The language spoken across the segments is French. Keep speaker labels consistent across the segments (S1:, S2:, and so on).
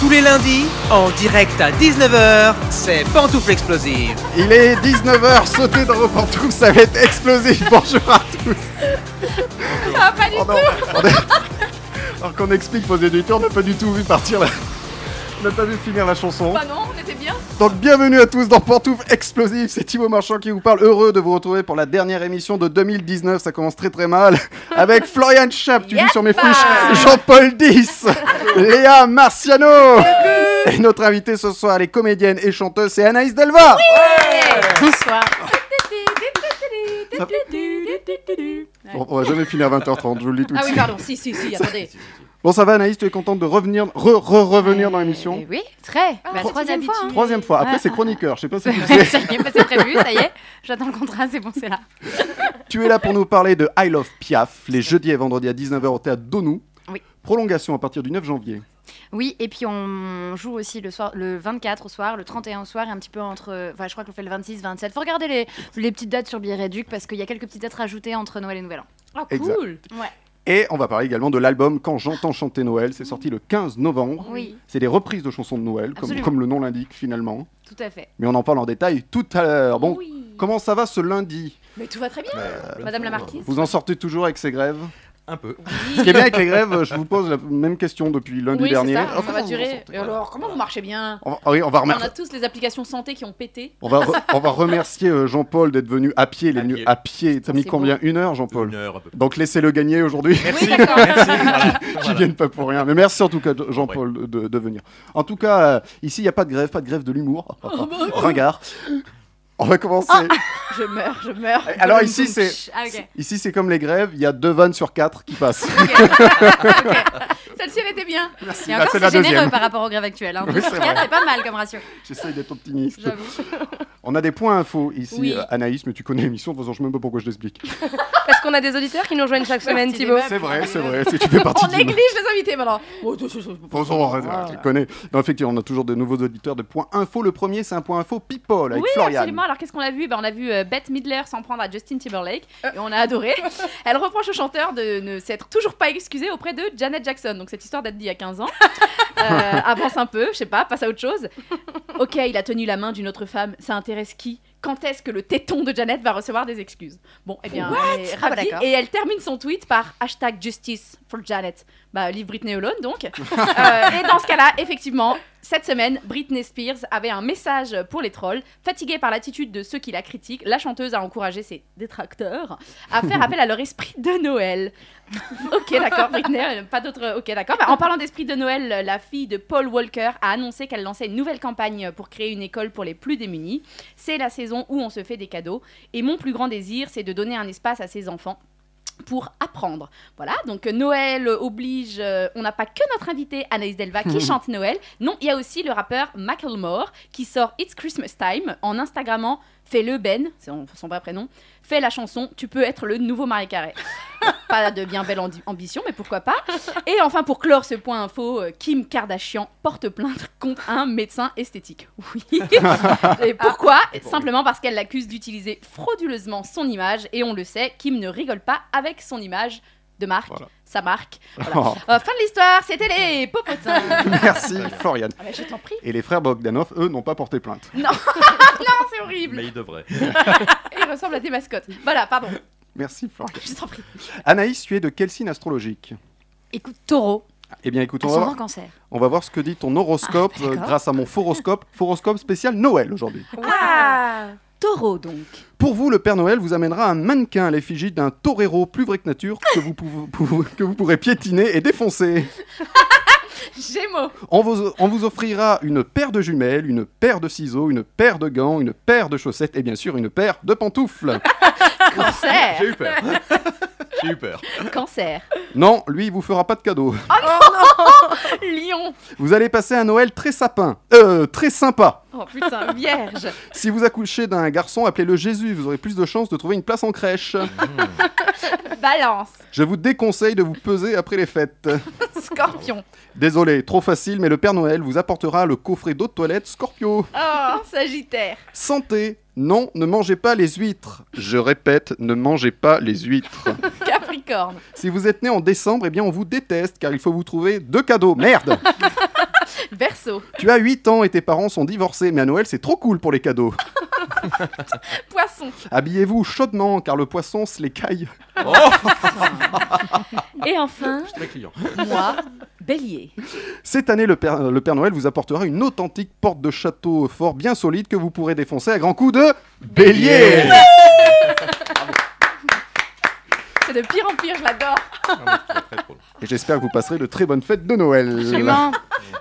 S1: Tous les lundis, en direct à 19h, c'est Pantoufle Explosive.
S2: Il est 19h, sautez dans vos pantoufles, ça va être explosif. Bonjour à tous.
S3: Ça va pas du
S2: Pardon,
S3: tout.
S2: on est- Alors qu'on explique poser du tour, on n'a pas du tout vu partir la... On n'a pas vu finir la chanson.
S3: Bah non, on était bien.
S2: Donc bienvenue à tous dans Pantoufles Explosives, c'est Thibaut Marchand qui vous parle, heureux de vous retrouver pour la dernière émission de 2019, ça commence très très mal, avec Florian Chap, tu lis sur mes
S3: Yappa
S2: fiches, Jean-Paul Dix, Léa Marciano, et notre invitée ce soir, elle est comédienne et chanteuse, c'est Anaïs Delva
S4: Bonsoir.
S2: On, on va jamais finir à 20h30, je vous le dis tout de
S4: Ah oui,
S2: suite.
S4: pardon, si, si, si, attendez.
S2: Bon, ça va, Anaïs, tu es contente de revenir, re- re- revenir dans l'émission
S4: Eh Oui, très.
S3: Ah,
S4: la
S3: c'est
S4: troisième
S3: une
S4: fois. hein.
S2: Troisième fois. Après,
S4: Ouais.
S2: c'est chroniqueur. Je sais pas si tu le
S4: Ouais,
S2: sais.
S5: hein.
S4: ça y est, bah, c'est prévu, ça y est. J'attends le contrat, c'est bon, c'est là.
S2: Tu es là pour nous parler de I Love Piaf, les jeudis et vendredis à 19h au théâtre Donou.
S4: Oui.
S2: Prolongation à partir du 9 janvier.
S4: Oui, et puis on joue aussi le, soir, le 24 au soir, le 31 au soir, et un petit peu entre. Enfin, je crois qu'on fait le 26, 27. Faut regarder les, les petites dates sur Billet Réduc parce qu'il y a quelques petites dates rajoutées entre Noël et Nouvel An.
S3: Ah
S2: Exact.
S3: cool.
S2: Et on va parler également de l'album Quand j'entends chanter Noël. C'est sorti le 15 novembre.
S4: Oui,
S2: C'est des reprises de chansons de Noël, comme,
S4: Absolument.
S2: comme le nom l'indique finalement.
S4: tout à fait.
S2: Mais on en parle en détail tout à l'heure. Ah Bon,
S4: Oui.
S2: comment ça va ce lundi
S3: Mais tout va très bien.
S4: euh, Madame la marquise
S2: Vous en sortez toujours avec ces grèves
S6: Un peu.
S2: Ce qui est bien avec les grèves, je vous pose la même question depuis lundi
S3: Oui, c'est
S2: dernier.
S3: ça.
S2: Alors,
S3: Ça
S2: comment
S3: va
S2: vous en
S3: durer.
S4: Oh,
S2: sortez
S3: Et alors, comment vous marchez bien
S2: On va- ah oui, on va
S3: On
S2: remercier.
S3: a tous les applications santé qui ont pété.
S2: On va, re- on va remercier euh, Jean-Paul d'être venu à pied. Il est
S6: À
S2: venu
S6: pied.
S2: à pied. T'as mis
S4: c'est
S2: combien Une heure,
S6: Une
S2: Jean-Paul
S6: heure à peu près.
S2: Donc laissez-le gagner aujourd'hui.
S6: Merci.
S3: d'accord.
S6: merci. Voilà.
S2: Qui
S6: Voilà.
S2: viennent pas pour rien. Mais merci en tout cas, Jean-Paul, de, de venir. En tout cas, euh, ici, il n'y a pas de grève, pas de grève de l'humour. Ringard. On va commencer. Eh,
S3: Je meurs, je meurs.
S2: Alors ici, c'est
S4: Ah, ok.
S2: ici, c'est comme les grèves. Il y a deux vannes sur quatre qui passent.
S3: Celle-ci, elle était bien.
S4: Et
S2: Là,
S4: encore,
S2: Ah, c'est
S4: c'est
S2: la
S4: généreux
S2: deuxième.
S4: par rapport aux grèves actuelles. Hein.
S2: Oui, c'est vrai.
S4: c'est pas mal comme ratio,
S2: J'essaye d'être optimiste.
S4: j'avoue.
S2: On a des points infos ici,
S3: Oui.
S2: euh, Anaïs, mais tu connais l'émission. De toute façon, je ne sais même pas pourquoi je l'explique.
S5: Parce qu'on a des auditeurs qui nous rejoignent chaque semaine,
S3: petit
S5: Thibaut.
S3: débat.
S2: C'est vrai, c'est vrai. Si tu fais partie
S3: On
S2: du-
S3: néglige les invités maintenant. Oh, tout, tout, tout.
S2: Posons, ouais,
S3: Voilà.
S2: tu connais. Non, effectivement, on a toujours de nouveaux auditeurs de Point Info. Le premier, c'est un Point Info People avec
S3: Oui,
S2: Florian.
S3: absolument. Alors, qu'est-ce qu'on a vu ben, On a vu euh, Bette Midler s'en prendre à Justin Timberlake
S4: Euh.
S3: et on a adoré. Elle reproche au chanteur de ne s'être toujours pas excusé auprès de Janet Jackson. Donc, cette histoire date d'il y a 15 ans. Euh, avance un peu, je sais pas, passe à autre chose. Ok, il a tenu la main d'une autre femme. Ça intéresse qui quand est-ce que le téton de Janet va recevoir des excuses Bon, eh bien, elle est
S4: Ah bah
S3: ravie.
S4: d'accord.
S3: et elle termine son tweet par hashtag justice for Janet. Bah, leave Britney alone donc. Euh, et dans ce cas-là, effectivement, cette semaine, Britney Spears avait un message pour les trolls. Fatiguée par l'attitude de ceux qui la critiquent, la chanteuse a encouragé ses détracteurs à faire appel à leur esprit de Noël. ok, d'accord, Britney, euh, pas d'autre. Ok, d'accord. Bah, en parlant d'esprit de Noël, euh, la fille de Paul Walker a annoncé qu'elle lançait une nouvelle campagne pour créer une école pour les plus démunis. C'est la saison où on se fait des cadeaux. Et mon plus grand désir, c'est de donner un espace à ses enfants pour apprendre. Voilà, donc euh, Noël oblige, euh, on n'a pas que notre invité Anaïs Delva qui chante Noël, non, il y a aussi le rappeur Macklemore qui sort It's Christmas Time en Instagrammant Fais-le Ben, c'est son son vrai prénom, fais la chanson, tu peux être le nouveau Marie Carré. pas de bien belle ambi- ambition, mais pourquoi pas. Et enfin, pour clore ce point info, euh, Kim Kardashian porte plainte contre un médecin esthétique. Oui. Et pourquoi Simplement parce qu'elle l'accuse d'utiliser frauduleusement son image, et on le sait, Kim ne rigole pas avec son image de marque,
S2: Voilà.
S3: sa marque.
S2: Oh,
S3: Euh, fin de l'histoire, c'était les popotins.
S2: merci, Florian.
S3: Ah bah, je t'en prie.
S2: Et les frères Bogdanov, eux, n'ont pas porté plainte.
S3: Ah, c'est horrible.
S6: Mais il devrait.
S3: Et ils ressemblent à des mascottes. Voilà, pardon,
S2: Merci, Florian.
S3: je t'en prie.
S2: Anaïs, tu es de quel signe astrologique
S4: Écoute, taureau,
S2: Eh bien, écoute,
S4: à
S2: on va,
S4: son
S2: voir,
S4: cancer.
S2: on va voir ce que dit ton horoscope
S4: Ah, d'accord.
S2: euh, grâce à mon foroscope, foroscope spécial Noël aujourd'hui.
S5: Waouh
S4: Taureau donc.
S2: Pour vous, le Père Noël vous amènera un mannequin à l'effigie d'un torero plus vrai que nature que vous, pouvez- pou- que vous pourrez piétiner et défoncer.
S3: Gémeaux,
S2: On vous, on vous offrira une paire de jumelles, une paire de ciseaux, une paire de gants, une paire de chaussettes et bien sûr une paire de pantoufles.
S3: cancer,
S6: J'ai eu peur. J'ai eu peur.
S3: cancer,
S2: Non, lui, il vous fera pas de cadeau.
S3: lion,
S2: Vous allez passer un Noël très sapin. Euh, très sympa.
S3: oh putain, vierge,
S2: Si vous accouchez d'un garçon, appelez-le Jésus, vous aurez plus de chances de trouver une place en crèche.
S3: balance,
S2: Je vous déconseille de vous peser après les fêtes.
S3: scorpion.
S2: Désolé, trop facile, mais le Père Noël vous apportera le coffret d'eau de toilette Scorpio.
S3: Oh, Sagittaire.
S2: Santé, non, ne mangez pas les huîtres. Je répète, ne mangez pas les huîtres.
S3: Capricorne.
S2: Si vous êtes né en décembre, eh bien on vous déteste car il faut vous trouver deux cadeaux. Merde
S3: Verso.
S2: Tu as 8 ans et tes parents sont divorcés, mais à Noël, c'est trop cool pour les cadeaux.
S3: Poisson.
S2: Habillez-vous chaudement, car le poisson se l'écaille. Ah.
S3: Et enfin,
S6: Très client.
S3: moi, bélier.
S2: Cette année, le Père, le Père Noël vous apportera une authentique porte de château fort bien solide que vous pourrez défoncer à grands coups de bélier.
S3: C'est de pire en pire, je l'adore.
S6: Ah oui, très drôle.
S2: Et j'espère que vous passerez de très bonnes fêtes de Noël.
S4: Absolument.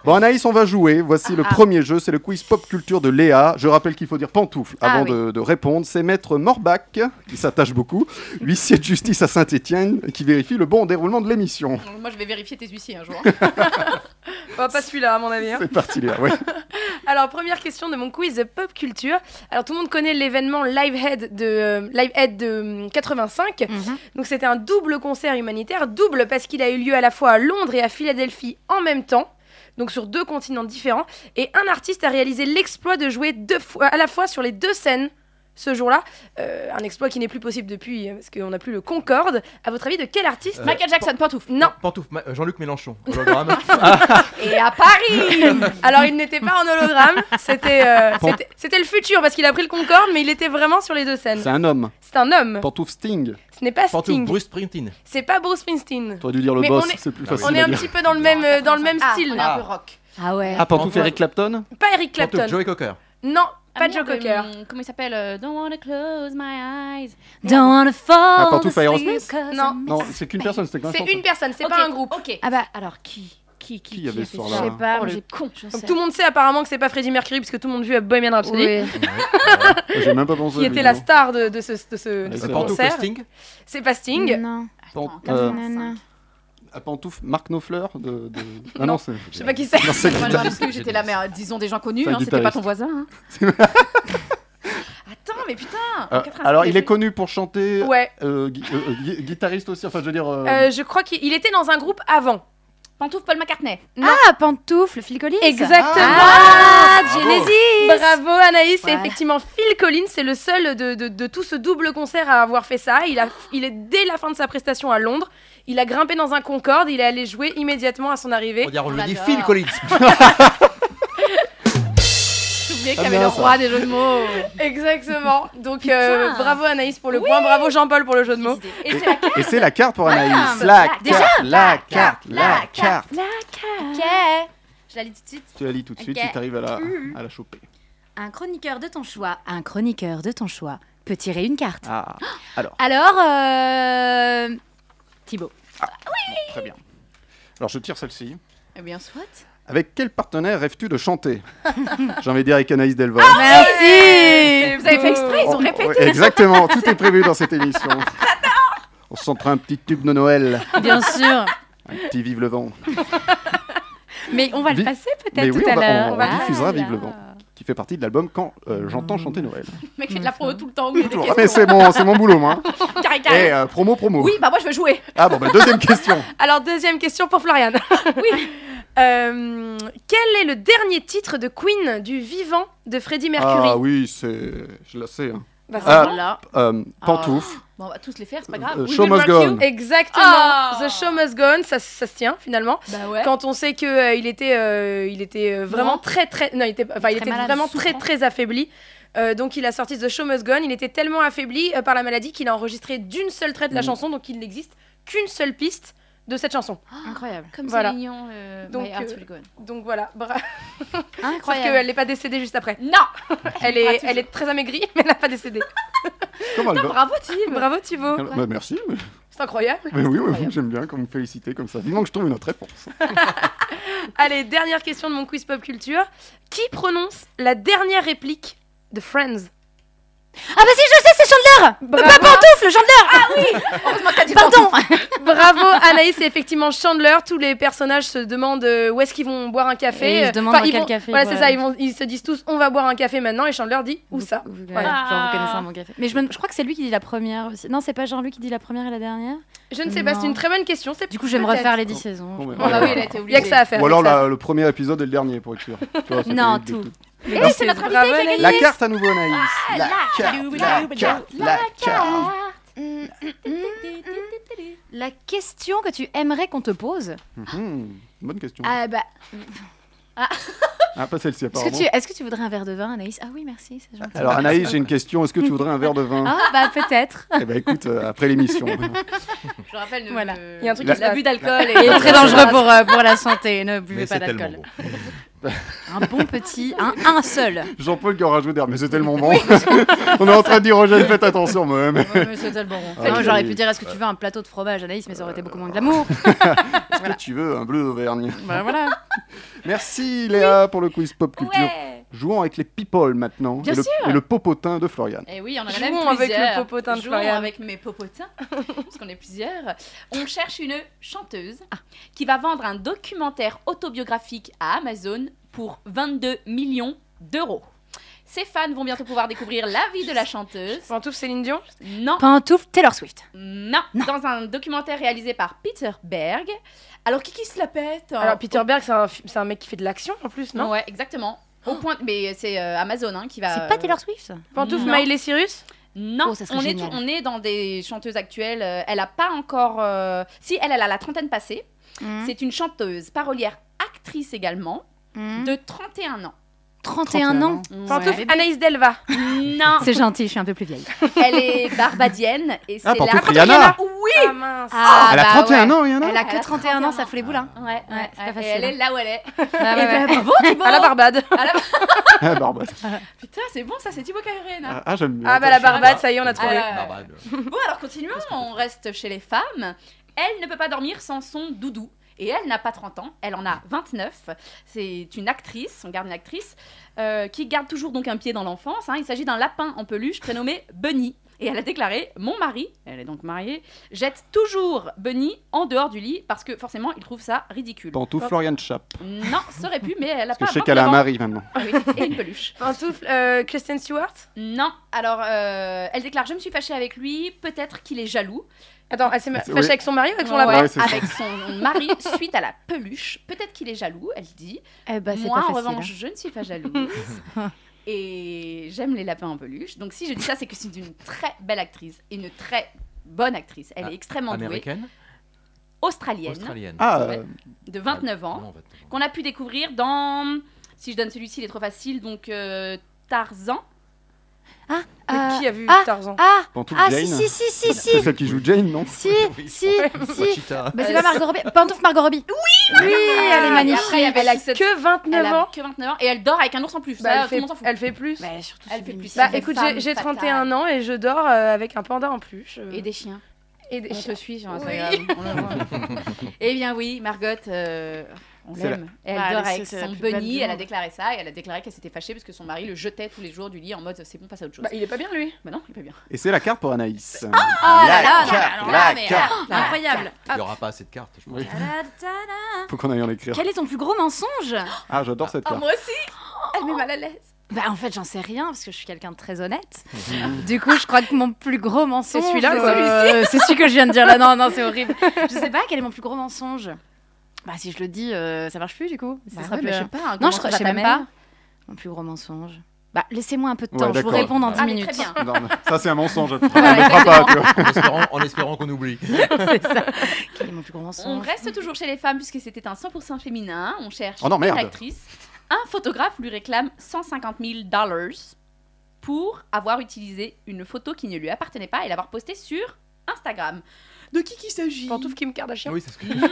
S2: Bon, Anaïs, on va jouer. Voici le premier jeu, c'est le quiz pop culture de Léa. Je rappelle qu'il faut dire pantoufle
S4: Ah
S2: avant
S4: oui.
S2: de, de répondre. C'est Maître Morbach, qui s'attache beaucoup, huissier de justice à Saint-Etienne, qui vérifie le bon déroulement de l'émission.
S3: Moi, je vais vérifier tes huissiers un jour.
S5: Bah, pas celui-là, à mon avis. hein.
S2: C'est parti, Léa. ouais.
S5: Alors, première question de mon quiz pop culture. Alors, tout le monde connaît l'événement Livehead de, euh, Livehead de euh, 85.
S4: Mhm.
S5: Donc, c'était un double concert humanitaire. Double parce qu'il a eu lieu à la fois à Londres et à Philadelphie en même temps. Donc, sur deux continents différents. Et un artiste a réalisé l'exploit de jouer deux fois, à la fois sur les deux scènes ce jour-là. Euh, un exploit qui n'est plus possible depuis, euh, parce qu'on n'a plus le Concorde. À votre avis, de quel artiste
S6: Euh,
S3: Michael Jackson, pantoufle.
S5: Non.
S6: Pantouf, Ma- euh, Jean-Luc Mélenchon. Hologramme.
S3: Et à Paris
S5: Alors, il n'était pas en hologramme, c'était euh, c'était- c'était le futur parce qu'il a pris le Concorde, mais il était vraiment sur les deux scènes.
S2: C'est un homme.
S5: C'est un homme,
S2: Pantoufle Sting.
S5: ce n'est pas
S6: Pantouf,
S5: Sting,
S6: Bruce Springsteen.
S5: c'est pas Bruce Springsteen.
S2: T'aurais dû dire le
S5: Mais
S2: boss,
S5: on est-
S2: c'est plus
S6: Ah oui.
S2: facile.
S5: On est
S2: à
S5: un
S2: dire.
S5: petit peu dans le même, euh, dans le même
S3: Ah,
S5: style.
S3: on est un peu rock.
S4: Ah ouais.
S2: Ah, pantoufle
S6: Pantoufle.
S2: Eric Clapton
S5: Pas Eric
S6: Pantouf,
S5: Clapton.
S6: Joey Cocker.
S5: Non, pas
S3: Ah,
S5: Joe
S3: merde,
S5: Cocker.
S3: hum, Comment il s'appelle euh, Don't wanna close my eyes.
S4: Don't
S2: Ah,
S4: wanna fall.
S2: pantoufle
S4: asleep
S2: Aerosmith
S4: 'cause
S5: Non.
S4: I'm
S2: Non, c'est qu'une personne, c'était qu'un
S5: C'est
S2: chanson.
S5: une personne, c'est
S3: Ok,
S5: pas un groupe.
S3: Ok.
S4: Ah bah alors qui qui
S2: Qui
S4: qui
S2: avait
S4: a
S2: ce
S4: fait
S2: soir-là,
S4: ça Je
S2: hein
S4: sais pas,
S3: Oh,
S4: moi,
S3: le
S4: Ah, j'ai con. Je
S5: Donc
S4: sais.
S5: tout le monde sait apparemment que c'est pas Freddie Mercury puisque tout le monde a vu Bohemian Rhapsody,
S4: Ouais.
S6: Ouais, ouais.
S2: J'ai même pas pensé.
S5: qui était la star de, de ce, de ce- de
S2: Ouais,
S5: ce
S2: c'est
S6: Pantouf,
S5: concert.
S6: Sting.
S5: C'est pas Sting.
S4: Non.
S2: Pan-
S3: Attends,
S2: euh,
S3: 85.
S2: À pantoufle, Marc Nofleur de, de- Ah
S5: Non,
S2: non, c'est.
S5: Je sais pas qui c'est.
S2: Non, c'est
S3: Moi,
S2: Guitar-
S3: non, parce que j'étais la mère, disons des gens connus,
S2: C'est un
S3: hein, c'était pas
S2: guitariste.
S3: ton voisin. hein. Attends, mais putain
S2: Euh,
S3: en 85,
S2: alors, il est
S3: j'ai-
S2: connu pour chanter.
S5: Ouais.
S2: euh, gui- euh, euh, gui- guitariste aussi, enfin, je veux dire. euh,
S5: Euh, je crois qu'il il était dans un groupe avant.
S3: Pantoufle Paul McCartney.
S4: Ah pantoufle, Phil Collins.
S5: Exactement.
S4: Ah,
S6: Bravo.
S4: Genesis.
S5: Bravo Anaïs,
S4: Voilà.
S5: Et effectivement Phil Collins, c'est le seul de, de- de tout ce double concert à avoir fait ça. Il, a, il est dès la fin de sa prestation à Londres, il a grimpé dans un Concorde, il est allé jouer immédiatement à son arrivée.
S6: On dirait, on
S3: On
S6: le dit,
S3: l'adore.
S6: Phil Collins.
S3: J'oubliais qu'il
S2: Ah,
S3: y avait le
S2: bien, ça.
S3: roi des jeux de mots.
S5: Exactement. Donc euh,
S4: Putain.
S5: bravo Anaïs pour le point, bravo Jean-Paul pour le jeu de mots.
S3: Et c'est la
S2: Et c'est la carte pour Anaïs.
S5: Ah,
S2: la,
S3: bah, la-
S2: carte,
S3: déjà
S2: la carte, la carte,
S3: Ah. Ok. Je la lis tout de suite.
S2: Tu la lis tout de suite,
S3: Ok.
S2: tu t'arrives à la,
S5: Mm.
S2: à la choper.
S4: Un chroniqueur de ton choix, un chroniqueur de ton choix peut tirer une carte.
S2: Ah,
S4: Alors euh... Thibaut.
S2: très bien. Alors, je tire celle-ci.
S3: Eh bien, soit.
S2: Avec quel partenaire rêves-tu de chanter J'ai envie de dire avec Anaïs Delvaux.
S5: Ah
S4: Merci.
S3: Vous avez fait exprès, ils
S2: Oh,
S3: ont répété.
S2: ouais, exactement, tout est prévu dans cette émission. On s'en prend un petit tube de Noël,
S4: Bien sûr.
S2: un petit Vive le vent,
S4: Mais on va
S2: Vi-
S4: le passer
S2: mais
S4: peut-être
S2: oui,
S4: tout
S2: on
S4: à
S2: va-
S4: l'heure.
S2: on- on
S4: Ah
S2: diffusera
S4: là.
S2: Vive le vent. qui fait partie de l'album Quand euh, j'entends chanter Noël.
S3: Le mec fait de la promo tout le temps. mais des
S2: Ah, mais c'est mon, c'est mon boulot, moi.
S3: questions carré,
S2: Et
S3: carré.
S2: euh, promo, promo.
S3: Oui, bah moi je veux jouer.
S2: Ah bon, bah, deuxième question.
S5: Alors deuxième question pour Floriane.
S3: Oui.
S5: Euh, quel est le dernier titre de Queen du vivant de Freddie Mercury
S2: Ah oui, c'est. Je la sais. hein.
S5: Bah, c'est
S2: Ah.
S5: bon.
S3: Voilà.
S2: Euh, pantoufle.
S3: Bon, on va tous les faire, c'est pas grave.
S2: Euh,
S3: We
S2: show
S3: will
S2: must
S3: rock
S2: go
S3: you.
S2: on.
S5: Exactement.
S3: Ah.
S5: The Show Must Go On, ça, ça se tient finalement.
S2: Euh,
S3: Bah ouais.
S5: Quand on sait que euh, il était, euh, il était euh, vraiment
S3: Mort.
S5: très très, non, il était, enfin,
S4: Très
S5: il était
S4: malade,
S5: vraiment
S4: souffrant.
S5: très très affaibli. Euh, donc il a sorti The Show Must Go On. Il était tellement affaibli euh, par la maladie qu'il a enregistré d'une seule traite la
S2: Mm.
S5: chanson, donc il n'existe qu'une seule piste de cette chanson.
S4: Incroyable.
S3: Comme
S5: Voilà.
S3: c'est mignon. euh,
S5: Donc,
S3: My heart
S5: euh,
S3: will go on.
S5: Donc voilà. Bra- Sauf
S4: Incroyable.
S5: qu'elle n'est pas décédée juste après.
S3: Non
S5: Elle
S3: Ah,
S5: est,
S3: toujours.
S5: elle est très amaigrie, mais elle n'a pas décédé.
S2: Comment elle va
S3: Bravo, Tim.
S5: Bravo Thibaut.
S2: Elle- bah, Merci, mais,
S5: C'est incroyable.
S2: mais oui, oui,
S3: Incroyable.
S2: j'aime bien quand vous me félicitez comme ça. Vivement que je trouve une autre réponse.
S5: Allez, dernière question de mon quiz pop culture. Qui prononce la dernière réplique de Friends
S4: Ah bah si, je sais, c'est Chandler. Pas pantoufle, Chandler. Ah
S3: Heureusement que t'as dit
S4: Pardon.
S5: Bravo Anaïs, c'est effectivement Chandler. Tous les personnages se demandent euh, où est-ce qu'ils vont boire un café.
S4: Et ils se
S5: Euh,
S4: demandent
S5: enfin,
S4: dans
S5: ils
S4: quel
S5: vont-
S4: café,
S5: Voilà, c'est
S4: voilà.
S5: ça. Ils, vont- ils se disent tous on va boire un café maintenant et Chandler dit où ça
S4: Vous- vous-
S5: Voilà.
S4: ouais, genre, vous
S3: Ah.
S4: connaissez un bon café. Mais je, me- je crois que c'est lui qui dit la première aussi. Non, c'est pas Jean-Luc qui dit la première et la dernière.
S5: Je ne sais pas,
S4: Non.
S5: c'est une très bonne question. C'est
S4: Du coup, je vais me
S5: peut-être.
S4: refaire les 10 saisons.
S2: Bon,
S4: je
S2: ben,
S4: crois.
S3: Ah bah oui, elle a été
S5: Il y a que
S3: obligée.
S5: ça à faire.
S2: Ou
S5: il y a
S2: alors
S5: que ça à
S2: la- le premier épisode et le dernier pour être sûr. Tu vois, ça
S4: Non,
S2: fait-
S4: tout.
S5: faire.
S3: Eh, c'est notre
S5: Bravo,
S3: invité qui a
S5: Anaïs.
S2: La carte à nouveau, Anaïs. La, carte, la carte, la carte.
S4: La question que tu aimerais qu'on te pose
S2: Mhm. Bonne question.
S4: Ah bah, Ah.
S2: Ah, pas celle-ci,
S4: Est-ce que,
S2: apparemment.
S4: tu, est-ce que tu voudrais un verre de vin, Anaïs Ah oui, merci, c'est gentil.
S2: Alors, Anaïs, j'ai une question. Est-ce que tu voudrais un verre de vin
S4: Ah, bah peut-être.
S2: Eh ben, écoute, euh, après l'émission.
S3: Je rappelle, euh,
S4: Voilà.
S3: il
S5: Il y a un truc
S2: qui se
S3: L'abus d'alcool
S4: Et
S3: est
S4: très dangereux pour, euh, pour la santé, ne buvez
S6: Mais
S4: pas
S6: c'est tellement
S4: d'alcool.
S6: beau.
S4: Un bon petit, un, un seul.
S2: Jean-Paul qui aura joué derrière, mais c'est tellement bon. On est en train de dire, Roger, faites attention, même.
S4: c'est tellement bon.
S2: Ah,
S4: J'aurais
S2: oui.
S4: pu dire, est-ce que tu veux un plateau de fromage, Anaïs Mais ça aurait été beaucoup moins de l'amour.
S2: Est-ce que tu veux un bleu d'Auvergne
S4: Ah. Bah voilà.
S2: Merci, Léa, pour le quiz pop culture.
S3: Ouais.
S2: Jouons avec les people maintenant.
S3: Bien
S2: et, le,
S3: sûr.
S2: et le popotin de Florian.
S3: Et Eh oui, on en a
S5: Jouons
S3: même
S5: avec le
S3: plusieurs.
S5: popotin de
S3: Jouons
S5: Florian.
S3: avec mes popotins, parce qu'on est plusieurs. On cherche une chanteuse
S5: Ah.
S3: qui va vendre un documentaire autobiographique à Amazon pour 22 millions d'euros. Ses fans vont bientôt pouvoir découvrir la vie de la chanteuse.
S5: Pantouf, Céline Dion
S3: Non,
S4: Pantoufle Taylor Swift.
S3: non, dans un documentaire réalisé par Peter Berg. Alors, qui qui se la pète hein
S5: Alors, Peter Berg, c'est un, fi- c'est un mec qui fait de l'action en plus, non
S3: Ouais, exactement. Au point, mais c'est euh, Amazon hein, qui va.
S4: C'est pas
S3: euh,
S4: Taylor Swift
S5: Pantouf,
S3: Non.
S5: Miley Cyrus
S3: Non,
S4: Oh, ça serait
S3: on, est,
S4: génial.
S3: on est dans des chanteuses actuelles. euh, Elle a pas encore. euh, Si, elle, elle a la trentaine passée.
S4: Hmm,
S3: C'est une chanteuse, parolière, actrice également,
S4: hmm.
S3: de 31 ans.
S4: 31 ans.
S5: Pantouf,
S3: Ouais.
S5: Anaïs Delva.
S3: Non,
S4: C'est gentil, je suis un peu plus vieille.
S3: elle est barbadienne. Et c'est
S2: Ah,
S3: la...
S2: Pantouf Rihanna
S3: Oui
S5: Ah mince.
S3: Ah,
S2: Elle a
S3: bah
S2: 31
S3: ouais.
S2: ans, Rihanna
S4: Elle a
S3: Elle
S4: que
S3: a
S4: 31 ans,
S3: 31
S4: ça fout les boules. hein.
S3: Ouais, ouais,
S4: Ouais, c'est pas
S3: ouais.
S4: facile,
S3: Et elle
S4: hein.
S3: est là où elle est.
S4: Ah, ouais,
S3: Et
S4: ouais.
S3: bah, bravo, Thibaut
S5: À la Barbade.
S3: À la-
S2: Ah, Barbade.
S3: Putain, c'est bon, ça, c'est Thibaut Carrérène.
S2: Ah, ah, j'aime bien.
S5: Ah bah la
S2: Attends, je-
S5: Barbade, ça y est, on a trouvé.
S3: Ah, ouais.
S6: Barbade. euh,
S3: Bon, alors continuons, on reste chez les femmes. Elle ne peut pas dormir sans son doudou. Et elle n'a pas 30 ans, elle en a 29. C'est une actrice, on garde une actrice, euh, qui garde toujours donc un pied dans l'enfance. hein. Il s'agit d'un lapin en peluche prénommé Bunny. Et elle a déclaré Mon mari, elle est donc mariée, jette toujours Bunny en dehors du lit parce que forcément il trouve ça ridicule.
S2: Pantouf Florian Chap.
S3: Non, ça aurait pu, mais elle a
S2: Parce que
S3: pas.
S2: je sais qu'elle a un
S3: 29
S2: mari
S3: ans.
S2: maintenant.
S3: Ah oui, Et une peluche.
S5: Pantouf, euh, Kristen Stewart
S3: Non, alors euh, elle déclare Je me suis fâchée avec lui, peut-être qu'il est jaloux.
S5: Attends, elle s'est ma-
S2: C'est-
S5: fâchée
S2: oui.
S5: avec son mari ou avec son
S3: Ouais,
S5: lapin
S2: Ouais, c'est ça.
S3: avec son mari suite à la peluche. Peut-être qu'il est jaloux, elle dit.
S4: Eh bah, c'est
S3: Moi,
S4: pas
S3: en
S4: facile.
S3: revanche, je ne suis pas jalouse. et j'aime les lapins en peluche. Donc si je dis ça, c'est que c'est une très belle actrice, et une très bonne actrice. Elle
S6: Ah,
S3: est extrêmement
S6: Américaine
S3: douée, australienne,
S6: Australienne.
S2: Ah,
S3: Ouais.
S2: euh,
S3: de 29
S6: Ah,
S3: ans,
S6: non, vingt-
S3: qu'on a pu découvrir dans... Si je donne celui-ci, il est trop facile, donc... euh, Tarzan,
S4: hein.
S5: Mais Qui a vu
S4: ah,
S5: Tarzan
S4: Ah,
S2: Pantouf
S4: ah, si,
S2: Jane.
S4: si, si, si,
S2: C'est
S4: si.
S2: celle qui joue Jane, non
S4: Si,
S6: Oui.
S4: si, si.
S6: Wachita.
S4: Mais Euh, c'est pas Margot Robbie. Pantouf Margot Robbie.
S5: Ah,
S4: Oui, oui, elle est
S3: Et
S4: magnifique.
S3: après, il y avait
S5: Elle a
S3: cette-
S5: que
S3: elle
S5: 29
S3: a
S5: ans
S3: que 29 ans et elle dort avec un ours en plus. Ça,
S5: Bah, elle,
S3: tout le
S5: fait,
S3: monde s'en fout.
S5: elle fait plus.
S4: Mais surtout,
S3: Elle
S4: c'est
S3: fait
S4: une-
S3: plus.
S5: bah
S3: c'est une
S5: écoute,
S3: femme
S5: j'ai j'ai
S3: fatale.
S5: 31 ans et je dors euh, avec un panda en plus. Euh,
S3: Et des chiens.
S5: Et des
S3: On te
S5: chiens.
S3: suit sur
S5: Oui.
S3: Instagram. on le voit. eh bien oui, Margot, euh, on
S2: C'est
S3: l'aime. Et Elle
S4: Bah,
S3: dort
S4: c'est-
S3: avec
S4: c'est la
S3: son
S4: plus belle
S3: bunny,
S4: du
S3: elle a
S4: monde.
S3: déclaré ça, et elle a déclaré qu'elle s'était fâchée parce que son mari le jetait tous les jours du lit en mode c'est bon, passe à autre chose.
S5: Bah il est pas bien lui.
S3: Bah non, il peut bien.
S2: Et c'est la carte pour Anaïs.
S4: Oh
S2: La
S4: là là, non, mais
S2: carte,
S4: alors
S2: la
S4: là, mais
S2: carte.
S4: ah, incroyable.
S6: Il n'y aura pas assez de cartes, je pense.
S2: Oui.
S4: Ah.
S2: Faut qu'on aille en écrire.
S4: Quel est ton plus gros mensonge
S2: Ah, j'adore cette carte.
S3: Oh, moi aussi Elle met mal à l'aise.
S4: Bah en fait j'en sais rien parce que je suis quelqu'un de très honnête. du coup je crois que mon plus gros mensonge.
S5: C'est celui-là, quoi.
S4: euh, C'est celui que je viens de dire là. Non non c'est horrible. Je sais pas quel est mon plus gros mensonge. Bah si je le dis euh, ça marche plus du coup. Ça
S3: Bah
S4: sera
S3: ouais,
S4: plus-
S3: mais je sais pas.
S4: Non
S3: comment
S4: Ah, je
S3: ça
S4: crois
S3: va
S4: je sais hein,
S3: ta
S4: même
S3: mère
S4: pas. Mon plus gros mensonge. Bah laissez-moi un peu de
S2: Ouais,
S4: temps. je vous
S2: d'accord.
S4: réponds dans
S6: Ah,
S4: 10
S3: Ah, mais
S4: minutes.
S3: très bien.
S2: Non, non, ça, c'est un mensonge. On ne mettra pas, tu vois.
S6: En espérant, en espérant qu'on oublie.
S4: C'est ça. Quel est mon plus gros
S3: On
S4: mensonge
S3: reste toujours chez les femmes puisque c'était un 100% féminin. On cherche
S2: Oh non,
S3: une
S2: merde.
S3: actrice. Un photographe lui réclame 150 000 dollars pour avoir utilisé une photo qui ne lui appartenait pas et l'avoir postée sur Instagram. De qui qu'il s'agit
S5: Pantouf Kim Kardashian.
S6: Oui, c'est ce que
S3: Non.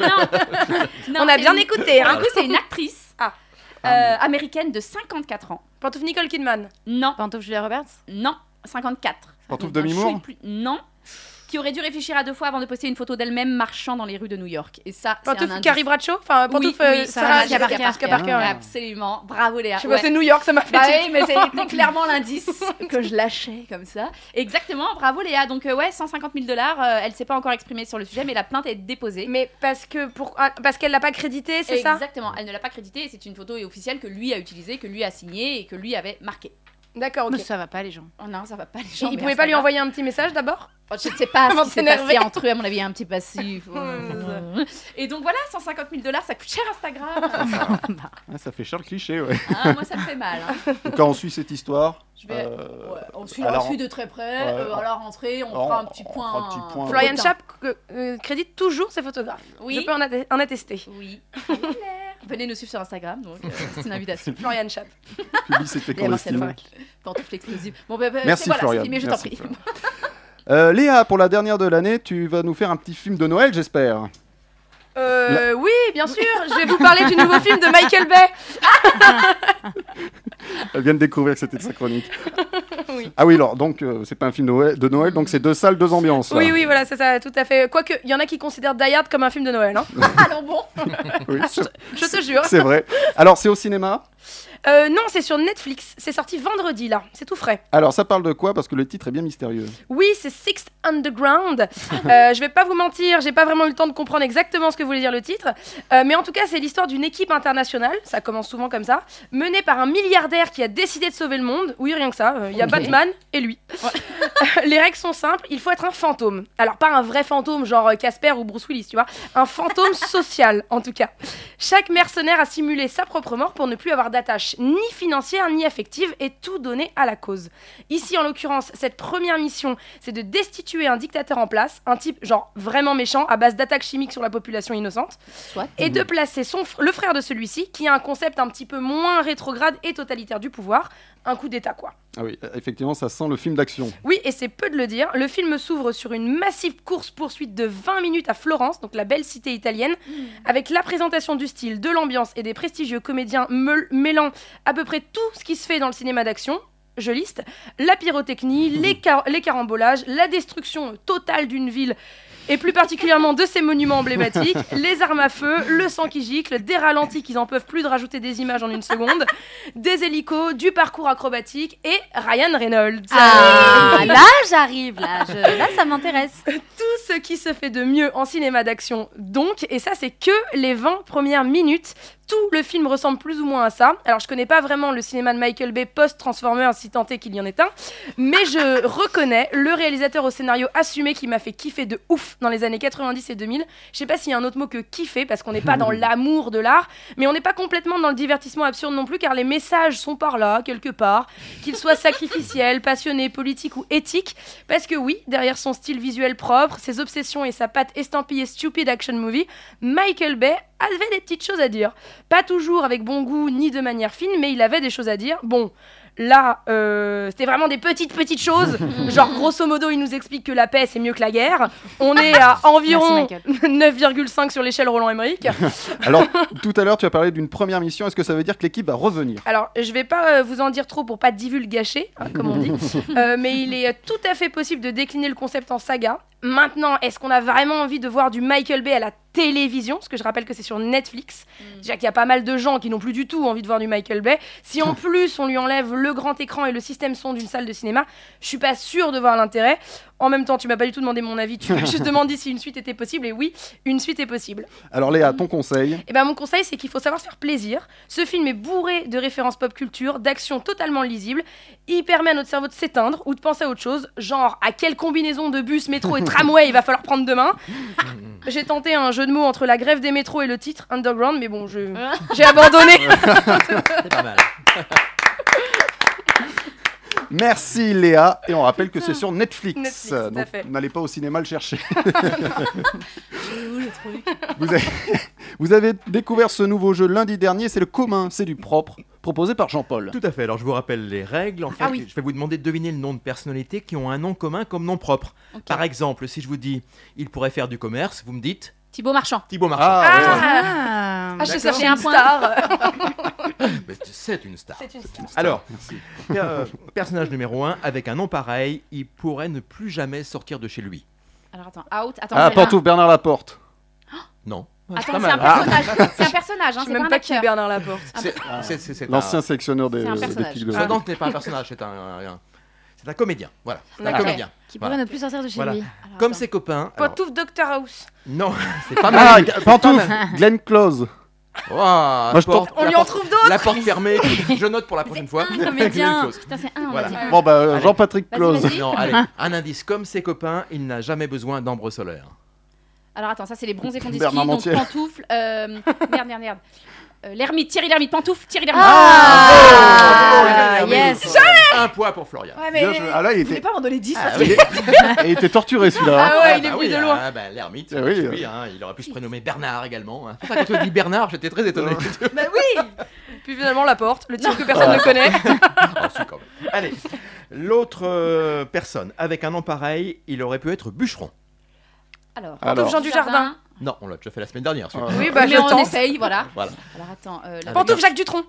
S3: Non,
S5: On a
S3: c'est
S5: bien
S3: une-
S5: écouté.
S3: Un
S5: Hein.
S3: coup, c'est une actrice
S5: Ah.
S3: euh, américaine de 54 ans.
S5: Pantouf Nicole Kidman.
S3: Non,
S4: Pantouf Julia Roberts
S3: non, 54.
S2: Pantouf
S3: Donc, un
S2: demi-mour
S3: chouille plus- Non. Qui aurait dû réfléchir à deux fois avant de poster une photo d'elle-même marchant dans les rues de New York. Et ça, c'est un
S5: Pantouf
S3: indice.
S5: Carrie Bradshaw. Enfin
S3: Oui,
S5: Pantouf
S3: oui,
S4: Sarah
S5: euh, Sarah
S4: Jessica
S5: Jessica
S4: Parker.
S5: Parker. ouais.
S3: Absolument. Bravo Léa.
S5: Je sais pas,
S3: Ouais.
S5: c'est New York, ça m'a fait
S3: Bah
S5: tilt.
S3: oui, mais c'était clairement l'indice que je lâchais comme ça. Exactement, bravo Léa. Donc euh, ouais, 150 000 dollars, euh, elle s'est pas encore exprimée sur le sujet, mais la plainte est déposée.
S5: Mais parce que pour... ah, parce qu'elle l'a pas crédité, c'est ça
S3: Exactement, elle ne l'a pas créditée et c'est une photo officielle que lui a utilisée, que lui a signée et que lui avait marquée.
S5: D'accord, ok.
S4: Mais ça va pas les gens.
S3: Oh non, ça va pas les
S5: Et
S3: gens.
S5: il
S3: mais
S5: pouvait
S3: Instagram-
S5: pas lui envoyer un petit message d'abord
S3: Oh, Je ne sais pas
S5: Avant
S3: ce
S5: de
S3: qui s'est
S5: s'énerver.
S3: passé entre eux, à mon avis, il y a un petit passif.
S5: Ouais.
S3: Et donc voilà, 150 000 dollars, ça coûte cher Instagram.
S4: Bah,
S2: Ah, ça fait cher le cliché, ouais.
S3: Hein, moi, ça me fait mal. hein.
S2: Donc, quand on suit cette histoire.
S3: Je vais-
S2: euh,
S3: Ouais, on suit, on
S2: alors-
S3: suit de très près.
S2: Ouais,
S3: euh,
S2: on-
S3: alors entrée, on
S2: on-
S3: fera un petit
S2: on
S3: point.
S2: fera un petit point.
S5: Florian
S3: Autant.
S5: Schaap euh, euh, crédite toujours ses photographes.
S3: Oui.
S5: Je peux en, atte- en attester.
S3: Oui. Venez nous suivre sur Instagram, donc euh, c'est une invitation.
S5: Florian Chap.
S2: Publie, c'était
S3: Et
S2: clandestine.
S3: Marcel Vac, pantoufle explosive. Bon, ben, ben,
S2: Merci
S3: c'est- voilà,
S2: Florian.
S3: c'est fini, mais je t'en
S2: Merci,
S3: prie.
S2: Florian. Euh, Léa, pour la dernière de l'année, tu vas nous faire un petit film de Noël, j'espère.
S5: Euh, oui, bien sûr. Je vais vous parler du nouveau film de Michael Bay.
S2: Elle vient de découvrir que c'était de sa chronique.
S5: Oui.
S2: Ah oui, alors, donc, euh, c'est pas un film Noël- de Noël, donc c'est deux salles, deux ambiances. là.
S5: Oui, oui, voilà, c'est ça, tout à fait. Quoique, il y en a qui considèrent Die Hard comme un film de Noël. hein.
S3: Alors bon,
S2: hein. Oui, c'est-
S5: Je te jure.
S2: c'est vrai. Alors, c'est au cinéma.
S5: Euh, non, c'est sur Netflix. C'est sorti vendredi, là. C'est tout frais.
S2: Alors, ça parle de quoi Parce que le titre est bien mystérieux.
S5: Oui, c'est Sixth Underground. Euh, je vais pas vous mentir, j'ai pas vraiment eu le temps de comprendre exactement ce que voulait dire le titre. Euh, mais en tout cas, c'est l'histoire d'une équipe internationale, ça commence souvent comme ça, menée par un milliardaire qui a décidé de sauver le monde. Oui, rien que ça, euh, il y a
S4: Ok.
S5: Batman et lui. Les règles sont simples, il faut être un fantôme. Alors, pas un vrai fantôme genre euh, Casper ou Bruce Willis, tu vois. Un fantôme social, en tout cas. Chaque mercenaire a simulé sa propre mort pour ne plus avoir d'attache ni financière ni affective et tout donner à la cause. Ici, en l'occurrence, cette première mission, c'est de destituer un dictateur en place, un type genre vraiment méchant à base d'attaques chimiques sur la population innocente,
S3: soit.
S5: et de placer son fr- le frère de celui-ci, qui a un concept un petit peu moins rétrograde et totalitaire du pouvoir, un coup d'État quoi.
S2: Ah oui, euh, effectivement, ça sent le film d'action.
S5: Oui, et c'est peu de le dire, le film s'ouvre sur une massive course-poursuite de 20 minutes à Florence, donc la belle cité italienne, avec la présentation du style, de l'ambiance et des prestigieux comédiens meul- mêlant à peu près tout ce qui se fait dans le cinéma d'action. Je liste la pyrotechnie, les, car- les carambolages, la destruction totale d'une ville et plus particulièrement de ses monuments emblématiques, les armes à feu, le sang qui gicle, des ralentis qu'ils en peuvent plus de rajouter des images en une seconde, des hélicos, du parcours acrobatique et Ryan Reynolds.
S4: Ah, là j'arrive, là, je- là ça m'intéresse.
S5: tout ce qui se fait de mieux en cinéma d'action donc, et ça c'est que les 20 premières minutes. Tout le film ressemble plus ou moins à ça. Alors je connais pas vraiment le cinéma de Michael Bay post-Transformers si tant est qu'il y en ait un, mais je reconnais le réalisateur au scénario assumé qui m'a fait kiffer de ouf dans les années 90 et 2000. Je sais pas s'il y a un autre mot que kiffer parce qu'on n'est pas dans l'amour de l'art, mais on n'est pas complètement dans le divertissement absurde non plus car les messages sont par là, quelque part, qu'ils soient sacrificiels, passionnés, politiques ou éthiques. Parce que oui, derrière son style visuel propre, ses obsessions et sa patte estampillée stupid action movie, Michael Bay avait des petites choses à dire. Pas toujours avec bon goût ni de manière fine, mais il avait des choses à dire. Bon. Là, euh, c'était vraiment des petites petites choses. Genre, grosso modo, il nous explique que la paix, c'est mieux que la guerre. On est à
S4: Merci
S5: environ
S4: Michael.
S5: 9,5 sur l'échelle Roland-Emmerich.
S2: Alors, tout à l'heure, tu as parlé d'une première mission. Est-ce que ça veut dire que l'équipe va revenir
S5: Alors, je vais pas euh, vous en dire trop pour pas divulgacher, hein, comme on dit, Euh, mais il est euh, tout à fait possible de décliner le concept en saga. Maintenant, est-ce qu'on a vraiment envie de voir du Michael Bay à la télévision Parce que je rappelle que c'est sur Netflix. Déjà qu'il y a pas mal de gens qui n'ont plus du tout envie de voir du Michael Bay. Si en plus on lui enlève le grand écran et le système son d'une salle de cinéma, je suis pas sûre de voir l'intérêt. En même temps, tu m'as pas du tout demandé mon avis, tu m'as juste demandé si une suite était possible, et oui, une suite est possible.
S2: Alors, Léa, ton conseil
S5: Eh ben, mon conseil, c'est qu'il faut savoir se faire plaisir. Ce film est bourré de références pop culture, d'actions totalement lisibles. Il permet à notre cerveau de s'éteindre ou de penser à autre chose, genre à quelle combinaison de bus, métro et tramway il va falloir prendre demain. J'ai tenté un jeu de mots entre la grève des métros et le titre Underground, mais bon, je- j'ai abandonné.
S6: C'est pas mal.
S2: Merci, Léa. Et on rappelle que c'est sur Netflix.
S5: Netflix, tout à
S2: donc,
S5: fait.
S2: n'allez pas au cinéma le chercher. Vous avez, vous avez découvert ce nouveau jeu lundi dernier, c'est le commun, c'est du propre, proposé par Jean-Paul.
S6: Tout à fait. Alors je vous rappelle les règles. En fait,
S4: Ah oui.
S6: je vais vous demander de deviner le nom de personnalités qui ont un nom commun comme nom propre. Par exemple, si je vous dis, il pourrait faire du commerce, vous me dites
S3: Thibaut Marchand.
S6: Thibaut Marchand.
S2: Ah, ouais.
S4: Ah,
S5: Ah, je
S6: D'accord.
S5: cherchais un
S3: J'ai un point.
S5: star.
S6: Mais C'est une star.
S5: C'est une star.
S6: Alors, euh, personnage numéro 1 avec un nom pareil, il pourrait ne plus jamais sortir de chez lui.
S3: Alors attends, out. Attends,
S2: Ah,
S3: c'est-
S2: Pantouf, Bernard Laporte.
S6: Non. C'est
S3: Attends,
S6: pas
S3: c'est un
S6: mal.
S3: personnage. C'est un personnage, hein,
S5: Je sais
S3: c'est pas
S5: même
S3: un
S5: pas qui est
S3: acteur.
S5: Bernard Laporte.
S6: Ah, C'est- c'est- c'est- c'est un-
S2: L'ancien sélectionneur des,
S3: C'est un
S2: des
S3: personnage.
S2: pics de
S6: Ah, donc, ce n'est pas un personnage, c'est un, un- un- c'est un comédien. Voilà, c'est un
S5: D'accord.
S6: comédien.
S4: qui pourrait
S6: Voilà.
S4: ne plus sortir de chez
S6: Voilà.
S4: lui.
S3: Alors,
S6: Comme
S3: attends.
S6: ses copains. alors-
S5: Pantouf Doctor House.
S6: non, c'est pas
S2: Ah,
S6: mal.
S2: Pantouf, Glenn Close.
S6: Ouah,
S2: Moi, je
S6: porte-
S5: On
S6: la
S5: lui en
S6: porte-
S5: trouve d'autres.
S6: La porte fermée, je note pour la prochaine fois.
S3: Un comédien.
S6: Quelque chose.
S3: Putain, c'est un, on
S6: Voilà.
S3: va dire.
S2: Bon, bah, euh,
S6: Allez.
S2: Jean-Patrick
S3: Ah, Vas-y,
S2: Close.
S3: vas-y.
S6: Non, allez, un indice. Comme ses copains, il n'a jamais besoin d'ambre solaire.
S3: Alors attends, ça c'est les bronzés font des
S2: Bernard
S3: skis, donc
S2: Montiel.
S3: pantoufles. euh, merde, merde, merde. euh, l'ermite, Thierry l'ermite, pantouf, Thierry l'ermite.
S2: Ah,
S4: Ah,
S6: Oh,
S2: bravo,
S4: yes.
S6: Un point pour Florian.
S3: ouais,
S2: Bien joué. Ah là, il
S3: Vous voulez
S2: était,
S3: pas m'en donner 10
S6: Ah,
S2: il,
S6: oui.
S2: est- et il était torturé celui-là. hein.
S6: Ah,
S5: ouais, il est
S6: bah
S5: venu
S6: oui,
S5: de loin.
S6: Ah, bah, l'ermite,
S2: Eh oui,
S6: oui, hein, il aurait pu se prénommer Bernard également. hein. C'est pour ça que quand tu dis Bernard, j'étais très étonné.
S5: Bah oui Puis finalement, la porte, le type que personne
S2: Ouais.
S5: ne connaît.
S6: Ah, si, quand même. Allez, l'autre euh, personne avec un nom pareil, il aurait pu être bûcheron.
S3: Alors,
S2: Alors.
S5: Jean du Jardin.
S6: Non, on l'a déjà fait la semaine dernière. celui-là.
S2: Ouais.
S5: Oui, bah
S3: mais
S5: je
S3: on
S5: tente.
S3: essaye, voilà.
S6: Voilà.
S3: Alors attends, euh, la,
S6: Avec-
S5: Pantouf Jacques Dutronc.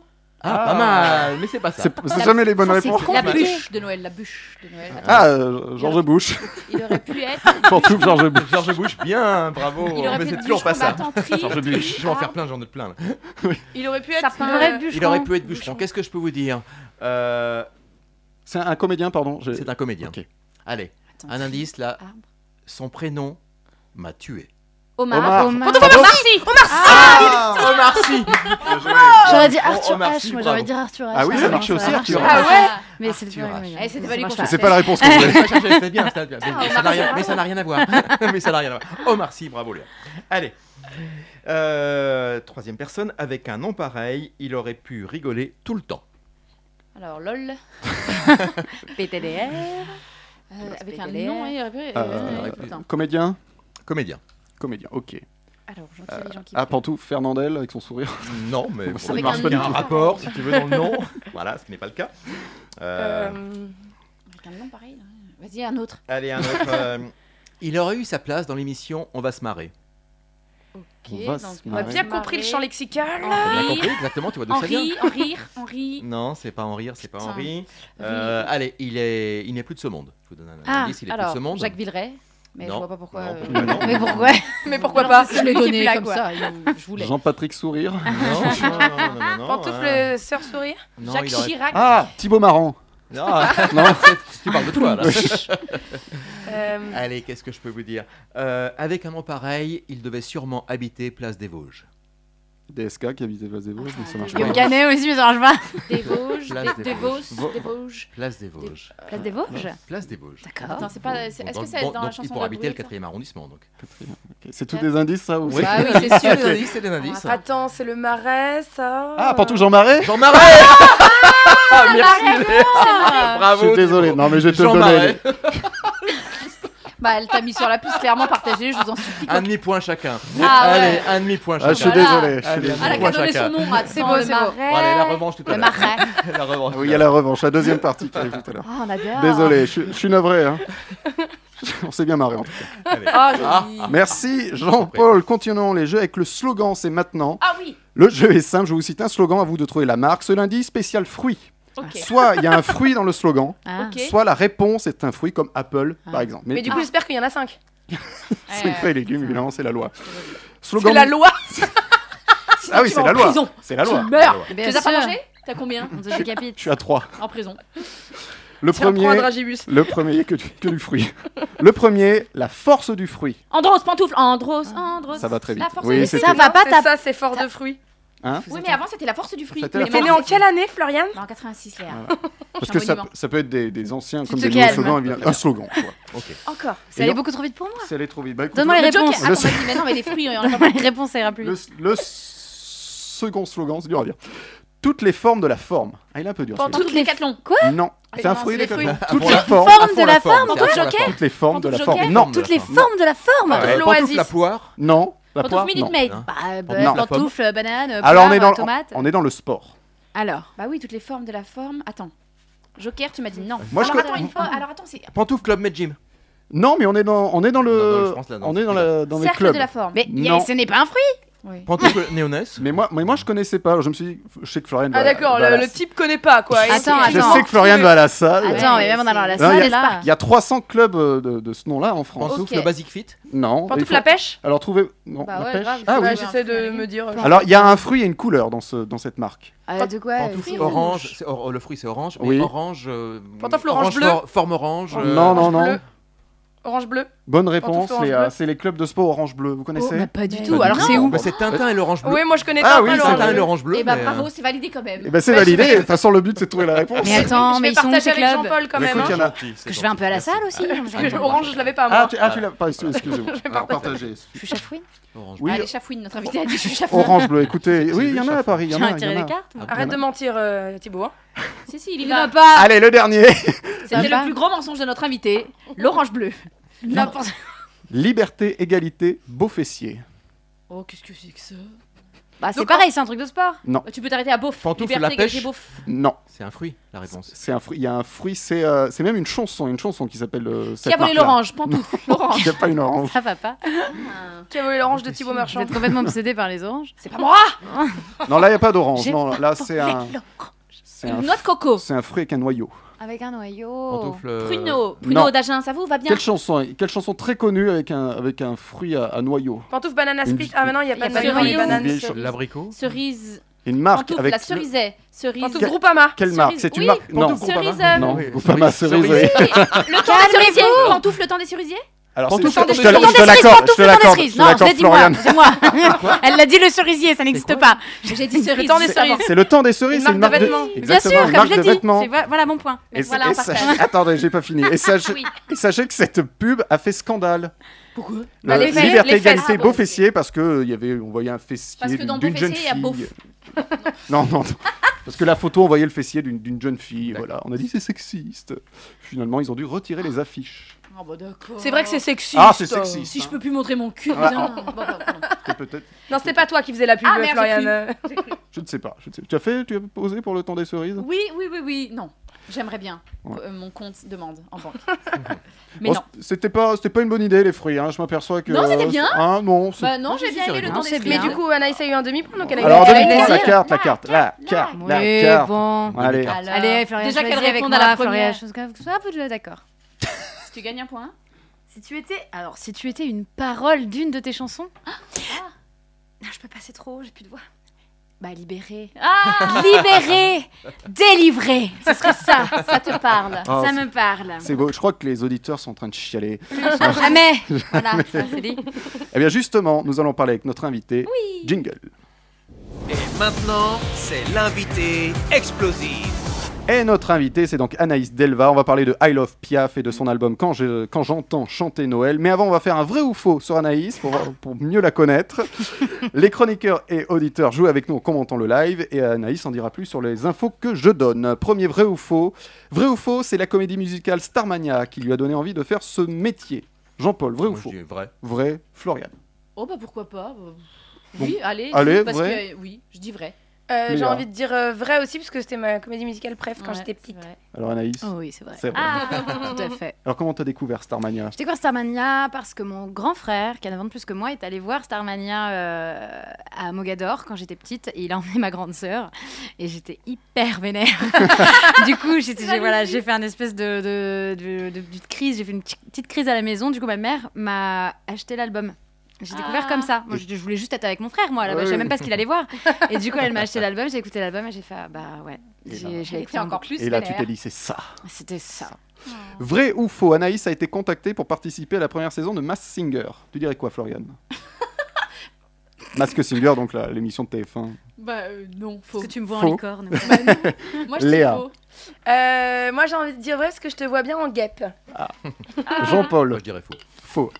S6: Ah,
S2: Ah.
S6: pas mal, mais c'est pas ça.
S2: C'est c'est jamais les bonnes
S4: Ça, c'est
S2: réponses.
S3: la
S6: compliqué.
S3: bûche de Noël, la bûche de Noël.
S2: Ah, euh, George Bush.
S3: Il aurait pu être.
S2: Pantouf George Bush.
S6: Georges Bush, bien, bravo.
S3: Il aurait
S6: mais
S3: pu
S6: c'est
S3: être
S6: toujours pas ça.
S3: bûcheron, bah, battant, tri-
S6: Georges Bush, je vais en faire plein, j'en ai plein. là.
S5: Il aurait pu
S3: Ça
S5: être.
S3: peint.
S5: euh,
S4: Vrai
S6: Il aurait
S4: bûcheron.
S6: pu être bûcheron. Qu'est-ce que je peux vous dire Euh,
S2: C'est un comédien, pardon. j'ai-
S6: C'est un comédien.
S2: Ok.
S6: Allez,
S3: Attends,
S6: un
S3: tri-
S6: indice là.
S3: arbre.
S6: Son prénom m'a tué.
S3: Omar.
S2: Omar.
S4: Ah, Omar.
S6: Omar Sy
S4: J'aurais dit
S6: Oh,
S4: Arthur
S6: Omar
S4: H.
S6: Sy,
S4: Moi,
S6: bravo.
S4: j'aurais dit Arthur H.
S2: Ah oui, ça
S4: non,
S2: marchait aussi,
S4: a
S2: Arthur
S4: marché.
S5: H. Ah
S4: Mais c'était pas
S6: Arthur
S4: les
S6: H.
S4: mêmes.
S3: Eh, c'était pas
S4: Ça
S3: lui
S4: marche
S3: qu'on
S2: C'est pas la réponse qu'on voulait.
S6: Ouais, je cherchais, c'est bien, c'est bien. Mais,
S3: Ah,
S6: mais ça
S3: Omar
S6: n'a
S3: Sy,
S6: rien, mais
S3: bravo.
S6: ça n'a rien à voir. mais ça n'a rien à voir. Omar Sy, bravo Léa. Allez. Euh, troisième personne, avec un nom pareil, il aurait pu rigoler tout le temps.
S3: Alors, lol.
S4: PTDR.
S3: Euh, avec un
S4: PTDR.
S3: nom, il aurait pu. euh,
S2: Euh,
S3: ouais, putain.
S2: Comédien
S6: Comédien.
S2: Comédien, ok.
S3: Alors, j'en tire les gens qui.
S2: Ah, Pantouf Fernandel avec son sourire.
S6: Non, mais bon,
S2: Ça
S6: il y
S3: marche pas
S6: a
S3: du
S6: un
S3: tout.
S6: rapport, si tu veux, dans le nom. voilà, ce qui n'est pas le cas. Euh,
S5: euh,
S3: Avec un nom pareil. ouais. Vas-y, un autre.
S6: Allez, un autre. euh, il aurait eu sa place dans l'émission On va se marrer.
S3: Ok,
S2: On va
S3: donc,
S2: se
S5: On a
S2: marrer.
S5: bien compris le champ lexical.
S6: T'as bien
S3: Henri.
S6: compris exactement, tu vois d'où ça vient.
S3: Henri, en rire, en rire.
S6: Non, c'est pas en rire, c'est pas en
S3: Putain.
S6: rire. Euh, allez, il est, il n'est plus de ce monde. Je vous donne un
S3: Ah,
S6: indice, il est
S3: alors,
S6: plus de ce monde.
S3: Jacques Villeray. Mais
S6: Non.
S3: je vois pas pourquoi.
S6: Non,
S3: euh,
S6: pourquoi non
S4: Mais pourquoi
S5: Mais pourquoi pas
S3: Je l'ai
S4: Celui qui
S3: donné
S4: pue la
S3: comme
S4: quoi.
S3: ça. il- Je voulais.
S2: Jean-Patrick Sourire.
S3: Ah.
S6: Non, non, non, non, non, non,
S5: Pantoufle
S6: hein.
S5: euh, sœur sourire.
S6: Non,
S3: Jacques
S6: il aurait-
S3: Chirac.
S2: Ah, Thibaut Marant.
S6: Non, c'est- tu parles de toi là.
S5: Euh,
S6: Allez, qu'est-ce que je peux vous dire Euh, Avec un nom pareil, il devait sûrement habiter Place des Vosges.
S2: DSK qui habitait Place des
S3: Ah,
S2: Vosges, donc ça marche pas.
S4: Guillaume Canet aussi, mais ça marche pas.
S3: Des Vosges,
S6: Place
S3: des,
S6: des
S3: des Vosges,
S6: Vosges.
S3: des Vosges.
S6: Place des Vosges.
S4: Place des Vosges
S6: Place des Vosges.
S4: D'accord.
S3: Attends, c'est pas. c'est-
S6: Bon,
S3: Est-ce
S6: donc-
S3: que c'est
S6: bon,
S3: dans la
S6: donc,
S3: chanson
S6: Il pourrait habiter le
S3: quatrième
S6: 4 arrondissement donc.
S2: Ok, C'est tous des indices, ça ou
S6: Oui.
S3: Bah oui, c'est
S6: C'est des
S3: sûr.
S6: indices, c'est des indices.
S3: Ah,
S5: Attends, c'est le marais, ça.
S2: Ah, Pantouf Jean Marais
S6: Jean Marais Merci Léa.
S3: ah,
S2: Je
S6: Bravo
S2: suis désolé, non mais je vais te le
S6: Ah, Jean
S2: donner.
S6: Marais,
S3: Bah, elle t'a mis sur la puce clairement partagée, je vous en supplie.
S6: un demi-point chacun.
S3: Ah ouais.
S6: Allez, un demi-point
S2: Ah, je suis
S6: chacun.
S3: Voilà.
S2: désolé. je suis
S6: Allez,
S2: désolé.
S3: Elle a
S6: Moi,
S3: qu'à donner
S6: chacun.
S3: son nom. Attends,
S5: Oh, C'est beau,
S3: le
S5: c'est beau.
S3: marais.
S2: Oh,
S6: Bon, allez, la revanche tout à
S4: Le
S6: l'heure.
S4: marais.
S6: La revanche.
S2: Oui, il y a la revanche, la deuxième partie qui arrive tout à l'heure.
S4: Ah, on adore.
S2: Désolé, je, suis- je suis navré. hein. On s'est bien marré en tout cas.
S6: Allez.
S5: Ah, joli.
S2: Merci Jean-Paul. Continuons les jeux avec le slogan, c'est maintenant.
S3: Ah oui,
S2: Le jeu est simple, je vous cite un slogan, à vous de trouver la marque. Ce lundi, spécial fruit.
S3: ok.
S2: Soit il y a un fruit dans le slogan,
S4: Ah.
S3: Ok.
S2: soit la réponse est un fruit comme Apple par
S4: Ah.
S2: exemple.
S5: Mais du coup, j'espère qu'il y en a 5.
S2: c'est une feuille légumes, évidemment, c'est la loi.
S5: C'est
S2: Slogan...
S5: la loi.
S2: ah oui, c'est la loi. C'est la
S3: Tu
S2: loi.
S3: meurs. Tu
S4: Bien
S3: les as pas
S4: sûr.
S3: mangé T'as combien
S4: On te décapite.
S2: Je suis à 3.
S3: En prison.
S2: Le
S5: Tiens, prends un
S2: premier,
S5: dragibus.
S2: le premier que du, que du fruit. Le premier, la force du fruit.
S3: Andros, pantoufle. Andros,
S4: Ah.
S3: Andros.
S2: Ça va très vite.
S3: La force
S2: Oui,
S3: du
S4: Mais
S2: c'est-
S4: ça va pas
S5: C'est
S4: taper.
S5: ça, c'est fort de fruits.
S3: Oui, mais avant, c'était la force du fruit.
S2: C'était la
S3: Mais
S5: T'es né
S3: moi,
S5: en quelle année, Florian
S3: Bah, En 86, Léa.
S2: Parce
S3: Un
S2: que ça,
S3: monument.
S2: ça peut être des, des anciens,
S4: Tu
S2: comme
S4: te
S2: des nouveaux
S4: calmes.
S2: slogans, évidemment. Un slogan, quoi.
S3: Encore.
S4: C'est allé beaucoup trop vite pour moi.
S2: C'est allé trop vite. Bah, écoute,
S4: Donne-moi les
S3: Le Joker.
S4: réponses.
S3: Attends,
S2: Le-
S3: vas-y, mais non, mais les fruits. euh,
S4: Donne-moi les réponses, ça ira plus
S2: le,
S4: vite.
S2: le s- second slogan, c'est dur à dire. Toutes les formes de la forme. Ah, il est un peu dur. celui-là.
S3: Pantoufle, décathlon.
S2: Non, c'est un
S3: non,
S2: fruit.
S3: c'est des
S2: déconne.
S3: fruits.
S2: Toutes
S6: Pour
S2: les
S6: la-
S2: formes.
S4: Forme
S6: Ah,
S4: de
S6: pour
S4: la forme,
S6: c'est
S4: en tout
S6: pour la forme.
S2: Toutes les formes de la
S3: Pantoufle
S2: forme.
S3: joker.
S2: Non,
S4: Toutes les
S6: forme.
S4: formes de la forme.
S6: Ouais,
S5: L'oasis.
S6: pantoufle, la poire.
S2: non. La
S3: Pantoufle,
S2: poire, non.
S3: minute maid.
S6: Hein.
S4: Bah, bah,
S6: Non. La pomme.
S3: euh,
S4: pantoufle, banane,
S2: Alors, on
S4: poire,
S2: est, dans, le-
S4: tomate.
S2: on est dans le sport.
S4: Alors,
S3: Bah oui, toutes les formes de la forme. Attends. Joker, tu m'as dit non.
S2: Moi, je
S3: alors,
S2: co-
S3: attends, une fois. Alors, attends, c'est
S6: Pantoufle Club Med Gym.
S2: Non, mais on est dans, on est dans
S6: Non, non,
S2: le.
S6: je pense là, dans
S2: on
S6: le
S2: est dans, la, dans les
S3: cercle
S2: clubs.
S3: de la forme.
S4: mais y a-
S2: Non.
S4: ce n'est pas un fruit.
S3: Oui.
S6: Pantoufle néonesse.
S2: Mais moi, mais moi, je connaissais pas. Je me suis dit, je sais que Florian.
S5: Ah,
S2: va-
S5: d'accord,
S2: va à
S5: le,
S2: la-
S5: le type connaît pas, quoi. Et
S4: Attends,
S5: c'est-
S2: Bah, Je
S4: attends.
S2: sais que Florian va à la salle.
S3: Ouais,
S4: Attends, mais même en
S3: c'est-
S4: allant à la
S2: Non,
S4: salle,
S2: y a-
S4: là.
S2: Il y a 300 clubs euh, de, de ce nom-là en France.
S6: Pantoufle
S3: Ok.
S6: Basic Fit.
S2: Non.
S5: Pantoufle
S2: il
S5: la
S2: faut-
S5: pêche
S2: Alors trouvez. Non,
S3: Bah
S2: la
S3: ouais,
S2: pêche.
S3: grave,
S2: ah
S3: c'est
S2: oui.
S3: vrai.
S5: Ouais, J'essaie de me dire. euh,
S2: Alors il y a un fruit et une couleur dans ce dans cette marque.
S4: Euh, de quoi euh,
S6: Pantoufle
S3: fruit
S6: orange. c'est- or- le fruit c'est orange. mais
S2: Oui.
S6: orange. euh,
S5: Pantoufle orange bleu.
S6: for- Forme orange. euh,
S2: Ah, non non non.
S5: bleu. Orange bleu.
S2: Bonne réponse,
S5: Pantoufles
S2: les,
S5: orange
S2: euh,
S5: bleu.
S2: c'est les clubs de sport orange bleu, vous connaissez
S4: pas du
S5: Mais
S4: tout.
S6: Pas
S4: Alors
S6: du
S4: c'est
S6: tout.
S4: où
S6: Bah, C'est Tintin et l'orange bleu.
S5: Oui, moi je connais
S2: Ah
S5: Tintin,
S2: oui,
S5: l'orange
S6: Tintin et
S5: bleu.
S6: l'orange bleu.
S3: Et bah
S6: mais, euh,
S3: bravo, c'est validé quand même.
S2: Eh ben, c'est
S5: Bah, je
S2: validé, de
S5: vais-
S2: toute façon le but c'est de trouver la réponse.
S4: Mais attends,
S5: je
S4: mais
S5: vais
S4: ils sont où
S5: partager
S4: ces
S5: avec
S4: clubs
S5: Jean-Paul quand
S2: Mais
S5: même.
S2: écoute,
S5: hein.
S2: il y en a-
S6: c'est
S4: Parce que je vais un peu à la
S6: gentil,
S4: salle
S6: merci.
S4: aussi. j'aime bien
S5: Parce que
S4: Jean-Paul.
S5: Orange, je l'avais pas moi.
S2: Ah, tu, ah, tu l'as pas, excusez-moi. Alors, partagez.
S4: Je suis chafouine.
S6: Orange bleu.
S2: Oui, Oh.
S3: Allez, chafouine, notre invité a dit je suis chafouine.
S2: orange bleu, écoutez, oui, il y en a
S6: Tirer
S2: à Paris, il y en
S4: Tiens,
S2: a.
S4: à
S2: il y en
S4: tirer
S2: a.
S4: des cartes. moi.
S5: Arrête de mentir, euh, Thibaut. hein.
S2: Oh.
S3: Si, si, il y
S4: Il
S3: va.
S4: va pas.
S2: Allez, le dernier
S3: C'était
S4: va.
S3: le plus grand mensonge de notre invité, l'orange bleu.
S4: N'importe
S2: Liberté, égalité, beau fessier.
S3: Oh, qu'est-ce que c'est que ça
S4: Bah, c'est
S3: Donc,
S4: pareil, c'est un truc de sport.
S3: Bah, Tu peux t'arrêter à beauf.
S6: Pantoufle,
S3: Liberté,
S6: la
S3: égalité,
S6: pêche.
S3: beauf.
S2: Non,
S6: C'est un fruit, la réponse.
S2: c'est un fruit, il y a un fruit, c'est euh, c'est même une chanson, une chanson qui s'appelle euh, cette
S3: Qui a volé
S2: marque-là.
S3: l'orange Pantoufle, l'orange.
S2: Il n'y a pas une orange.
S4: Ça va pas.
S5: Qui a volé l'orange de Thibaut
S4: Vous
S5: Marchand
S4: êtes complètement obsédé par les oranges.
S5: C'est pas moi
S2: Non, là, il n'y a pas d'orange.
S4: J'ai
S2: Non, là, c'est un,
S4: Avec
S2: c'est un,
S3: Une noix de coco.
S2: c'est un fruit avec un noyau.
S4: un noyau.
S6: Pantoufle. euh,
S3: Pruneau, pruneau
S2: non.
S3: d'Agen, ça vous va bien
S2: Quelle chanson, hein, quelle chanson très connue avec un, avec un fruit à, à noyau
S5: Pantoufle banana split. Ah, mais non, il n'y a pas de
S3: Il y a
S5: banane,
S3: Mario.
S5: banane,
S2: Vieille
S5: cerise.
S2: chose.
S6: L'abricot.
S3: Cerise,
S2: Une marque
S3: pantoufle,
S2: avec.
S3: la cerisaie, cerise.
S5: Pantoufle Groupama.
S2: Quelle
S3: cerise.
S2: marque C'est une
S3: Oui,
S2: marque Non.
S6: pantoufle
S3: cerise,
S6: Groupama.
S3: euh,
S2: Non,
S6: Oui,
S2: pas ma
S6: cerise,
S2: cerise.
S6: cerise.
S3: Le temps des cerisiers Pantoufle, le temps des cerisiers
S2: Alors,
S6: Pantoufle,
S2: c'est- je te
S6: pantoufle,
S2: l'accorde, je te l'accorde, je te l'accorde, je te
S4: Non, je l'ai
S2: l'accorde,
S4: dit moi.
S2: Floriane.
S4: C'est moi. Elle l'a dit le cerisier, ça n'existe pas.
S3: J'ai dit cerise.
S5: Le temps des
S3: juste avant.
S5: cerises.
S2: C'est le temps des cerises,
S5: Une
S2: c'est une
S5: marque
S2: marque
S5: de
S2: de.
S5: vêtements.
S4: Bien sûr,
S2: Exactement, une
S4: comme
S2: marque
S4: je l'ai
S2: de
S4: dit.
S2: vêtements.
S4: C'est- voilà- Voilà mon point.
S2: Et,
S3: Voilà, on
S2: et sachez-
S3: partage.
S2: Attendez, j'ai pas fini. Et sachez,
S3: Oui.
S2: et sachez que cette pub a fait scandale.
S3: Pourquoi
S2: Le-
S5: Bah, les fesses,
S2: liberté,
S5: les fesses.
S2: égalité,
S5: Ah,
S2: beau
S5: bon.
S2: fessier, parce que euh, il y avait, on voyait un
S3: Parce
S2: fessier
S3: que dans
S2: d'une
S3: beau
S2: d'une jeune
S3: fessier, il y a
S2: fille.
S3: beauf.
S2: non, non, non. Parce que la photo, on voyait le fessier d'une- d'une jeune fille. Voilà, on a dit c'est sexiste. Finalement, ils ont dû retirer les affiches.
S3: Ah bah d'accord.
S5: C'est vrai que c'est sexy.
S2: Ah, c'est sexiste. Ah.
S3: Si je peux plus montrer mon cul,
S2: Ouais.
S3: putain. Bon, bon, pardon.
S2: C'était Peut-être.
S5: Non, c'était pas toi qui faisais la pub,
S3: Ah, merde, j'ai
S5: Floriane.
S2: Je ne sais pas. je ne sais- Tu as fait, tu as posé pour le temps des cerises.
S3: Oui, oui, oui, oui. Non, j'aimerais bien.
S2: Ouais.
S3: Euh, mon compte demande en banque. Mais
S2: Bon,
S3: non.
S2: Oh, C'était pas, c'était pas une bonne idée les fruits. Hein. Je m'aperçois que.
S3: Non, c'était
S2: euh,
S3: bien.
S2: Hein, non. c'est-
S3: Bah non, j'ai bien aimé le temps
S4: rigolo. Non,
S3: des
S4: c'est
S5: Mais
S4: bien.
S3: cerises.
S5: du coup, Anaïs a eu un demi-point, donc elle a eu
S2: Alors,
S5: elle Bah, a eu
S2: donne-moi la
S5: plaisir.
S2: carte, la carte, la carte, la
S4: Oui,
S2: carte.
S4: bon.
S2: Allez.
S3: Alors,
S4: Allez, Florian,
S3: déjà qu'elle
S4: choisis avec
S3: répond
S4: moi,
S3: à la
S4: Florian,
S3: première.
S4: je pense que soit vous deux d'accord.
S3: Si tu gagnes un point.
S4: Si tu étais, alors si tu étais une parole d'une de tes chansons, non, je peux passer trop, j'ai plus de voix. Bah libéré,
S3: Ah
S4: libéré, délivré, ce serait ça, ça te parle,
S2: Ah,
S4: ça
S2: c'est-
S4: me parle.
S2: C'est beau. Je crois que les auditeurs sont en train de chialer.
S4: Jamais, voilà, ça, c'est dit.
S2: Eh bien justement, nous allons parler avec notre invité. Jingle.
S1: Et maintenant, c'est l'invité explosif.
S2: Et notre invité, c'est donc Anaïs Delva. On va parler de I Love Piaf et de son album Quand je- quand j'entends chanter Noël. Mais avant, on va faire un vrai ou faux sur Anaïs pour, voir- pour mieux la connaître. Les chroniqueurs et auditeurs jouent avec nous en commentant le live et Anaïs en dira plus sur les infos que je donne. Premier vrai ou faux. Vrai ou faux, c'est la comédie musicale Starmania qui lui a donné envie de faire ce métier. Jean-Paul, vrai
S6: Moi,
S2: ou
S6: je
S2: faux
S6: dis vrai.
S2: Vrai, Florian.
S3: Oh bah pourquoi pas. bah. Oui, allez.
S2: Allez,
S3: parce
S2: vrai.
S3: que oui, je dis vrai.
S5: Euh, J'ai
S2: Léa.
S5: envie de dire euh, vrai aussi, parce que c'était ma comédie musicale préf quand
S3: Ouais,
S5: j'étais
S3: c'est
S5: petite.
S3: vrai.
S2: Alors Anaïs,
S4: Oh oui, c'est vrai.
S2: c'est vrai.
S4: Ah, tout à fait.
S2: Alors comment t'as découvert Starmania
S4: J'ai découvert Starmania parce que mon grand frère, qui a 9 ans de plus que moi, est allé voir Starmania euh, à Mogador quand j'étais petite et il a emmené ma grande sœur et j'étais hyper vénère. du coup, j'étais- j'ai voilà, j'ai fait un espèce de, de, de- de- de crise, j'ai fait une petite- petite crise à la maison. Du coup, ma mère m'a acheté l'album. J'ai découvert
S3: Ah.
S4: comme ça. Moi, je, je voulais juste être avec mon frère, moi. Là,
S2: Ouais,
S4: je savais
S2: ouais.
S4: même pas ce qu'il allait voir. Et du coup, elle m'a acheté l'album, j'ai écouté l'album et j'ai fait ah, bah ouais.
S2: Et
S4: J'ai
S2: là-
S4: j'ai
S3: J'étais
S4: écouté
S3: encore plus
S2: Et là, tu
S3: vénère.
S2: t'es dit, c'est ça.
S4: beaucoup. C'était ça.
S2: Vrai ou faux, Anaïs a été contactée pour participer à la première saison de Mass Singer. Tu dirais quoi, Florian Mask Singer, donc la- l'émission de TF1.
S3: Bah euh, non, faux.
S4: Parce que tu me vois
S2: Faux.
S4: en licorne.
S3: Moi je dis
S2: Léa.
S3: faux.
S5: Euh, moi, j'ai envie de dire vrai, parce que je te vois bien en guêpe.
S6: Moi,
S4: Ah.
S2: Jean-Paul,
S6: je dirais faux.
S2: faux.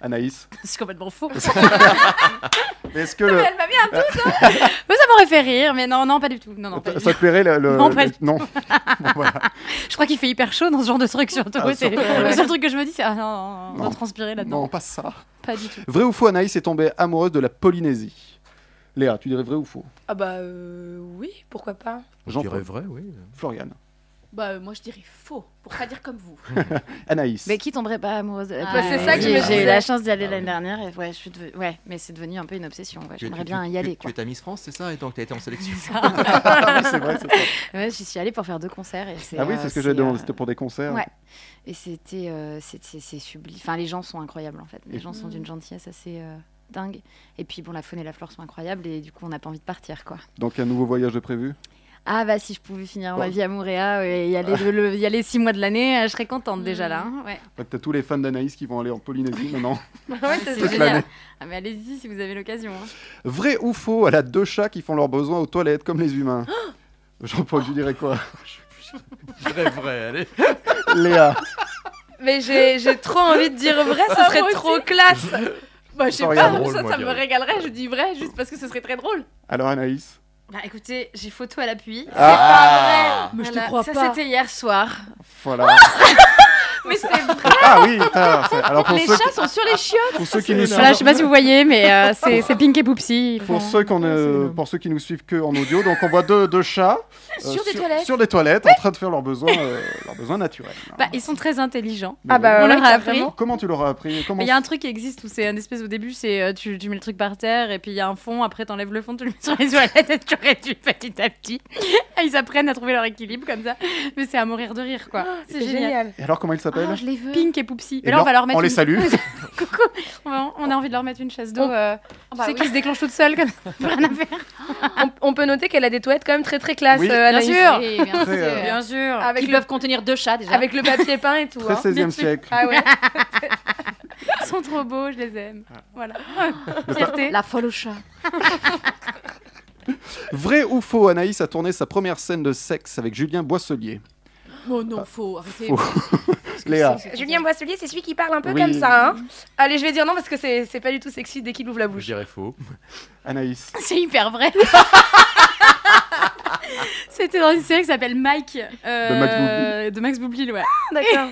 S2: Anaïs.
S4: C'est complètement faux.
S2: Mais Est-ce que le-
S5: Elle m'a bien
S4: Mais ça m'aurait fait rire, mais non, non, pas du tout. Non, non, pas
S2: ça
S4: du
S2: ça
S4: tout.
S2: te plairait le. le-
S4: Non, pas
S2: le-
S4: du
S2: non. Bon, voilà.
S4: Je crois qu'il fait hyper chaud dans ce genre de truc surtout.
S2: Ah,
S4: c'est
S2: surtout,
S4: le
S2: ouais.
S4: seul truc que je me dis, c'est ah non, non, on
S2: Non.
S4: va transpirer là-dedans.
S2: Non, pas ça.
S4: Pas du tout.
S2: Vrai ou faux, Anaïs est tombée amoureuse de la Polynésie. Léa, tu dirais vrai ou faux
S5: Ah bah euh, oui, pourquoi pas.
S6: Je
S2: Jean-Paul.
S6: dirais vrai, oui.
S2: Florian.
S3: Bah euh, moi je dirais faux, pour pas dire comme vous.
S2: Anaïs.
S4: Mais qui tomberait pas amoureuse de la
S3: Ah,
S4: Polynésie
S5: c'est ça que je me
S4: J'ai
S5: disais.
S4: eu la chance d'y aller
S6: Ah,
S4: l'année
S6: oui.
S4: dernière, et ouais, je suis devenue- ouais, mais c'est devenu un peu une obsession. ouais,
S6: Tu es-
S4: J'aimerais
S6: tu-
S4: bien
S6: tu-
S4: y aller.
S6: tu-
S4: Quoi.
S6: Tu es à Miss France, c'est ça Et donc, tu as été en sélection.
S2: Ah oui, c'est vrai, c'est ça.
S4: Ouais, J'y suis allée pour faire deux concerts. Et
S2: Ah oui, c'est ce que
S4: euh,
S2: j'avais demandé.
S4: euh,
S2: C'était pour des concerts.
S4: Ouais. Et c'était euh, c'est- c'est c'est sublime. Enfin, les gens sont incroyables en fait. Les gens sont d'une gentillesse assez euh, dingue. Et puis bon, la faune et la flore sont incroyables et du coup, on n'a pas envie de partir quoi.
S2: Donc un nouveau voyage de prévu
S4: Ah bah si je pouvais finir ma
S2: Bon.
S4: vie à Montréal et y aller, le- le- y aller six mois de l'année, euh, je serais contente déjà là. hein, ouais.
S2: Fait que T'as tous les fans d'Anaïs qui vont aller en Polynésie maintenant.
S5: Ouais, c'est
S4: c'est
S5: ça.
S4: génial. Ah mais allez-y si vous avez l'occasion. hein.
S2: Vrai ou faux, elle a deux chats qui font leurs besoins aux toilettes comme les humains. Jean-Paul, tu dirais quoi
S6: Vrai, vrai, allez.
S2: Léa,
S5: Mais j'ai j'ai trop envie de dire vrai, ce
S3: Ah,
S5: serait
S3: moi aussi.
S5: trop classe.
S3: Bah, je sais
S2: Ça
S3: pas,
S2: serait
S6: drôle,
S3: ça,
S6: moi,
S3: ça
S6: je
S3: me
S6: dirais.
S3: régalerait, je dis vrai, juste parce que ce serait très drôle.
S2: alors Anaïs.
S4: Bah écoutez, j'ai photo à l'appui.
S6: Ah.
S3: Mais je te
S4: Voilà,
S3: crois
S4: ça,
S3: pas.
S4: c'était hier soir.
S2: Voilà.
S3: Mais c'est vrai,
S2: Ah oui, putain, c'est- alors pour
S3: les
S2: ceux,
S3: chats sont sur les chiottes.
S2: pour ceux qui nous
S4: Voilà, je
S2: suivent,
S4: sais pas si vous voyez, mais euh, c'est c'est Pink et Poupsi. ils
S2: pour
S4: font-
S2: ceux, qu'on,
S4: Ouais, c'est
S2: euh,
S4: énorme.
S2: pour ceux qui nous suivent que en audio, donc on voit deux, deux chats euh,
S3: Sur des toilettes.
S2: sur des toilettes en train de faire leurs besoins, euh, leurs besoins naturels.
S4: Bah, ils sont très intelligents.
S2: Mais
S5: Ah bah,
S4: On
S5: ouais,
S4: leur a appris.
S5: carrément.
S2: Comment tu l'auras appris Comment
S4: Mais il y a un truc qui existe où c'est un espèce au début, c'est euh, tu, tu mets le truc par terre et puis il y a un fond, après t'enlèves le fond, tu le mets sur les toilettes et tu réduis petit à petit. Et ils apprennent à trouver leur équilibre comme ça. Mais c'est à mourir de rire quoi.
S5: C'est génial.
S2: Et alors comment ils s'appellent
S3: Ah, je les veux.
S4: Pink et Poupsi.
S2: Eh
S4: Mais là Ah, on
S2: bien,
S4: va leur mettre.
S2: on les
S4: une-
S2: salue.
S4: Coucou. On va- on a envie de leur mettre une chasse d'eau.
S5: On-
S4: euh,
S3: Ah
S4: tu
S3: bah
S4: sais
S3: oui.
S4: qui se déclenche toute seule comme ça. Rien à faire.
S5: On, on peut noter qu'elle a des toilettes quand même très très classe,
S2: Oui.
S5: euh, Anaïs.
S3: Oui, bien
S2: Très, euh,
S3: sûr.
S4: sûr.
S5: Avec
S3: Qui
S5: le,
S3: peuvent contenir deux chats déjà.
S5: avec le papier peint et tout.
S2: Hein? Très
S5: hein.
S2: 16e siècle.
S5: Ah ouais.
S4: Ils sont trop beaux, je les aime. Voilà. Fierté.
S3: La folle au chat.
S2: Vrai ou faux, Anaïs a tourné sa première scène de sexe avec Julien Boisselier.
S3: Oh non, faux, arrêtez.
S2: Ah, Faux. Léa.
S5: Julien Boisselier, c'est celui qui parle un peu
S2: Oui.
S5: comme ça. Hein. Allez, je vais dire non parce que c'est c'est pas du tout sexy dès qu'il ouvre la
S6: Je
S5: bouche.
S6: dirais faux.
S2: Anaïs.
S4: C'est hyper vrai. C'était dans une série qui s'appelle Mike. euh,
S2: De Max
S4: De Max Boublil, ouais.
S5: D'accord.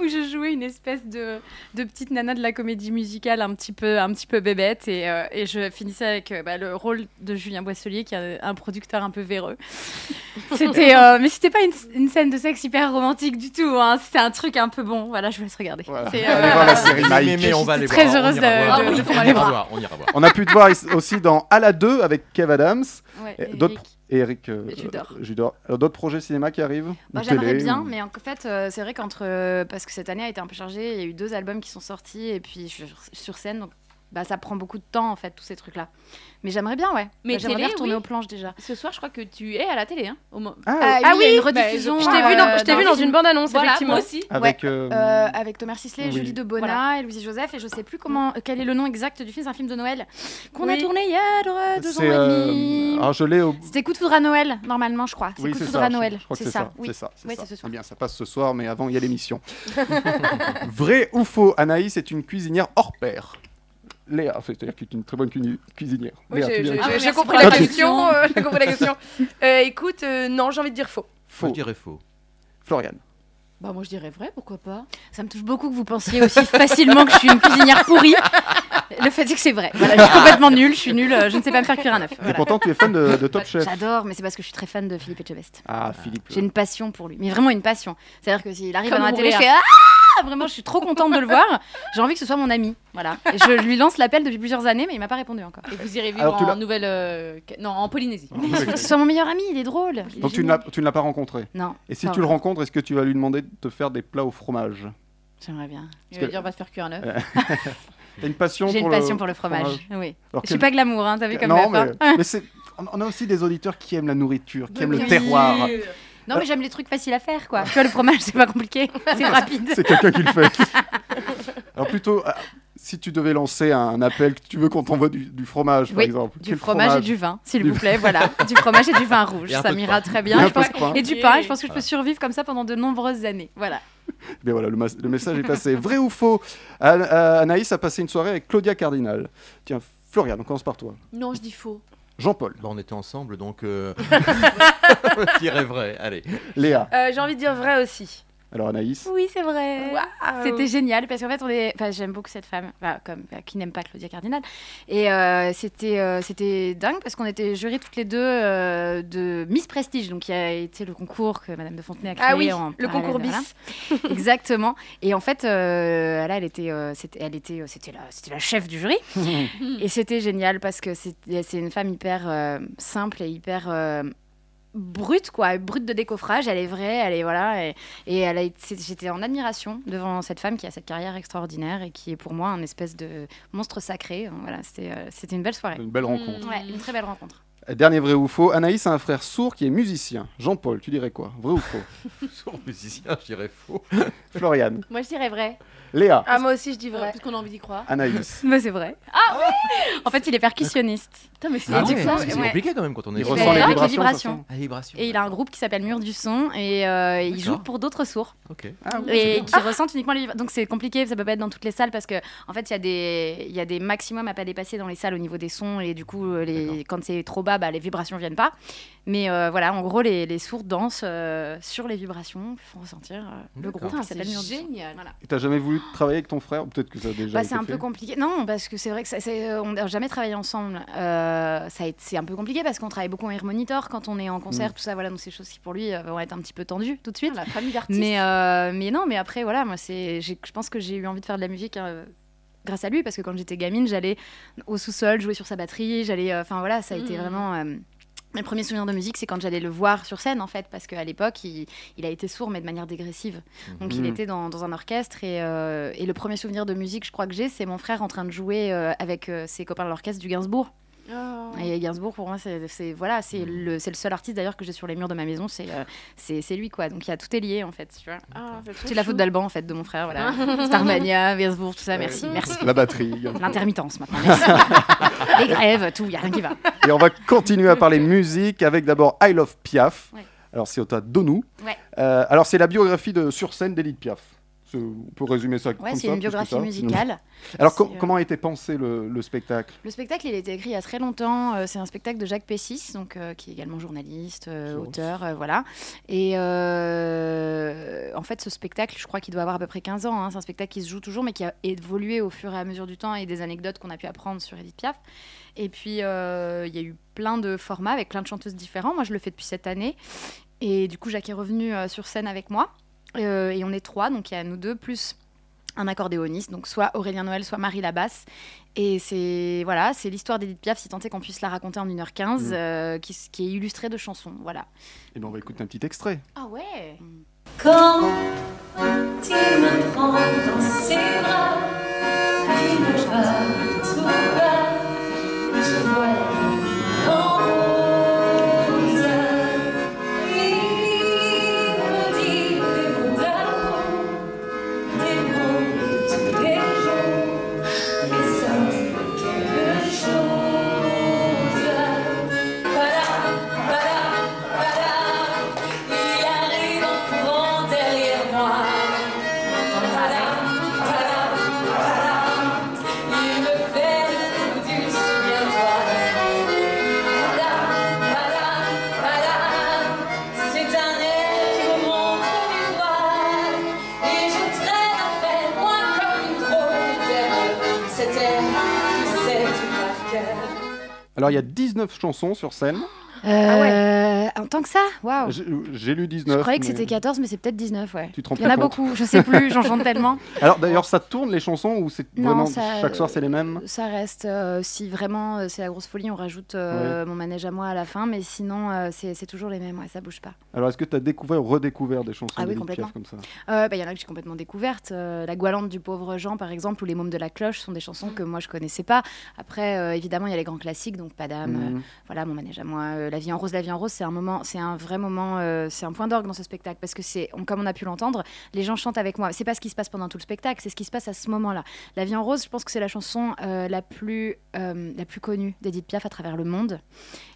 S4: Où je jouais une espèce de, de petite nana de la comédie musicale un petit peu, un petit peu bébête. Et, euh, et je finissais avec euh, bah, le rôle de Julien Boisselier, qui est un producteur un peu véreux. C'était, euh, mais c'était pas une, une scène de sexe hyper romantique du tout. hein. C'était un truc un peu bon. Voilà, je vous laisse regarder.
S2: Voilà.
S4: C'est, euh,
S2: Allez voir la série
S6: Mais, mais,
S2: Mike.
S6: mais on va aller
S4: J'étais très
S6: voir.
S4: heureuse
S6: on ira
S4: de-
S6: voir.
S3: de- de-
S6: on,
S3: d'aller
S6: ira
S3: voir.
S6: voir. On ira voir.
S2: On a pu te voir is- aussi dans À la 2 avec Kev Adams
S4: Ouais,
S2: et
S4: Eric.
S2: d'autres et Eric euh,
S4: Judor.
S2: euh, Judor. Alors, D'autres projets cinéma qui arrivent
S4: Moi,
S2: Ou
S4: J'aimerais
S2: télé,
S4: bien,
S2: ou-
S4: mais en fait, euh, c'est vrai qu'entre. euh, parce que cette année a été un peu chargée, il y a eu deux albums qui sont sortis, et puis je suis sur- sur scène, donc bah, ça prend beaucoup de temps, en fait, tous ces trucs-là. Mais j'aimerais bien, ouais.
S3: Mais
S4: Bah, j'aimerais
S3: télé,
S4: bien retourner
S3: oui.
S4: aux planches déjà.
S3: Ce soir, je crois que tu es à la télé. Hein, au mo-
S2: Ah,
S5: Ah
S4: il y a
S5: oui,
S4: une rediffusion.
S3: bah,
S5: Je t'ai vu, dans-
S4: euh,
S5: je t'ai vu dans une bande-annonce,
S3: Voilà,
S5: effectivement.
S3: moi aussi.
S2: avec euh,
S4: euh, avec Thomas Sisley,
S2: oui.
S4: Julie de Bona et Louise Joseph, et je sais plus comment, euh, quel est le nom exact du film, c'est un film de Noël qu'on a
S5: Oui.
S4: tourné il y a euh, deux ans
S2: c'est
S4: et
S2: euh,
S4: demi.
S2: alors je l'ai au
S4: C'était Coup de foudre à Noël, normalement, je crois. C'est
S2: oui,
S4: Coup de
S2: c'est
S4: foudre
S2: ça.
S4: à
S2: je-
S4: Noël,
S2: je crois que
S4: c'est ça. Oui.
S2: C'est ça, c'est
S4: Ouais,
S2: ça.
S4: c'est ce soir.
S2: Eh bien, ça passe ce soir, mais avant, il y a l'émission. Vrai ou faux, Anaïs est une cuisinière hors pair. Léa, c'est-à-dire que tu es une très bonne cu- cuisinière.
S5: Oui,
S2: Léa, tu
S5: j'ai-
S2: viens-
S5: j'ai
S3: Ah,
S5: j'ai
S3: merci
S5: compris
S3: pour
S5: la
S2: la
S5: question. euh, J'ai compris la question. Euh, Écoute, euh, non, j'ai envie de Ah, dire faux.
S6: Faux. Je
S2: faux.
S6: dirais faux.
S2: Florian.
S3: Bah moi je dirais vrai, pourquoi pas.
S4: Ça me touche beaucoup que vous pensiez aussi facilement que je suis une cuisinière pourrie. Le fait est que c'est vrai. Voilà, je suis complètement nulle, je suis nulle, euh, je ne sais pas me faire cuire un œuf.
S2: Et
S4: Voilà.
S2: pourtant, tu es fan de, de Top Chef.
S4: J'adore, mais c'est parce que je suis très fan de Philippe Etchebest.
S2: Ah, Philippe.
S4: J'ai une passion pour lui, mais vraiment une passion. C'est-à-dire que s'il arrive
S3: Comme
S4: dans la télé, je
S3: Ouréa.
S4: fais Ah Vraiment, je suis trop contente de le voir. J'ai envie que ce soit mon ami. Voilà. Et je lui lance l'appel depuis plusieurs années, mais il m'a pas répondu encore.
S3: Et vous irez
S2: Alors,
S3: vivre
S2: tu l'as-
S3: en nouvelle... euh, Ca- Non, en Polynésie.
S2: Ah,
S4: Il faut que ce soit mon meilleur ami, il est drôle. il est
S2: Donc, tu ne
S4: génial.
S2: l'as- tu ne l'as pas rencontré.
S4: Non,
S2: Et si
S4: Pas
S2: tu le rencontres, est-ce que tu vas lui demander de te faire des plats au fromage
S4: j'aimerais bien.
S3: Je
S2: que-
S3: vais dire, va te faire cuire un œuf.
S2: T'as une passion
S4: J'ai
S2: pour
S4: une
S2: le-
S4: passion pour le fromage. Oui.
S2: Alors
S4: Je
S2: que- Euh,
S4: suis pas glamour, hein, t'as vu comme
S2: Non,
S4: meuf, hein.
S2: mais, mais c'est- on- on a aussi des auditeurs qui aiment la nourriture, qui aiment le
S4: oui.
S2: terroir. bah
S4: Non, mais j'aime les trucs faciles à faire, quoi. Tu vois, le fromage, c'est pas compliqué, c'est rapide.
S2: C'est quelqu'un qui le fait. Alors plutôt, euh, si tu devais lancer un appel, que tu veux qu'on t'envoie du, du fromage, par
S4: Oui,
S2: exemple.
S4: Du
S2: Quel
S4: fromage, et du vin, s'il
S2: Du-
S4: vous plaît, voilà. Du fromage et du vin rouge,
S6: Et un
S4: ça
S6: peu de
S4: m'ira
S6: pain.
S4: très
S2: Et un
S4: bien. Je
S2: peu
S4: pense-
S2: de pain.
S4: Et du pain, je pense que je peux survivre comme ça pendant de nombreuses années. Voilà.
S2: Mais voilà, le, mas- le message est passé. Vrai ou faux An- euh, Anaïs a passé une soirée avec Claudia Cardinal. Tiens, Florian, on commence par toi.
S3: Non, je dis faux.
S2: Jean-Paul,
S6: Bah, on était ensemble, donc. Euh... je dirais vrai. Allez.
S2: Léa.
S5: Euh, j'ai envie de dire vrai aussi.
S2: Alors Anaïs,
S4: Oui, c'est vrai.
S5: Waouh.
S4: C'était génial parce qu'en fait on est, enfin j'aime beaucoup cette femme, Enfin, comme enfin, qui n'aime pas Claudia Cardinal. Et euh, c'était euh, c'était dingue parce qu'on était jurées toutes les deux euh, de Miss Prestige, donc qui a été le concours que Madame de Fontenay a créé.
S5: Ah oui,
S4: en
S5: le
S4: parallèle,
S5: concours bis.
S4: voilà. Exactement. Et en fait, euh, là, elle était, euh, c'était, elle était, euh, c'était la, c'était la chef du jury. et c'était génial parce que c'est c'est une femme hyper euh, simple et hyper euh, brute, quoi, brute de décoffrage. Elle est vraie, elle est voilà. Et, et elle a, été- c'est- j'étais en admiration devant cette femme qui a cette carrière extraordinaire et qui est pour moi un espèce de monstre sacré. Voilà, c'était, euh, c'était une belle soirée.
S2: une belle rencontre.
S3: Mm.
S4: Ouais, une très belle rencontre.
S2: Dernier vrai ou faux, Anaïs a un frère sourd qui est musicien. Jean-Paul, tu dirais quoi Vrai ou faux
S6: Sur musicien, je dirais faux.
S2: Floriane,
S3: Moi, je dirais vrai.
S2: Léa,
S5: Ah, moi aussi, je dis vrai.
S3: Parce qu'on a envie d'y croire.
S2: Anaïs.
S4: Mais c'est vrai. Ah oui En fait, il est percussionniste.
S3: Putain, mais c'est
S6: Ah
S3: du
S6: ouais,
S3: coup,
S6: parce que c'est
S4: ouais.
S6: compliqué quand même quand on est
S2: Il
S4: Il
S2: ressent
S4: fait
S2: les
S4: avec les
S2: vibrations.
S4: vibrations.
S2: ça sent-
S6: Ah, les vibrations.
S4: Et il a un groupe qui s'appelle Mur du Son et euh, il
S6: D'accord.
S4: joue pour d'autres sourds
S6: Ok.
S2: Ah oui,
S4: et qui ressentent uniquement les vibra- Donc c'est compliqué, ça peut pas être dans toutes les salles parce que en fait il y a des il y a des maximums à pas dépasser dans les salles au niveau des sons et du coup euh,
S6: D'accord.
S4: les quand c'est trop bas bah, les vibrations viennent pas. Mais euh, voilà en gros les, les sourds dansent euh, sur les vibrations, font ressentir euh, le
S6: D'accord.
S4: groupe
S3: Putain,
S4: qui
S3: c'est
S4: s'appelle Mur du Son.
S3: génial.
S4: Voilà.
S2: T'as jamais voulu travailler avec ton frère Ou Peut-être que ça a déjà
S4: Bah,
S2: été
S4: c'est un
S2: fait.
S4: peu compliqué. Non, parce que c'est vrai que ça, c'est- euh, on n'a jamais travaillé ensemble. Euh, ça a été- c'est un peu compliqué parce qu'on travaille beaucoup en Air Monitor quand on est en
S6: Hmm.
S4: concert, tout ça. Voilà, donc ces choses qui pour lui euh, vont être un petit peu tendues tout de suite.
S3: La famille d'artistes.
S4: Mais, euh, mais non, mais après, voilà, moi, c'est, j'ai- je pense que j'ai eu envie de faire de la musique euh, grâce à lui, parce que quand j'étais gamine, j'allais au sous-sol jouer sur sa batterie, j'allais, euh, enfin voilà, ça a été
S3: Mhm.
S4: vraiment. euh, mes premiers souvenirs de musique, c'est quand j'allais le voir sur scène, en fait, parce qu'à l'époque, il, il a été sourd, mais de manière dégressive. Donc,
S2: Mhm.
S4: il était dans, dans un orchestre, et, euh, et le premier souvenir de musique, je crois que j'ai, c'est mon frère en train de jouer euh, avec euh, ses copains de l'orchestre du Gainsbourg.
S3: Oh.
S4: Et Gainsbourg, pour moi, c'est c'est- voilà, c'est le, c'est le seul artiste d'ailleurs que j'ai sur les murs de ma maison, c'est euh, c'est c'est lui, quoi. Donc, il y a tout est lié, en fait, tu vois.
S3: Ah, c'est trop
S4: C'est la faute
S3: chou.
S4: d'Alban en fait, de mon frère. Voilà. Starmania, Versbourg, tout ça. Merci, merci.
S2: La batterie.
S4: L'intermittence maintenant. Merci. Les grèves, tout, il n'y a rien qui va.
S2: Et on va continuer à parler musique avec d'abord I Love Piaf.
S4: Ouais.
S2: Alors c'est au tas de Donou.
S4: Ouais.
S2: Euh, alors c'est la biographie de sur scène d'Edith Piaf. C'est- On peut résumer ça
S4: Ouais,
S2: comme ça,
S4: c'est une
S2: plus que
S4: biographie
S2: ça.
S4: musicale.
S2: Alors com-
S4: C'est, euh,
S2: comment a été pensé le, le spectacle
S4: Le spectacle, il a été écrit il y a très longtemps. Euh, C'est un spectacle de Jacques Pessis, donc, euh, qui est également journaliste, euh,
S2: Journaliste.
S4: auteur, euh, voilà. Et euh, en fait, ce spectacle, je crois qu'il doit avoir à peu près 15 ans. hein. C'est un spectacle qui se joue toujours, mais qui a évolué au fur et à mesure du temps et des anecdotes qu'on a pu apprendre sur Edith Piaf. Et puis, euh, il y a eu plein de formats avec plein de chanteuses différentes. Moi, je le fais depuis cette année. Et du coup, Jacques est revenu euh, sur scène avec moi. Euh, et on est trois, donc il y a nous deux, plus un accordéoniste, donc soit Aurélien Noël, soit Marie Labasse. Et c'est voilà, c'est l'histoire d'Edith Piaf, si tant est qu'on puisse la raconter en 1h15,
S2: Mhm.
S4: euh, qui, s- qui est illustrée de chansons. Voilà. Mm.
S2: Eh ben on va écouter un petit extrait.
S3: Ah ouais.
S7: Quand tu me prends dans ses bras, tu me parles tout bas, je vois la vie en rose. Il me dit des mots d'amour, des mots de tous les jours, mais ça me fait quelque chose. Voilà, voilà, voilà. Il arrive en courant derrière moi. Voilà, voilà, voilà. Il me fait le coup du souviens-toi. Voilà, voilà, voilà. C'est un air qui me montre du doigt. Et je traîne après moi comme une drôle d'herbe. Cet air qui sait tout par cœur.
S2: Alors il y a 19 chansons sur scène.
S3: Ah
S4: Euh, En tant que ça Waouh
S2: J'ai- J'ai lu 19.
S4: Je croyais que
S2: mais
S4: c'était 14, mais c'est peut-être 19, ouais.
S2: Tu te rends
S4: Il y en a
S2: pas compte.
S4: beaucoup, je sais plus, j'en chante tellement.
S2: Alors d'ailleurs ça tourne les chansons ou c'est
S4: Non,
S2: vraiment
S4: ça-
S2: chaque soir c'est les mêmes
S4: Ça reste, euh, si vraiment euh, c'est la grosse folie, on rajoute euh, mon manège à moi à la fin, mais sinon euh, c'est c'est toujours les mêmes, ouais, ça bouge pas.
S2: Alors est-ce que tu as découvert ou redécouvert des chansons
S4: Ah oui,
S2: d'Edith
S4: complètement.
S2: Piaf comme ça
S4: Euh, bah, Il y en a que j'ai complètement découvertes. Euh, la Goualante du pauvre Jean, par exemple, ou Les Mômes de la Cloche sont des chansons que moi je connaissais pas. Après, euh, évidemment, il y a les grands classiques, donc Padame, euh,
S2: Mhm.
S4: voilà mon manège à moi Euh, la vie en rose la vie en rose c'est un moment c'est un vrai moment euh, c'est un point d'orgue dans ce spectacle parce que c'est on- comme on a pu l'entendre les gens chantent avec moi c'est pas ce qui se passe pendant tout le spectacle c'est ce qui se passe à ce moment là la vie en rose je pense que c'est la chanson euh, la plus euh, la plus connue d'Edith Piaf à travers le monde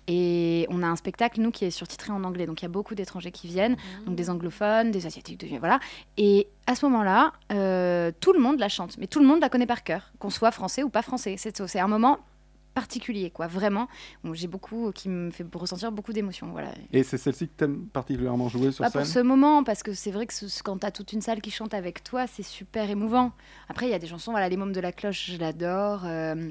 S4: et on a un spectacle nous qui est surtitré en anglais donc il y a beaucoup d'étrangers qui viennent donc des anglophones des asiatiques des- voilà et à ce moment là tout le monde la chante mais tout le monde la connaît par cœur qu'on soit français ou pas français c'est c'est un moment particulier quoi vraiment Bon, j'ai beaucoup qui me fait ressentir beaucoup d'émotions voilà
S2: Et c'est celle-ci que t'aimes particulièrement jouer sur
S4: pas
S2: scène
S4: pour ce moment parce que c'est vrai que ce- ce- quand t'as toute une salle qui chante avec toi c'est super émouvant après il y a des chansons voilà les mômes de la cloche je l'adore euh,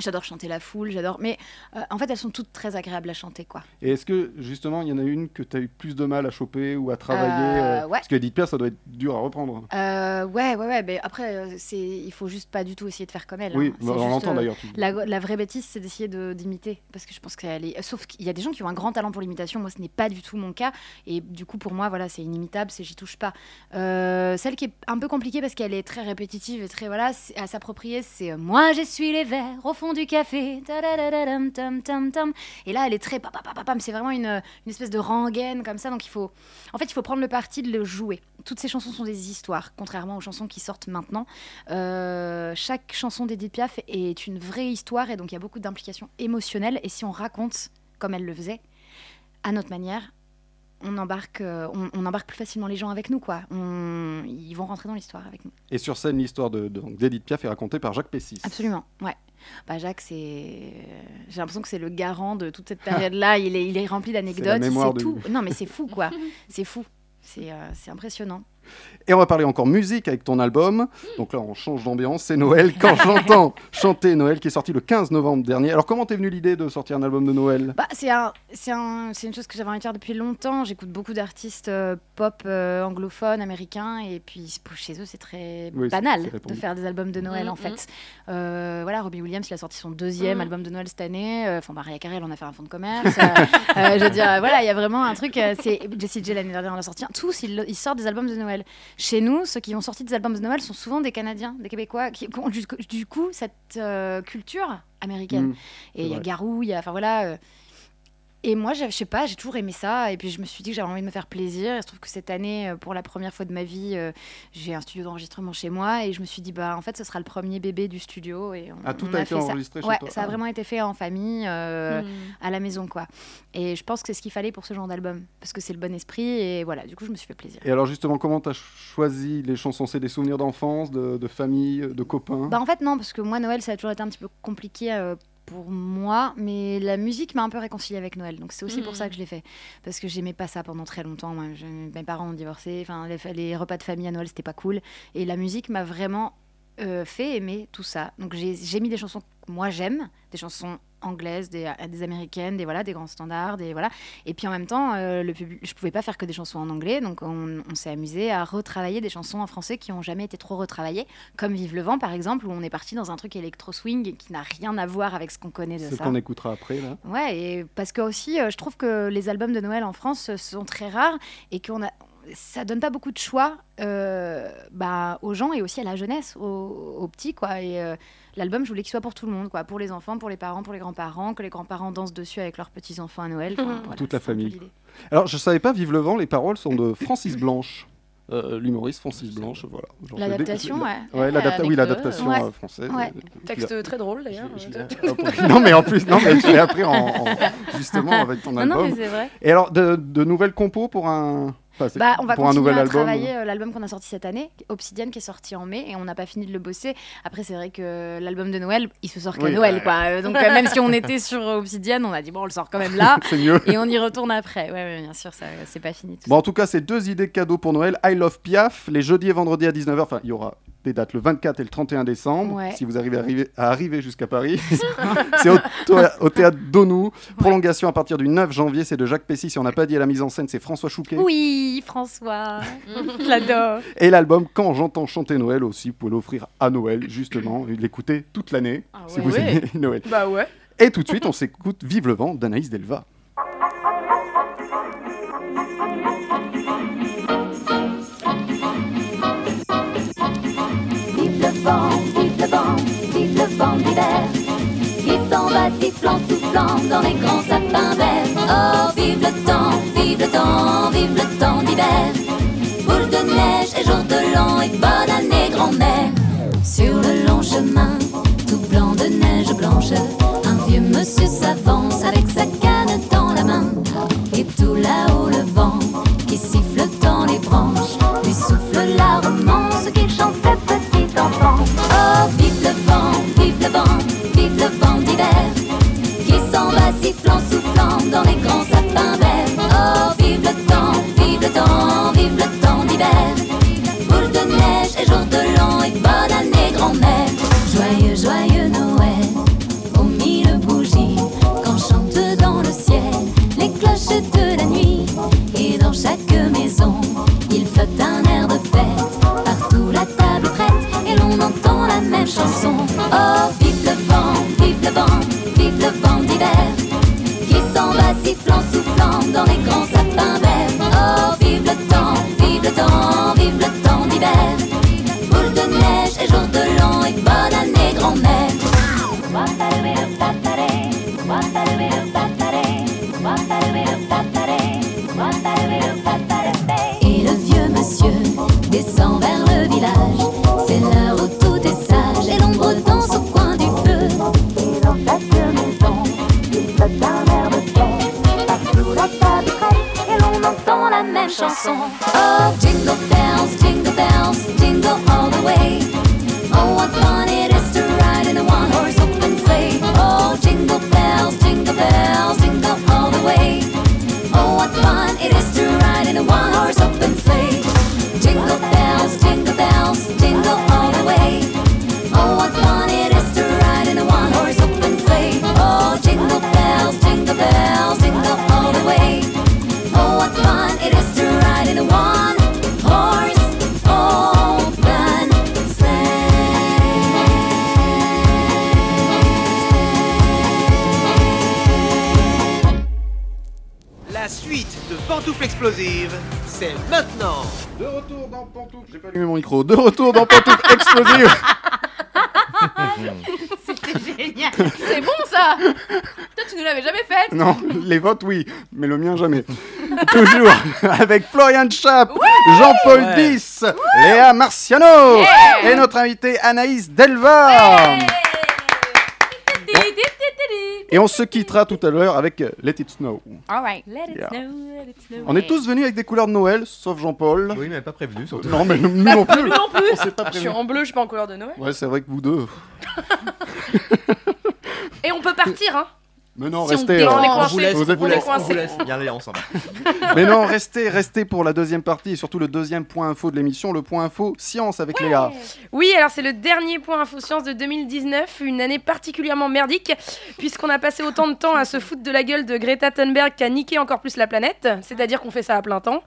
S4: J'adore chanter la foule, j'adore. Mais euh, en fait, elles sont toutes très agréables à chanter, quoi.
S2: Et est-ce que justement il y en a une que tu as eu plus de mal à choper ou à travailler
S4: Euh,
S2: euh,
S4: ouais.
S2: Parce que Edith Piaf ça doit être dur à reprendre.
S4: Euh, ouais, ouais, ouais. Mais après, euh, c'est, il faut juste pas du tout essayer de faire comme elle.
S2: oui,
S4: hein.
S2: bah,
S4: C'est
S2: on
S4: juste,
S2: l'entend
S4: euh,
S2: d'ailleurs. tu-
S4: La, la vraie bêtise, c'est d'essayer de- d'imiter. Parce que je pense qu'elle est. Sauf qu'il y a des gens qui ont un grand talent pour l'imitation. Moi, ce n'est pas du tout mon cas. Et du coup, pour moi, voilà, c'est inimitable, c'est j'y touche pas. Euh, celle qui est un peu compliquée parce qu'elle est très répétitive et très. Voilà, c'est- à s'approprier, c'est euh, Moi, je suis les vers au fond fond du café. Tadadadadam, tam, tam, tam. Et là, elle est très pa, pa, pa, pa, pam. C'est vraiment une, une espèce de rengaine comme ça. Donc il faut, en fait, il faut prendre le parti de le jouer. Toutes ces chansons sont des histoires, contrairement aux chansons qui sortent maintenant. Euh, chaque chanson d'Edith Piaf est une vraie histoire et donc il y a beaucoup d'implications émotionnelles. Et si on raconte comme elle le faisait, à notre manière, on embarque, euh, on, on embarque plus facilement les gens avec nous, quoi. On- ils vont rentrer dans l'histoire avec nous.
S2: Et sur scène, l'histoire de, de- donc, d'Edith Piaf est racontée par Jacques Pessis.
S4: Absolument, ouais. Bah Jacques, c'est, j'ai l'impression que c'est le garant de toute cette période-là. il, est, il est rempli d'anecdotes, il
S2: mémoire
S4: sait
S2: du-
S4: tout. Non, mais c'est fou, quoi. c'est fou. C'est, euh, c'est impressionnant.
S2: Et on va parler encore musique avec ton album. Donc là, on change d'ambiance. C'est Noël. Quand j'entends chanter Noël, qui est sorti le 15 novembre dernier. Alors, comment t'es venue l'idée de sortir un album de Noël
S4: Bah, c'est, un- c'est, un- c'est une chose que j'avais envie de faire depuis longtemps. J'écoute beaucoup d'artistes euh, pop euh, anglophones, américains, et puis pour- chez eux, c'est très
S2: Oui, c'est-
S4: banal
S2: c'est répandu.
S4: de faire des albums de Noël,
S3: Mhm,
S4: en fait. Euh, voilà, Robbie Williams, il a sorti son deuxième
S3: Mhm.
S4: album de Noël cette année. Euh, Enfin, Maria Carey, elle en a fait un fonds de commerce. Euh, euh, je veux dire, euh, voilà, il y a vraiment un truc. euh, c'est Jessie J l'année dernière en a sorti un. Tous, ils, le- ils sortent des albums de Noël. Chez nous, ceux qui ont sorti des albums de Noël sont souvent des Canadiens, des Québécois, qui qui ont du, du coup cette euh, culture américaine.
S2: Mm.
S4: Et il y
S2: vrai.
S4: a Garou, il y a. Enfin voilà. euh, et moi, je je sais pas, j'ai toujours aimé ça. Et puis je me suis dit que j'avais envie de me faire plaisir. Et je trouve que cette année, euh, pour la première fois de ma vie, euh, j'ai un studio d'enregistrement chez moi. Et je me suis dit, bah en fait, ce sera le premier bébé du studio. Et on,
S2: Ah, tout
S4: on
S2: a,
S4: a
S2: été
S4: fait ça.
S2: enregistré chez
S4: Ouais,
S2: toi.
S4: ça a
S2: Ah.
S4: vraiment été fait en famille, euh,
S3: Hmm.
S4: à la maison, quoi. Et je pense que c'est ce qu'il fallait pour ce genre d'album. Parce que c'est le bon esprit. Et voilà, du coup, je me suis fait plaisir.
S2: Et alors, justement, comment t'as choisi les chansons C'est des souvenirs d'enfance, de, de famille, de copains
S4: Bah en fait non, parce que moi Noël ça a toujours été un petit peu compliqué euh, pour moi, mais la musique m'a un peu réconciliée avec Noël, donc c'est aussi
S3: Mhm.
S4: pour ça que je l'ai fait, parce que j'aimais pas ça pendant très longtemps. Moi, Je- mes parents ont divorcé, enfin les, fa- les repas de famille à Noël c'était pas cool, et la musique m'a vraiment euh, fait aimer tout ça. Donc j'ai j'ai mis des chansons que moi j'aime, des chansons anglaises, des, euh, des américaines, des voilà, des grands standards, des voilà. Et puis en même temps, euh, le public, je pouvais pas faire que des chansons en anglais, donc on, on s'est amusé à retravailler des chansons en français qui ont jamais été trop retravaillées, comme Vive le vent par exemple, où on est parti dans un truc électro swing qui n'a rien à voir avec ce qu'on connaît de
S2: Celle
S4: ça.
S2: qu'on écoutera après, là.
S4: Ouais, et parce que aussi, euh, je trouve que les albums de Noël en France euh, sont très rares et qu'on a ça donne pas beaucoup de choix euh, bah, aux gens et aussi à la jeunesse, aux, aux petits quoi. Et euh, l'album, je voulais qu'il soit pour tout le monde quoi, pour les enfants, pour les parents, pour les grands-parents, que les grands-parents dansent dessus avec leurs petits enfants à Noël. Enfin, voilà,
S2: Mmh. Toute la
S4: c'est un peu
S2: famille.
S4: l'idée.
S2: Alors, je savais pas, Vive le vent, les paroles sont de Francis Blanche. Euh, L'humoriste Francis Blanche, voilà. Genre, je l'ai-
S4: L'adaptation, ouais.
S2: Ouais, l'adapta- oui,
S3: Avec le-
S2: l'adaptation
S4: Ouais.
S2: euh, française.
S4: Ouais.
S5: Texte très drôle d'ailleurs.
S2: Je- je l'ai- hop, ok. non, mais en plus, non, mais je l'ai appris en, en- justement avec ton
S4: Non, non,
S2: album.
S4: mais c'est vrai.
S2: Et alors, de, de nouvelles compos pour un, enfin, c'est-
S4: Bah, on va
S2: pour un
S4: continuer
S2: nouvel
S4: à
S2: album
S4: travailler euh, l'album qu'on a sorti cette année, Obsidian, qui est sorti en mai, et on n'a pas fini de le bosser. Après, c'est vrai que l'album de Noël, il se sort qu'à
S2: Oui,
S4: Noël,
S2: ouais.
S4: quoi. Euh, Donc, euh, même si on était sur euh, Obsidian, on a dit, bon, on le sort quand même là,
S2: C'est mieux.
S4: et on y retourne après. Ouais, ouais, bien sûr, ça, euh, c'est pas fini. tout
S2: Bon, en tout cas, c'est deux idées cadeaux pour Noël. I Love Piaf, les jeudis et vendredis à 19h. Enfin, il y aura des dates le 24 et le 31 décembre,
S4: Ouais.
S2: si vous arrivez à arriver, à arriver jusqu'à Paris. c'est au, to- au théâtre Donou. Prolongation à partir du 9 janvier, c'est de Jacques Pessis. Si on n'a pas dit à la mise en scène, c'est François Chouquet.
S4: ça. Oui, François, je l'adore.
S2: Et l'album Quand j'entends chanter Noël aussi, vous pouvez l'offrir à Noël, justement, et l'écouter toute l'année,
S3: Ah
S2: si
S3: ouais.
S2: vous
S5: Ouais.
S2: aimez Noël.
S5: Bah ouais.
S2: Et tout de suite, on s'écoute Vive le vent d'Anaïs Delva.
S7: Vive le vent, vive le vent, vive le vent d'hiver Qui s'en va sifflant, soufflant dans les grands sapins verts Oh, vive le temps, vive le temps, vive le temps d'hiver Boule de neige et jour de l'an et bonne année grand-mère Sur le long chemin, tout blanc de neige blanche Un vieux monsieur s'avance avec sa canne dans la main Et tout là-haut le vent qui siffle dans les branches Lui souffle la romance qu'il chantait petit enfant Oh, vive le vent, vive le vent, vive le vent d'hiver Qui s'en va sifflant, soufflant dans les grands sapins verts Oh, vive le temps, vive le temps, vive le temps d'hiver Boule de neige et jour de l'an et bonne année grand-mère Joyeux, joyeux Noël, aux mille bougies Quand chante dans le ciel les cloches de la nuit Et dans chaque maison, il flotte un air de fête Partout la table prête et l'on entend la même chanson Oh, vive le vent, vive le vent, vive le vent d'hiver Qui s'en va sifflant, soufflant dans les grands sapins verts Oh, vive le temps, vive le temps, vive le temps d'hiver Boule de neige et jour de l'an et bonne année grand-mère What are we
S4: chanson.
S7: Oh, jingle bells, jingle bells, jingle all the way. Oh, what fun it is to ride in a one horse open sleigh. Oh, jingle bells, jingle bells, jingle all the way. Oh, what fun it is to ride in a one horse open sleigh. Jingle bells, jingle bells, jingle all the way. Oh, what fun it is to ride in a one horse open sleigh. Oh, jingle bells, jingle bells, jingle all the way. Oh, what fun it is to ride in a one horse open sleigh.
S1: La suite de Pantoufles Explosives, c'est maintenant.
S2: De retour dans Pantouf. J'ai pas allumé mon micro. De retour dans Pantouf explosive.
S4: C'était génial.
S3: C'est bon ça Toi, tu nous l'avais jamais faite
S2: Non, les votes oui, mais le mien jamais. Toujours avec Florian Chap, Jean-Paul
S1: Ouais.
S2: Dix, Léa Marciano et notre invité Anaïs Delva. Et on se quittera tout à l'heure avec Let It Snow.
S4: All right.
S2: Yeah.
S8: Snow, let it snow.
S2: On est tous venus avec des couleurs de Noël, sauf Jean-Paul. Euh,
S6: Oui, mais pas prévenu, surtout.
S2: Non, mais nous non plus.
S5: Non plus.
S2: On s'est pas
S5: Je suis
S2: prévenu.
S5: en bleu, je suis pas en couleur de Noël.
S2: Ouais, c'est vrai que vous deux.
S5: Et on peut partir, hein.
S2: Mais non,
S3: Si on
S2: restez.
S3: dérange,
S2: euh,
S6: On
S5: on est
S6: vous
S5: coincé.
S6: laisse,
S2: Vous
S6: on
S2: êtes
S6: vous
S2: coincés.
S6: laisse, on
S5: On est
S6: vous laisse. Viens, allez, on s'en va.
S2: Mais non, restez, restez pour la deuxième partie et surtout le deuxième point info de l'émission, le point info science avec Léa.
S5: Oui, alors c'est le dernier point Info Science de 2019, une année particulièrement merdique, puisqu'on a passé autant de temps à se foutre de la gueule de Greta Thunberg qu'à niquer encore plus la planète, c'est-à-dire qu'on fait ça à plein temps.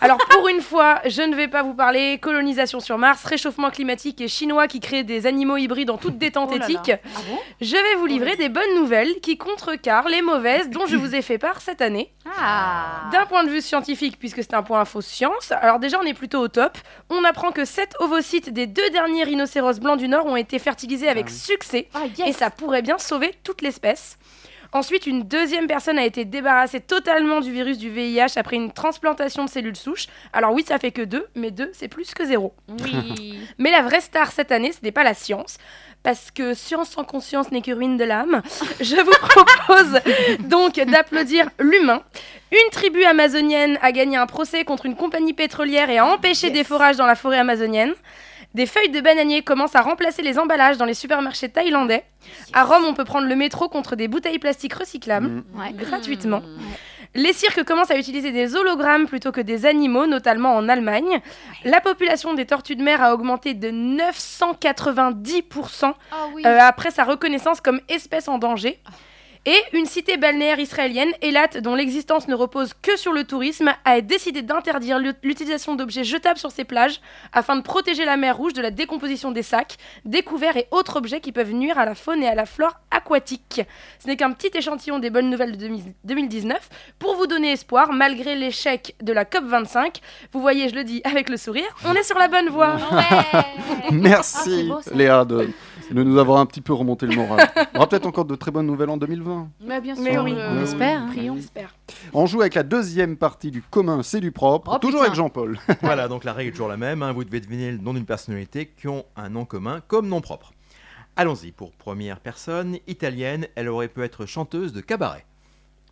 S5: Alors pour une fois, je ne vais pas vous parler colonisation sur Mars, réchauffement climatique et chinois qui créent des animaux hybrides en toute détente
S3: Oh là Oh là.
S5: éthique.
S3: Ah bon
S5: Je vais vous livrer des bonnes nouvelles qui contrecarrent les mauvaises dont je vous ai fait part cette année.
S4: Ah.
S5: D'un point de vue scientifique, puisque c'est un point info science, alors déjà on est plutôt au top. On apprend que 7 ovocytes des deux derniers rhinocéros blancs du Nord ont été fertilisés avec succès
S3: Ah yes
S5: et ça pourrait bien sauver toute l'espèce. Ensuite, une deuxième personne a été débarrassée totalement du virus du VIH après une transplantation de cellules souches. Alors oui, ça fait que 2, mais 2 c'est plus que 0.
S3: Oui
S5: Mais la vraie star cette année, ce n'est pas la science, parce que science sans conscience n'est que ruine de l'âme. Je vous propose donc d'applaudir l'humain. Une tribu amazonienne a gagné un procès contre une compagnie pétrolière et a empêché des forages dans la forêt amazonienne. Des feuilles de bananier commencent à remplacer les emballages dans les supermarchés thaïlandais. À Rome, on peut prendre le métro contre des bouteilles plastiques recyclables
S2: Mm.
S4: Ouais. Mmh,
S5: gratuitement. Les cirques commencent à utiliser des hologrammes plutôt que des animaux, notamment en Allemagne. La population des tortues de mer a augmenté de 990%
S4: Ah oui. Ah.
S5: euh, après sa reconnaissance comme espèce en danger. Et une cité balnéaire israélienne, Elat, dont l'existence ne repose que sur le tourisme, a décidé d'interdire l'ut- l'utilisation d'objets jetables sur ses plages afin de protéger la mer Rouge de la décomposition des sacs, découverts et autres objets qui peuvent nuire à la faune et à la flore aquatique. Ce n'est qu'un petit échantillon des bonnes nouvelles de 2000 2019 pour vous donner espoir malgré l'échec de la COP25. Vous voyez, je le dis avec le sourire, on est sur la bonne voie.
S2: Merci
S4: Ah, c'est beau, ça.
S2: Léa de, de nous avoir un petit peu remonté le moral. On aura peut-être encore de très bonnes nouvelles en 2020.
S3: Mais bien sûr, euh,
S5: Mais oui.
S4: On espère, hein.
S3: Prions.
S2: Ah, On joue avec la deuxième partie du commun, c'est du propre,
S4: Oh,
S2: toujours
S4: putain.
S2: avec Jean-Paul.
S6: Voilà, donc la règle est toujours la même. hein. Vous devez deviner le nom d'une personnalité qui ont un nom commun comme nom propre. Allons-y, pour première personne, italienne, elle aurait pu être chanteuse de cabaret.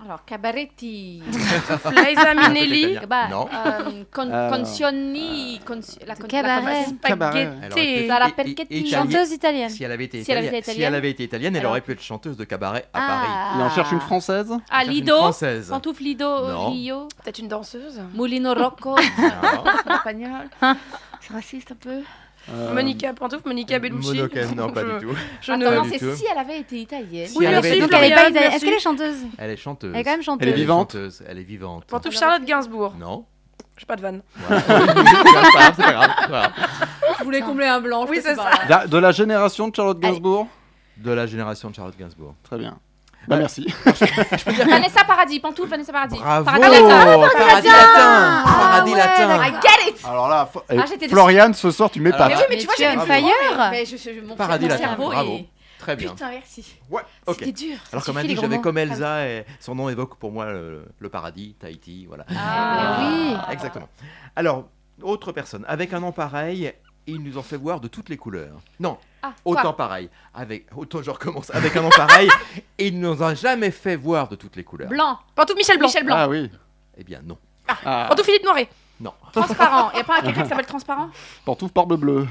S3: Alors, Cabaretti.
S5: Liza Minnelli,
S6: Italien.
S3: Bah,
S6: Non.
S3: euh, con-
S2: Alors.
S3: Consioni, cons- la con-
S4: Cabaret.
S3: la con-
S2: Cabaret.
S6: Elle aurait pu
S5: spaghetti.
S6: être
S3: Sarah
S6: i- i-
S3: Perchetti.
S6: italienne.
S4: Chanteuse italienne.
S6: Si elle avait été
S3: Si elle avait été
S6: italienne, si
S3: italienne.
S6: elle, avait été italienne, elle
S3: Alors-
S6: aurait pu être chanteuse de cabaret
S4: Ah,
S6: à Paris.
S2: Il en cherche une française
S3: Ah,
S6: Chanteuse
S3: Lido.
S6: Française.
S3: Pantoufle Lido, euh,
S6: Non.
S3: Lio,
S5: peut-être une danseuse.
S3: Molino Rocco,
S6: Ah, Non.
S3: en espagnol. C'est raciste un peu.
S2: Euh,
S5: Ah. Monica Pantouf, Monica Bellucci.
S6: Monocaine, euh, non, pas du
S5: Je-
S6: tout.
S5: je
S3: Attends,
S5: ne-
S6: Pas
S3: non,
S6: du
S3: c'est
S6: tout.
S3: si elle avait été italienne.
S6: Si elle avait été
S4: Donc elle est pas
S5: Florian,
S4: italienne. Est-ce
S5: merci.
S4: qu'elle est chanteuse
S6: Elle est chanteuse.
S4: Elle est quand même
S6: Elle est
S4: chanteuse.
S2: vivante
S6: chanteuse, Elle est vivante.
S5: Pantouf Charlotte Gainsbourg.
S6: Non.
S5: Je pas de vanne.
S6: Voilà. c'est pas grave, c'est pas grave. Voilà.
S3: Je voulais combler un blanc.
S5: Oui,
S3: je sais
S5: c'est
S3: pas.
S2: de Euh, la- de la génération de Charlotte Gainsbourg
S6: De la génération de Charlotte Gainsbourg.
S2: Très bien. Bah, merci.
S3: Vanessa Paradis, pantoufle Vanessa Paradis.
S6: Bravo
S3: Paradis latin.
S6: Paradis latin Paradis
S3: I
S6: latin
S3: get it
S2: Alors là, Fo-
S5: Ah,
S2: eh,
S3: Ah, j'étais
S2: Florian, ce soir, tu mets pas.
S6: Alors
S3: Mais oui, mais tu vois,
S4: tu as
S3: j'ai
S4: une
S3: même
S4: frayeur.
S3: Ah. Mais je, je, mon,
S6: Paradis
S3: mon
S6: latin,
S3: cerveau
S6: bravo.
S3: est...
S6: Très bien.
S3: Putain, merci.
S6: Ouais, ok.
S3: C'était dur.
S6: Alors comme
S4: suffit,
S6: indique,
S4: les
S6: j'avais
S4: gros
S6: comme Elsa, et son nom évoque pour moi le, le paradis, Tahiti, voilà.
S4: Ah, oui.
S6: Exactement. Alors, autre personne, avec un nom pareil, ils nous ont fait voir de toutes les couleurs. Non,
S3: Ah, quoi
S6: autant pareil. Avec, autant je recommence, avec un nom pareil, ils nous ont jamais fait voir de toutes les couleurs.
S3: Blanc.
S5: Pantouf Michel Blanc.
S3: Michel Blanc.
S2: Ah oui.
S6: Eh bien non.
S2: Ah,
S5: Anto-Philippe Noiret.
S6: Non.
S3: Ah, Transparent. Il a pas quelqu'un qui s'appelle Transparent
S2: pantoufle parble bleue.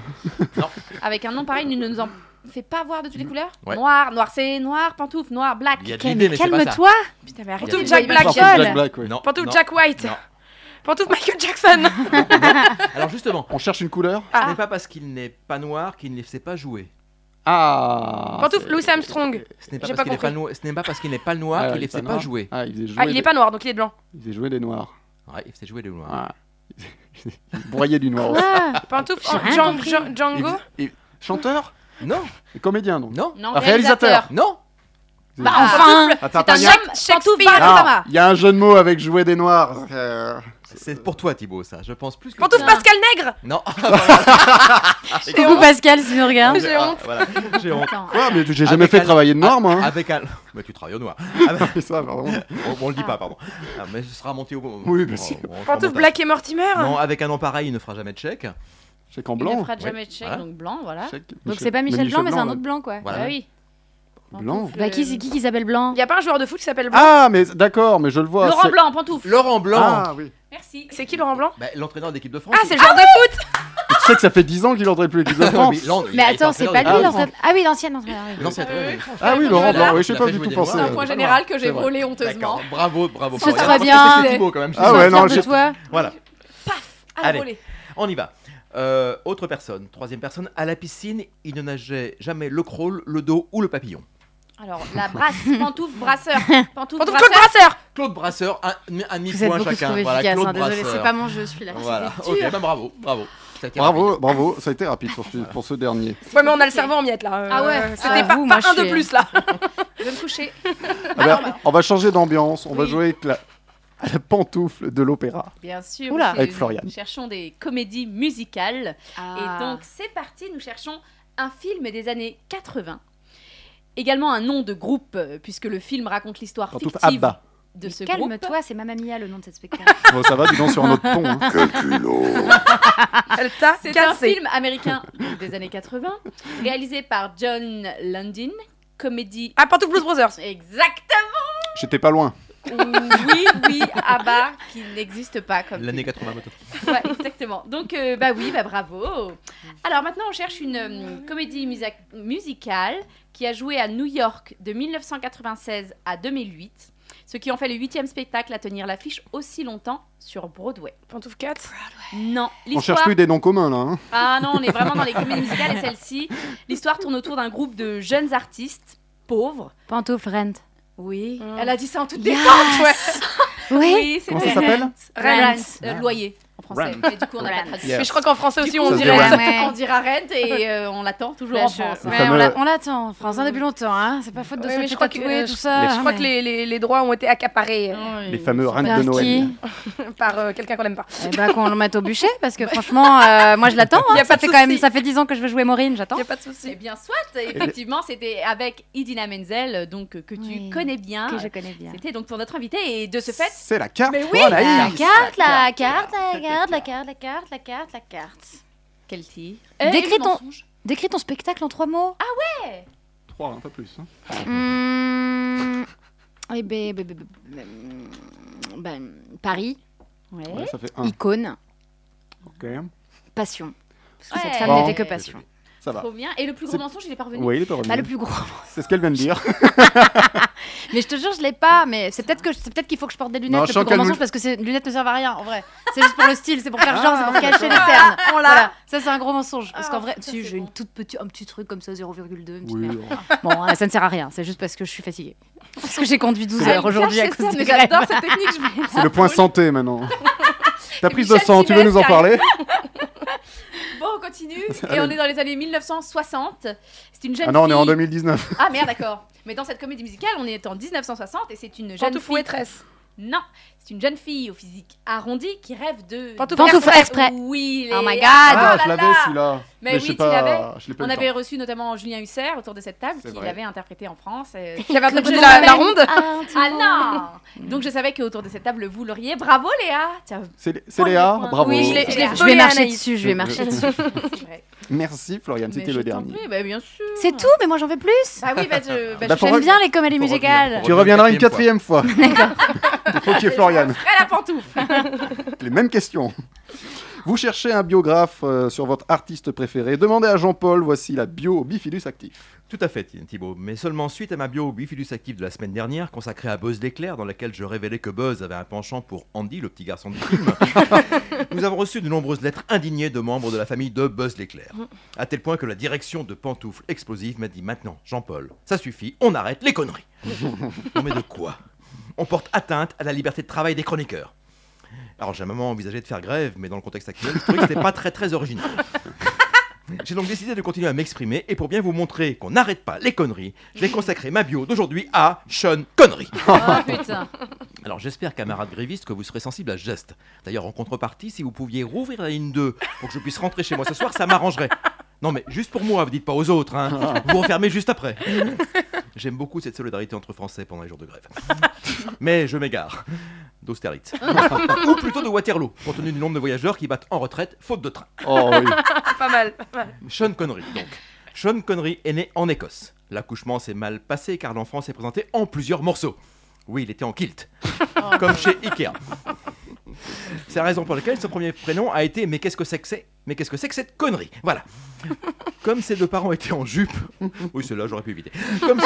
S3: Avec un nom pareil, il ne nous en fait pas voir de toutes les couleurs
S6: Mm. Ouais.
S3: Noir, noir c'est noir, pantoufle, noir, black.
S6: Il y a de
S3: Ken.
S6: l'idée, mais c'est pas ça.
S5: Calme-toi.
S3: Putain, mais arrêtez
S5: Pantoufle
S3: de
S5: Jack
S3: jouer avec
S5: Black.
S3: ma gueule.
S2: Jack Black, ouais.
S6: Non.
S5: Pantoufle
S6: non,
S5: Jack White.
S6: non.
S5: Pantoufle Michael Jackson.
S6: Alors justement,
S2: On cherche une couleur
S6: ce
S5: Ah.
S6: n'est pas parce qu'il n'est pas noir qu'il ne sait pas jouer.
S2: Ah
S5: Pantoufle
S2: c'est-
S5: Louis Armstrong.
S6: Ce n'est pas
S5: J'ai
S6: parce
S5: pas
S6: qu'il n'est pas, no- ce n'est pas parce qu'il n'est pas noir
S2: Ah,
S6: qu'il ne
S2: était
S6: sait pas
S2: noir.
S6: jouer.
S2: Ah, il faisait jouer,
S5: Ah, il
S2: des...
S5: est pas noir, donc il est blanc.
S2: il faisait jouer des noirs.
S6: Ouais, il sait jouer des noirs.
S2: Ah. il broyait du noir.
S4: Quoi
S5: Pantoufle
S4: J'ai rien
S5: Djan-
S4: compris.
S5: Djan-
S2: Il
S5: Django.
S2: faisait- il- Chanteur
S6: Non,
S2: Et Comédien, donc.
S6: non,
S3: Non,
S2: Ah,
S3: réalisateur.
S2: réalisateur.
S6: non.
S3: Bah
S2: Ah,
S3: enfin
S2: Attends,
S3: C'est un
S2: attends, il y a-
S3: homme, pantoufle,
S5: Shakespeare.
S2: Alors,
S6: Ah.
S3: Barack Obama.
S2: il y a un jeu de mots avec jouer des noirs. Euh,
S6: C'est pour toi Thibaut ça, je pense plus que
S5: Pantoufle
S3: Putain.
S5: Pascal Nègre.
S6: Non.
S4: Coucou Pascal, si tu nous regardes.
S5: J'ai
S6: Ah,
S5: honte.
S6: voilà, j'ai honte.
S4: Attends.
S2: Quoi ah, Mais j'ai jamais
S6: Avec
S2: fait
S6: un-
S2: travailler de noir, moi. hein.
S6: Avec un Mais tu travailles au noir.
S2: C'est ça, pardon.
S6: On, on le dit pas pardon. Ah, mais ce sera monté au Oh,
S2: Oui, bien
S6: bien
S2: sûr.
S6: sûr.
S5: Pantoufle Black et Mortimer.
S6: Non, avec un nom pareil, il ne fera jamais de chèque.
S2: Chèque en
S3: Il ne
S2: blanc.
S3: fera jamais de
S6: Ouais.
S3: chèque, donc blanc, voilà.
S2: Chèque-
S4: Donc
S2: Michel-
S4: c'est pas Michel, Blanc, mais c'est un
S2: ouais.
S4: autre Blanc, quoi.
S6: Voilà.
S3: Bah oui.
S2: Blanc.
S3: Pantoufle,
S4: Bah, qui c'est qui qui s'appelle Blanc
S5: Il y a pas un joueur de foot qui s'appelle Blanc.
S2: Ah, mais d'accord, mais je le vois.
S3: Laurent
S2: Oh, c'est-
S3: Blanc, pantoufle.
S6: Laurent Blanc.
S2: Ah, oui.
S3: Merci.
S5: C'est qui Laurent Blanc
S6: Bah, l'entraîneur d'équipe de France.
S5: Ah, c'est le joueur de foot.
S2: Mais tu sais que ça fait 10 ans qu'il n'entrait plus l'équipe de France.
S4: Mais attends, c'est pas
S2: Ah,
S4: lui
S2: oui.
S4: l'entraîneur. Ah oui, l'ancienne entraîneur. oui.
S6: Non, c'est vrai.
S2: Ah oui,
S3: Ah,
S2: Laurent
S3: voilà.
S2: Blanc, oui, je
S6: Il
S2: sais
S6: a
S2: pas
S6: fait
S2: du
S6: jouer
S2: tout
S6: des
S2: pensé.
S3: C'est un
S6: noirs.
S3: point
S6: C'est
S3: général que j'ai
S2: vrai.
S3: volé
S6: D'accord.
S3: honteusement.
S6: Bravo, bravo.
S4: Ce
S6: Florian.
S4: sera
S6: Parce que
S4: bien.
S6: C'est Thibaut quand même.
S2: Ah
S4: Ils sont
S2: ouais, non,
S4: fiers de
S2: j'ai-
S4: toi.
S6: Voilà,
S3: Ah,
S6: Allez.
S3: volé.
S6: on y va. Euh, autre personne, troisième personne, à la piscine, il ne nageait jamais le crawl, le dos ou le papillon.
S3: Alors, la brasse, pantoufle, brasseur. Pantoufle,
S5: Pantoufle
S3: brasseur.
S5: Claude Brasseur.
S6: Claude Brasseur, un, un
S4: Vous êtes
S6: demi-point
S4: beaucoup
S6: chacun.
S4: trop
S6: Voilà,
S4: efficace,
S6: Claude
S4: hein, désolé,
S6: Brasseur.
S4: c'est pas mon jeu celui-là.
S6: Voilà, ok, bah, bravo, bravo. Ça a été
S2: Bravo,
S6: rapide.
S2: bravo, ça a été rapide pour ce, pour ce dernier.
S5: Ouais, mais on a le cerveau en miettes là. Euh,
S3: Ah ouais.
S5: C'était
S3: Ah,
S5: pas,
S4: vous,
S5: pas
S4: moi, je
S5: un de
S4: suis-
S5: plus là.
S3: Je vais me coucher.
S2: Ah ben, on va changer d'ambiance, on va
S3: Oui.
S2: jouer avec la, la pantoufle de l'opéra.
S3: Bien sûr.
S4: Oula.
S3: parce que
S2: Avec Floriane.
S3: Nous cherchons des comédies musicales. Et donc, c'est parti. Nous cherchons un film des années 80. Également un nom de groupe, euh, puisque le film raconte l'histoire
S2: Pantoufle
S3: fictive
S2: Abba.
S3: de ce groupe.
S4: Calme-toi, c'est Mamma Mia le nom de cette spectacle.
S2: Bon, Oh, ça va, dis donc, sur un autre pont. hein.
S5: Elle t'a
S3: C'est un
S5: cassé.
S3: film américain des années 80, réalisé par John Landin, comédie...
S5: Ah, Pantoufle Blues Brothers.
S3: Exact
S2: J'étais pas loin.
S3: Oui, oui, Abba, qui n'existe pas comme...
S6: L'année 80. peut-être.
S3: Ouais, exactement. Donc, euh, bah oui, bah bravo. Alors maintenant, on cherche une euh, comédie musa- musicale qui a joué à New York de 1996 à 2008, ce qui en fait le huitième spectacle à tenir l'affiche aussi longtemps sur Broadway.
S5: Pantoufle 4.
S3: Non,
S2: On cherche
S3: l'histoire.
S2: plus des noms communs là. hein.
S3: Ah non, on est vraiment dans les comédies musicales et celle-ci. L'histoire tourne autour d'un groupe de jeunes artistes pauvres.
S4: Pantoufle Rent.
S3: Oui.
S2: Mmh.
S5: Mm.
S3: Elle a dit ça en toute
S4: Yes.
S3: détente. Ouais.
S4: Oui.
S3: Oui, c'est
S2: Comment ça
S3: vrai.
S2: s'appelle
S3: Rent.
S2: Rent.
S3: Euh, loyer en français.
S2: Rent.
S3: Mais du coup, on n'a pas
S4: Rent.
S3: traduit.
S2: Yeah.
S5: Mais je crois qu'en français aussi
S3: coup,
S5: on
S2: ça se
S5: dirait.
S2: dit, ouais.
S4: Ah Ouais.
S3: On dira Rent et euh, on l'attend toujours en France.
S4: Ouais,
S2: Le fameux-
S4: on l'a- on l'attend en France hein, depuis longtemps. hein. C'est pas faute de
S5: Ouais,
S4: se
S5: mais je
S4: faire
S5: crois que,
S4: tatouer,
S5: euh,
S4: tout
S5: je-
S4: ça.
S2: mais
S5: Je
S4: hein,
S5: crois que
S4: mais-
S5: les, les- les droits ont été accaparés euh,
S2: Les fameux reines
S4: Par
S2: de Noël.
S4: qui
S5: par euh, quelqu'un qu'on aime pas.
S4: Eh ben, qu'on le mette au bûcher, parce que franchement, euh, moi je l'attends. hein.
S5: Y a
S4: Ça
S5: pas de
S4: fait quand même,
S5: souci.
S4: ça fait 10 ans que je veux jouer Maureen, j'attends.
S5: Y a pas de
S3: Eh
S5: souci.
S3: bien, soit. Effectivement, c'était avec Idina Menzel, euh, donc euh, que tu
S4: Oui.
S3: connais bien.
S4: Que je connais bien.
S3: C'était donc pour notre invité et de ce fait,
S2: C'est la carte.
S3: Mais oui,
S2: pour Anaïs.
S4: La carte, la carte, la carte, la carte, la carte, la carte, la carte. Euh,
S3: quel tir
S4: Décris ton- Décris ton spectacle en trois mots.
S2: Trois, hein, pas plus. hein.
S5: Ah.
S4: Mmh. Eh ben, ben, ben, ben, ben, Paris,
S2: Ouais, ça fait un.
S4: icône,
S2: Ok,
S4: passion. Parce que
S3: Ouais.
S4: cette femme
S2: Bon. Bah,
S4: n'était que passion.
S2: ça va.
S3: Trop Bah, bien. Et le plus
S2: Bah. C'est-
S3: gros mensonge, il est parvenu.
S2: Oui, il est pas
S4: Pas le
S2: revenu.
S4: plus gros.
S2: C'est ce qu'elle vient de dire.
S4: Mais je te jure, je l'ai pas. Mais c'est peut-être que c'est peut-être qu'il faut que je porte des lunettes.
S2: Non,
S4: le
S2: je
S4: plus
S2: sens
S4: gros
S2: qu'elle
S4: mensonge
S2: nous-
S4: parce que ces lunettes ne servent à rien en vrai. C'est juste pour le style, c'est pour faire genre, c'est pour cacher les cernes.
S5: On l'a.
S4: Voilà, ça c'est un gros mensonge parce
S3: Ah,
S4: qu'en vrai,
S3: putain,
S4: si
S3: c'est
S4: j'ai
S3: bon.
S4: une toute petite, un petit truc comme ça 0,2. une petite
S2: Oui.
S4: merde. Bon, euh, ça ne sert à rien. C'est juste parce que je suis fatiguée. Parce que j'ai conduit 12
S3: Ah, il
S4: heures aujourd'hui à
S3: cache ses
S4: cause
S3: cernes,
S4: de
S3: mais J'adore
S4: grève.
S3: cette technique. Je vais...
S2: C'est le point santé maintenant. Ta
S3: Et
S2: prise de
S3: Ah, Michel
S2: sang, tu veux
S3: Simès
S2: nous en
S3: qui
S2: parler
S3: Bon, on continue. Et on est dans les années 1960. C'est une jeune
S2: Ah non, on est en
S3: fille-
S2: 2019.
S3: Ah merde, d'accord. Mais dans cette comédie musicale, on est en 1960 et c'est une jeune
S5: Pantoufle
S3: fille.
S5: maîtresse.
S3: Non, c'est une jeune fille au physique arrondi qui rêve de.
S5: Pantoufle
S4: Pantoufle exprès.
S3: Oui.
S4: Oh
S3: les-
S4: my God.
S2: Ah,
S3: là
S2: je l'avais
S3: là.
S2: celui-là.
S3: Mais
S2: je
S3: oui,
S2: sais
S3: tu
S2: pas,
S3: l'avais.
S2: Je l'ai pas eu
S3: On
S2: le temps.
S3: avait reçu notamment Julien Husser autour de cette table
S2: C'est
S3: qui
S2: vrai.
S3: l'avait interprété en France. euh,
S5: Il avait interprété
S3: je
S5: la,
S3: l'avais.
S5: la ronde.
S3: Ah non Donc je savais qu'autour de cette table, vous l'auriez. Bravo Léa Tiens,
S2: C'est c'est
S3: Premier
S2: Léa,
S3: point.
S2: bravo.
S5: Oui, je l'ai-
S3: Je
S5: je
S3: vais
S5: l'ai
S4: Je vais
S5: volé à
S4: marcher
S5: Anaïs.
S4: dessus. Je vais marcher dessus.
S3: c'est vrai.
S2: Merci Florian, c'était
S3: Mais je
S2: le
S3: t'en
S2: dernier.
S3: prie, bah, bien sûr.
S4: C'est tout, mais moi j'en veux plus.
S3: Bah oui, bah je,
S2: Bah,
S3: bah, je-
S2: faut
S4: J'aime
S2: re-
S4: bien les comédies
S6: faut revenir,
S4: musicales.
S6: faut
S2: Tu reviendras une quatrième fois. Il faut qu'il y ait Florian.
S3: À la pantoufle
S2: les mêmes questions. Vous cherchez un biographe euh, sur votre artiste préféré Demandez à Jean-Paul, voici la bio au Bifidus Actif.
S6: Tout à fait, Thibaut. Mais seulement suite à ma bio Bifidus Active de la semaine dernière, consacrée à Buzz l'éclair, dans laquelle je révélais que Buzz avait un penchant pour Andy, le petit garçon du film, nous avons reçu de nombreuses lettres indignées de membres de la famille de Buzz l'éclair. À tel point que la direction de Pantoufles Explosives m'a dit maintenant, Jean-Paul, ça suffit, on arrête les conneries. non mais de quoi On porte atteinte à la liberté de travail des chroniqueurs. Alors j'ai un moment envisagé de faire grève, mais dans le contexte actuel, je trouvais que c'était pas très très original. J'ai donc décidé de continuer à m'exprimer et pour bien vous montrer qu'on n'arrête pas les conneries, j'ai consacré ma bio d'aujourd'hui à Sean Connery.
S4: Oh putain.
S6: Alors j'espère, camarades grévistes, que vous serez sensibles à ce geste. D'ailleurs, en contrepartie, si vous pouviez rouvrir la ligne 2 pour que je puisse rentrer chez moi ce soir, ça m'arrangerait. Non mais juste pour moi, vous dites pas aux autres, hein. vous refermez juste après. J'aime beaucoup cette solidarité entre Français pendant les jours de grève. Mais je m'égare. D'Austerlitz. Ou plutôt de Waterloo, compte tenu du nombre de voyageurs qui battent en retraite faute de train.
S2: Oh oui.
S5: Pas mal, pas mal.
S6: Sean Connery, donc. Sean Connery est né en Écosse. L'accouchement s'est mal passé car l'enfant s'est présenté en plusieurs morceaux. Oui, il était en kilt, comme chez Ikea. C'est la raison pour laquelle son premier prénom a été Mais qu'est-ce que c'est que c'est Mais qu'est-ce que c'est que cette connerie Voilà. Comme ses deux parents étaient en jupe. Oui, celle-là, j'aurais pu éviter. Comme,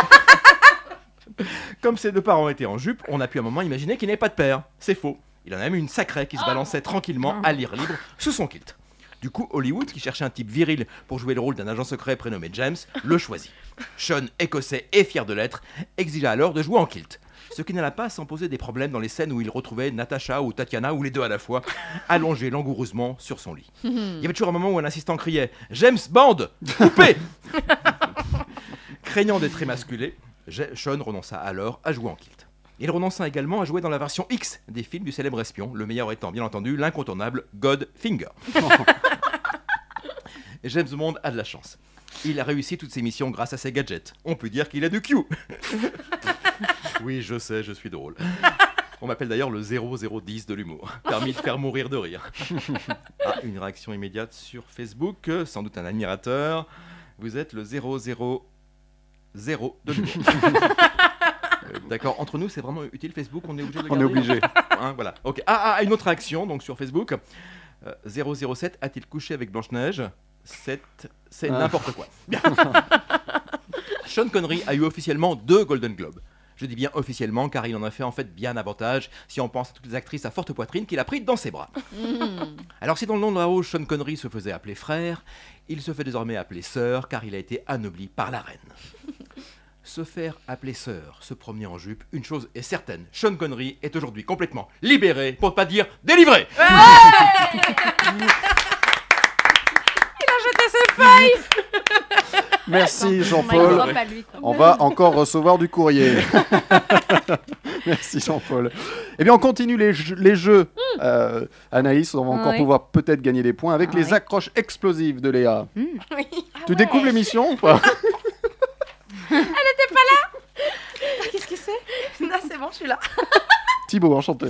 S6: Comme ses deux parents étaient en jupe, on a pu à un moment imaginer qu'il n'avait pas de père. C'est faux. Il en a même une sacrée qui se balançait tranquillement à l'ire libre sous son kilt. Du coup, Hollywood, qui cherchait un type viril pour jouer le rôle d'un agent secret prénommé James, le choisit. Sean, écossais et fier de l'être, exigea alors de jouer en kilt. Ce qui n'alla pas sans poser des problèmes dans les scènes où il retrouvait Natasha ou Tatiana ou les deux à la fois, allongés langoureusement sur son lit. Il y avait toujours un moment où un assistant criait James Bond Coupé Craignant d'être émasculé, Ja- Sean renonça alors à jouer en kilt. Il renonça également à jouer dans la version X des films du célèbre espion, le meilleur étant bien entendu l'incontournable Godfinger. James Bond a de la chance. Il a réussi toutes ses missions grâce à ses gadgets. On peut dire qu'il a du Q. oui, je sais, je suis drôle. On m'appelle d'ailleurs le 0010 de l'humour, permis de faire mourir de rire. Ah, une réaction immédiate sur Facebook, euh, sans doute un admirateur. Vous êtes le 00 zéro de l'humour. Euh, D'accord, entre nous c'est vraiment utile Facebook, on est obligé de le
S2: On est
S6: garder,
S2: obligé.
S6: Hein, voilà. Ok. Ah, ah, une autre action donc sur Facebook. Euh, 007 a-t-il couché avec Blanche-Neige 7, c'est
S2: Ah.
S6: n'importe quoi. Bien. Sean Connery a eu officiellement deux Golden Globes. Je dis bien officiellement car il en a fait en fait bien avantage si on pense à toutes les actrices à forte poitrine qu'il a pris dans ses bras. Alors si dans le nom de la rose Sean Connery se faisait appeler frère, il se fait désormais appeler sœur car il a été anobli par la reine. Se faire appeler sœur, se promener en jupe, une chose est certaine, Sean Connery est aujourd'hui complètement libéré, pour ne pas dire délivré
S2: Merci
S4: Mind
S2: Jean-Paul.
S4: drop à lui, quoi.
S2: On va encore recevoir du courrier. Merci Jean-Paul. Eh bien, on continue les, jeux- les jeux. Euh, Anaïs, on va encore
S4: Hmm. Oui.
S2: pouvoir peut-être gagner des points avec
S4: Ah
S2: les
S4: oui. Hmm.
S2: accroches explosives de Léa.
S5: Oui. Ah
S2: Tu découvres l'émission ou pas
S5: Qu'est-ce que c'est Non, Ah, c'est bon, je suis là.
S2: Thibaut, enchanté.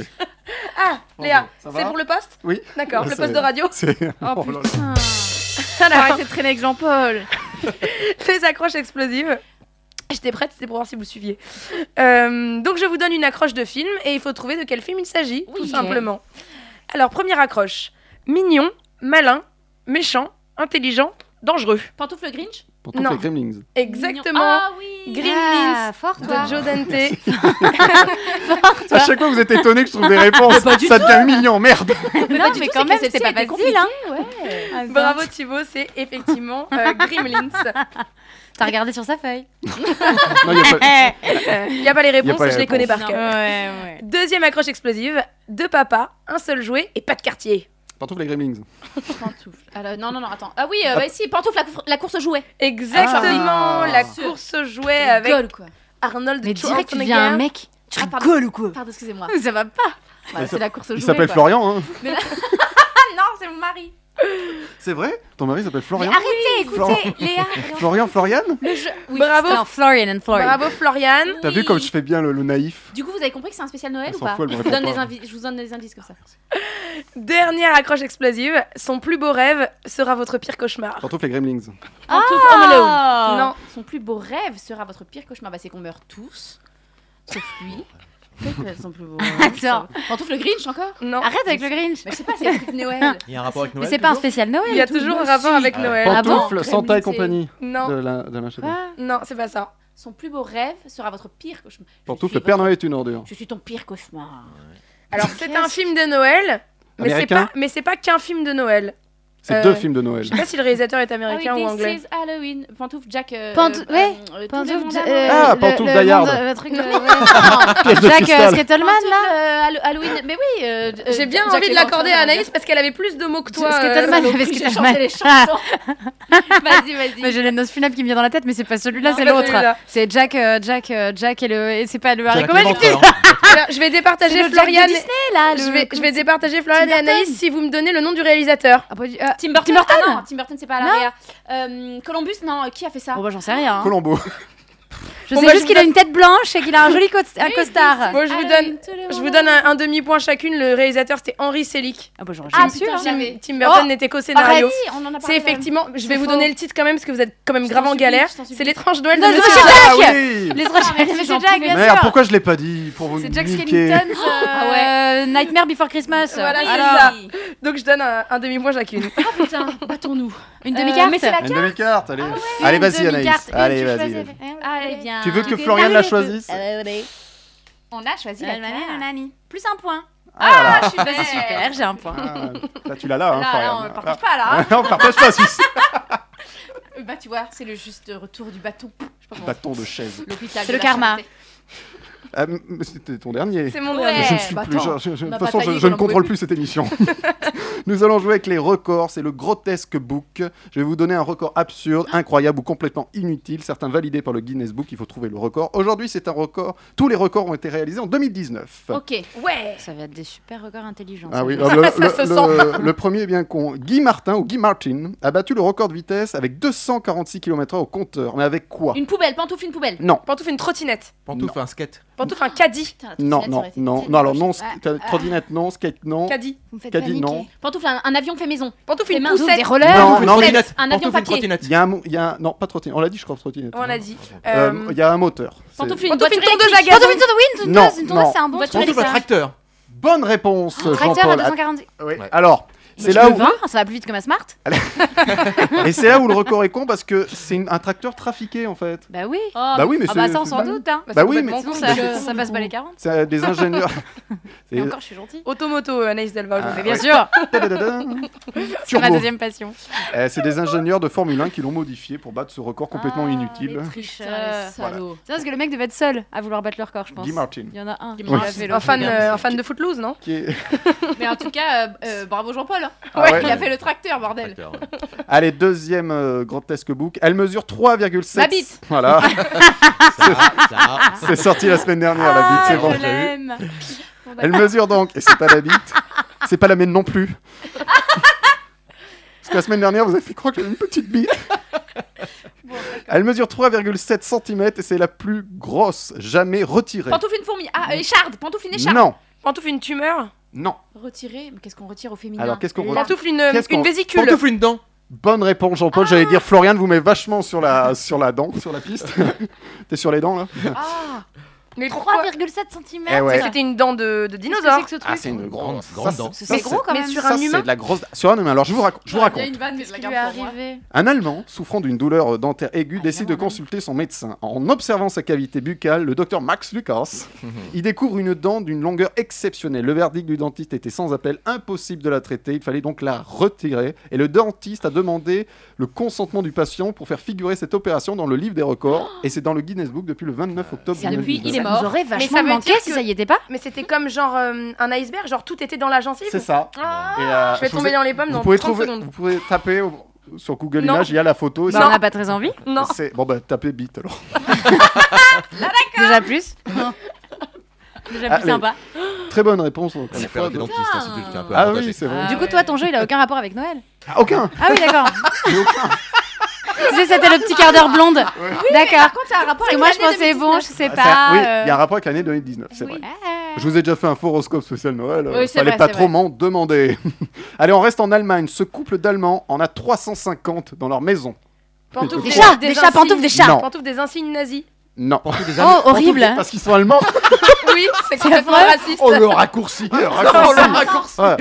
S5: Ah, Léa,
S2: Ça
S5: c'est
S2: va
S5: pour le poste
S2: Oui.
S5: D'accord, le
S2: C'est-
S5: poste de radio.
S2: C'est-
S3: Oh
S2: là là.
S3: putain Arrêtez de traîner avec Jean-Paul
S5: les accroches explosives. J'étais prête, c'était pour voir si vous suiviez. Euh, donc je vous donne une accroche de film et il faut trouver de quel film il s'agit, tout
S4: Ok.
S5: simplement. Alors première accroche mignon, malin, méchant, intelligent, dangereux.
S3: Pantoufle Grinch
S2: Pour toutes
S5: Non.
S2: les Gremlins.
S5: Exactement.
S3: Ah oui
S5: Gremlins
S4: Ah, fort
S5: de
S4: toi.
S5: Joe Dante.
S2: À chaque fois, vous êtes étonné que je trouve des réponses. Ça devient mignon, merde.
S4: Non, mais quand même, c'était pas facile. Hein. Attends.
S5: Bravo Thibaut, c'est effectivement euh, Gremlins.
S4: T'as regardé sur sa feuille.
S2: Non, y a pas-
S5: Il n'y a pas les réponses,
S2: pas les
S5: je les connais
S2: réponses.
S5: par cœur. Deuxième accroche explosive deux papas, un seul jouet et pas de quartier.
S2: Pour toutes les Gremlins.
S3: Pantoufle. Alors, non, non, non, attends. Ah oui, euh, bah si, pantoufle, la, cour- la course aux jouets.
S5: Exactement,
S2: Ah.
S5: la course au
S4: Euh,
S5: jouet avec
S3: Gueule, quoi.
S5: Arnold
S4: Mais direct, tu
S5: Schwarzenegger. Hmm,
S4: deviens un mec. Tu
S3: Ah, pardon.
S4: rigoles ou quoi
S3: Pardon, excusez-moi.
S4: Ça va pas.
S3: Voilà, c'est la course aux
S2: Il
S3: jouets.
S2: s'appelle
S3: quoi.
S2: Florian. Hein.
S3: Ah non, c'est mon mari.
S2: C'est vrai Ton mari s'appelle Florian
S4: Arrêtez,
S2: Florian.
S4: écoutez, Léa.
S2: Florian, Florian
S3: Le jeu. Oui.
S5: Bravo,
S4: Non, Florian and Florian.
S5: bravo Florian.
S2: T'as vu
S3: Oui.
S2: comme je fais bien le, le naïf
S3: Du coup, vous avez compris que c'est un spécial Noël
S2: Elle
S3: ou
S2: s'en
S3: pas
S2: fout, elle me
S3: je, vous
S2: répond
S3: donne
S2: pas.
S3: des invi- je vous donne des indices comme
S5: Ah,
S3: ça.
S5: Dernière accroche explosive, son plus beau rêve sera votre pire cauchemar.
S2: Pour toutes les Gremlins.
S3: Pantoufle
S4: Oh.
S3: Home Alone.
S5: Ah Non,
S3: Son plus beau rêve sera votre pire cauchemar. Bah, c'est qu'on meurt tous, sauf lui. Peut-être sont plus beaux.
S4: Attends.
S3: On trouve le Grinch encore
S5: Non.
S4: Arrête avec le Grinch.
S3: Mais je sais pas, c'est le truc de
S5: Ah.
S3: Noël.
S6: Il y a un rapport avec
S4: Mais
S6: Noël.
S4: c'est pas un
S6: toujours
S4: spécial Noël.
S5: Il y a
S4: tout.
S5: toujours un rapport avec Noël.
S3: Ah bon
S2: Pantoufles, Santa et
S3: Crème
S2: compagnie. De
S5: Non,
S2: la, de la chaîne.
S4: Quoi
S5: non, c'est pas ça.
S3: Son plus beau rêve sera votre pire cauchemar. Je
S2: Pantoufles,
S3: suis
S2: le Père
S3: votre-
S2: Noël est une ordure.
S3: Je suis ton pire cauchemar.
S5: Alors, c'est un film de Noël, mais c'est
S2: Américain
S5: pas, mais c'est pas qu'un film de Noël.
S2: C'est
S5: euh,
S2: deux films de Noël.
S5: Je sais pas si le réalisateur est
S3: Ah oui,
S5: américain ou
S3: This
S5: anglais.
S3: is Halloween. Pantouf Jack. euh,
S4: Pantou-
S3: euh,
S4: ouais,
S3: euh, tous les
S4: Pantouf
S3: mondes
S4: de-
S3: amoureux.
S4: euh,
S2: Ah,
S4: le-
S2: Pantouf
S4: le
S2: Dayard.
S4: monde- euh, truc de-
S2: Ah.
S4: ouais,
S2: Pièce de
S4: non. Jack euh,
S2: cristal.
S4: Skettleman
S3: Pantouf,
S4: là.
S3: là, euh, Hallo- Halloween. Mais oui. euh, euh,
S5: J'ai bien
S3: Jack
S5: envie de
S3: et
S5: l'accorder
S3: Pantouf,
S5: à
S3: on va
S5: Anaïs parce qu'elle avait plus de mots que toi.
S4: Parce que
S5: euh,
S4: t'as le mal.
S3: dire.
S4: parce que
S3: J'ai
S4: t'as le
S3: chanté
S4: mal.
S3: les chansons. Vas-y, vas-y.
S4: Mais j'ai le Nosfunab qui me vient dans la tête, mais c'est pas celui-là,
S5: Non,
S4: c'est
S5: c'est pas
S4: l'autre.
S5: celui-là.
S4: C'est Jack, euh, Jack, euh, Jack et le. Et c'est pas le Harry
S6: Jack
S4: Comment
S6: Léventreur, hein.
S5: Alors, je vais
S4: C'est
S5: départager
S4: le Jack de
S5: Florian.
S4: Disney, là.
S5: Je
S4: le-
S5: vais, je
S4: comment-
S5: vais départager Florian et
S4: Tim Burton.
S5: Anaïs si vous me donnez le nom du réalisateur.
S4: Ah, pas du- ah,
S3: Tim Burton.
S4: Tim Burton
S3: ah non, Tim Burton, c'est pas à
S4: Non.
S3: l'arrière. Euh, Columbus, non, euh, qui a fait ça
S4: Bon, bah, j'en sais rien. hein.
S2: Colombo.
S4: Je
S5: Bon,
S4: sais
S5: bah, je
S4: juste qu'il
S5: vous
S4: a une tête blanche et qu'il a un joli co- un costard.
S5: Bon, je vous
S3: Halloween,
S5: donne,
S3: tous les
S5: je vous
S3: mondes
S5: donne un, un demi-point chacune. Le réalisateur, c'était Henri Selick.
S4: Ah, bah, j'aurais
S3: Ah,
S4: jamais su.
S3: putain,
S4: hein.
S3: j'avais-
S5: Tim Burton
S4: Oh
S5: n'était qu'au
S3: amoureux.
S5: scénario.
S3: Ah, si, on en a parlé.
S5: C'est effectivement, je
S4: C'est
S5: vais vous
S4: faux.
S5: donner le titre quand même parce que vous êtes quand même
S3: Je
S5: grave
S3: t'en
S5: en
S3: supplie,
S5: galère.
S3: je t'en supplie.
S5: C'est l'étrange Noël de
S4: Non, je
S5: Monsieur
S4: sais
S5: Jack.
S2: Ah
S4: Jack
S2: oui
S4: Les trois
S3: merci,
S4: mais
S3: j'en
S4: c'est Jack,
S3: pouvais
S4: bien
S2: Merde,
S4: sûr.
S2: pourquoi je l'ai pas dit pour vous
S4: C'est Jack
S2: niquer
S4: Skellington,
S3: Ah
S4: euh, Nightmare Before Christmas.
S5: Voilà, c'est
S4: Alors,
S5: ça. Donc je donne un, un demi-point chacune.
S3: Ah putain, battons-nous.
S4: Une
S3: Euh,
S4: demi-carte.
S3: mais c'est la
S2: Une demi-carte, allez. allez, vas-y, Anaïs. Allez, vas-y. vas-y.
S3: Allez, bien.
S2: Tu veux que Florian la choisisse
S3: On a choisi la carte.
S4: Plus un point.
S2: Ah,
S3: je suis
S4: Bah, c'est super, j'ai un point.
S2: voilà. Ah, Là, tu l'as là, hein,
S3: Là, là, on ne
S2: Florian.
S3: partage pas, là. hein.
S2: Ah, on partage pas, si c'est
S3: Bah, tu vois, c'est le juste retour du bâton. Je sais pas comment-
S2: bâton de chaise.
S3: L'hôpital.
S4: C'est
S3: de
S4: le
S3: la
S4: karma.
S3: charité.
S2: Ah, m- mais C'était ton dernier.
S5: C'est mon
S3: Ouais.
S4: Eh,
S5: dernier.
S2: Je ne suis
S3: bah
S2: plus.
S3: attends,
S2: je- je- je-
S3: on
S2: de
S3: a
S2: toute façon,
S3: bataillé,
S2: je, je
S3: on
S2: ne
S3: en pouvait
S2: contrôle plus cette émission. Nous allons jouer avec les records. C'est le grotesque book. Je vais vous donner un record absurde, incroyable ou complètement inutile. Certains validés par le Guinness Book. Il faut trouver le record. Aujourd'hui, c'est un record. Tous les records ont été réalisés en 2019.
S3: Ok.
S5: Ouais.
S4: Ça va être des super records intelligents.
S2: Ah
S4: ça,
S2: oui,
S4: je
S2: ah,
S4: sais.
S2: le,
S5: Ça se
S2: le- le- le premier est bien con. Guy Martin ou Guy Martin a battu le record de vitesse avec 246 km/h au compteur. Mais avec quoi
S3: Une poubelle, pantoufle, une poubelle.
S2: Non,
S5: Pantouf une trottinette.
S6: Pantouf, un skate.
S5: Pantouf un caddie.
S3: Putain, la
S2: non,
S3: trottinette, ça
S2: non,
S3: aurait été
S2: non,
S3: tellement
S2: non. Alors non,
S3: moche.
S2: sk- trottinette non, skate non,
S5: Caddie.
S4: Vous me faites
S2: caddie
S4: paniquer.
S2: non.
S3: Pantoufle, un, un avion fait maison.
S5: Pantouf
S3: Des
S5: une
S3: mains, des
S5: poussette.
S4: rollers.
S2: Non, non,
S3: trottinette.
S6: trottinette.
S3: Un
S6: Pantouf,
S3: avion
S6: une
S3: papier.
S6: trottinette.
S2: Il y a un, mo- il y a un- non, pas trottinette. On l'a dit, je crois trottinette.
S5: On
S2: non.
S5: l'a dit.
S2: Euh,
S5: Euh,
S2: Il y a un moteur. C'est-
S3: Pantoufle, une
S5: Pantouf une
S3: voiture
S5: tondeuse à
S3: électrique.
S4: Pantoufle,
S5: gazon.
S4: une tondeuse, oui, une tondeuse,
S2: Non,
S4: une tondeuse,
S2: non.
S4: c'est un bon
S3: Voiture
S4: truc.
S6: Pantouf,
S3: Trottinette,
S6: un
S3: ça.
S6: tracteur.
S2: Bonne réponse,
S4: Tracteur à
S2: Jean-Paul.
S4: 240.
S2: Ah, oui.
S6: Ouais.
S2: Alors, c'est là
S4: Le
S2: où
S4: vin, ça va plus vite que ma Smart
S2: et c'est là où le record est con parce que c'est une- un tracteur trafiqué en fait.
S4: Bah oui.
S3: Oh,
S2: Bah oui, mais
S4: Ah
S2: c'est
S4: bah ça, on s'en
S2: bah-
S4: doute. Hein.
S2: Bah oui, mais-
S4: Sinon,
S2: bah,
S4: ça,
S2: c'est-
S4: ça passe pas les 40.
S2: C'est euh, des ingénieurs. C'est-
S4: Et encore, je suis gentille.
S5: Automoto, euh, Anaïs Delva.
S2: Ah,
S5: aujourd'hui.
S4: Mais bien sûr,
S2: Tadadadam.
S4: c'est ma
S2: Turbo.
S4: deuxième passion.
S2: Euh, c'est des ingénieurs de Formule 1 qui l'ont modifié pour battre ce record complètement
S4: Ah,
S2: inutile.
S4: les
S3: putain,
S4: tricheurs.
S3: les salauds.
S4: C'est parce que le mec devait être seul à vouloir battre le record, je pense.
S2: Guy Martin.
S4: Il y en a un.
S3: Guy
S4: qui l'a
S3: Martin.
S4: fait,
S5: Un
S4: l'autre.
S5: fan, euh, un fan de Footloose, non
S2: Qui est-
S3: Mais en tout cas, euh, euh, bravo Jean-Paul. hein.
S2: Ah ouais.
S3: Il a fait le tracteur, bordel.
S6: Tracteur, ouais.
S2: Allez, deuxième euh, grotesque book. Elle mesure 3,7.
S3: Ma bite.
S2: Voilà,
S6: Ça, ça.
S2: c'est sorti la semaine dernière, la bite, c'est
S4: Ah,
S2: bon.
S4: je l'aime.
S2: Elle mesure donc, et c'est pas la bite, c'est pas la mienne non plus. Parce que la semaine dernière, vous avez fait croire que j'avais une petite bite. Elle mesure 3,7 cm et c'est la plus grosse jamais retirée.
S3: Pantoufle, une fourmi. Ah, euh, écharde. Pantoufle, une écharde.
S2: Non,
S5: Pantouf une tumeur.
S2: non.
S3: Retirer. Mais qu'est-ce qu'on retire au féminin
S2: Alors qu'est-ce qu'on
S3: La-
S2: retire
S5: Pantouf une,
S2: Qu'est-ce qu'on-
S5: une vésicule.
S6: Pantouf, une dent.
S2: Bonne réponse, Jean-Paul. J'allais dire, Florian vous met vachement sur la, sur la dent, sur la piste. T'es sur les dents, là
S4: Ah,
S5: Mais pourquoi
S4: 3,7 cm.
S2: Eh ouais.
S5: C'était une dent de, de
S4: Qu'est-ce que
S5: dinosaure.
S4: c'est que ce truc
S2: Ah, c'est une grande,
S6: Grande- grande
S2: ça,
S6: dent.
S2: c'est-
S4: C'est
S2: ça,
S4: gros quand
S5: mais
S4: même.
S5: sur
S2: ça,
S5: un humain
S2: c'est de la grosse. Sur un humain. Alors, je vous, raconte- je vous
S3: Ah, Il y a
S2: raconte.
S3: une vanne, mais je
S4: Qu'est-ce
S3: la
S4: qui
S3: garde
S4: lui est
S3: pour moi.
S4: arrivé
S2: Un Allemand souffrant d'une douleur dentaire aiguë
S4: Ah,
S2: décide de
S4: évidemment,
S2: consulter son médecin. En observant sa cavité buccale, le docteur Max Lucas, il découvre une dent d'une longueur exceptionnelle. Le verdict du dentiste était sans appel, impossible de la traiter. Il fallait donc la retirer. Et le dentiste a demandé le consentement du patient pour faire figurer cette opération dans le livre des records. Et c'est dans le Guinness Book depuis le
S5: Euh,
S2: 29 octobre.
S3: Ça, depuis,
S2: 2019.
S3: il est
S4: Ça
S3: mort.
S4: nous aurait
S5: Mais ça
S4: vachement
S5: veut
S4: manqué
S5: dire
S4: si
S5: que-
S4: ça y était pas.
S5: Mais c'était comme genre euh, un iceberg, genre tout était dans la gencive.
S2: C'est ça.
S3: Ah,
S2: Et, euh,
S5: Je vais
S2: vous
S5: tomber
S2: ai-
S5: dans les pommes
S2: Vous
S5: dans
S2: pouvez,
S5: 30
S2: trouver,
S5: secondes.
S2: vous pouvez taper au- sur Google
S5: Non.
S2: Images, il y a la photo. et
S4: Bah,
S2: ça-
S4: on n'a pas très envie.
S5: Non,
S2: c'est- Bon, bah, tapez bite alors.
S4: Déjà plus. Déjà
S2: Ah,
S4: plus
S2: mais-
S4: sympa.
S2: Très bonne réponse. encore
S6: On
S2: une
S6: a
S2: fois.
S6: perdu le dentiste, hein, c'est tout, c'est un peu
S2: Ah
S6: avantagé.
S2: oui, c'est vrai.
S4: Du coup, toi, ton jeu, il a aucun rapport avec Noël.
S2: Ah, Aucun. Ah,
S4: Ah oui, d'accord. tu sais, c'était le petit quart d'heure blonde. D'accord.
S3: Quand t'as un rapport
S4: Parce que
S3: avec
S4: moi, je
S3: l'année
S4: pensais, bon, je
S3: 2019.
S4: sais
S2: Ah, ça-
S4: pas.
S2: oui,
S4: euh,
S2: il y a un rapport avec l'année 2019, c'est
S4: oui.
S2: vrai.
S4: Ah.
S2: Je vous ai déjà fait un faux horoscope spécial Noël. euh,
S3: Oui, c'est
S2: fallait
S3: vrai,
S2: pas
S3: c'est
S2: trop
S3: vrai.
S2: m'en demander. Allez, on reste en Allemagne. Ce couple d'Allemands en a 350 dans leur maison.
S5: pantoufles
S4: Des chats, des chats,
S5: insignes-
S4: pantoufles, des chats.
S2: Non.
S5: Pantoufles des insignes nazis.
S2: Non.
S6: des
S4: Oh,
S2: En tout
S4: horrible
S2: cas, Parce qu'ils sont allemands.
S5: Oui, c'est complètement raciste.
S2: Oh, le raccourci. le
S6: Oh,
S2: raccourci. Ouais.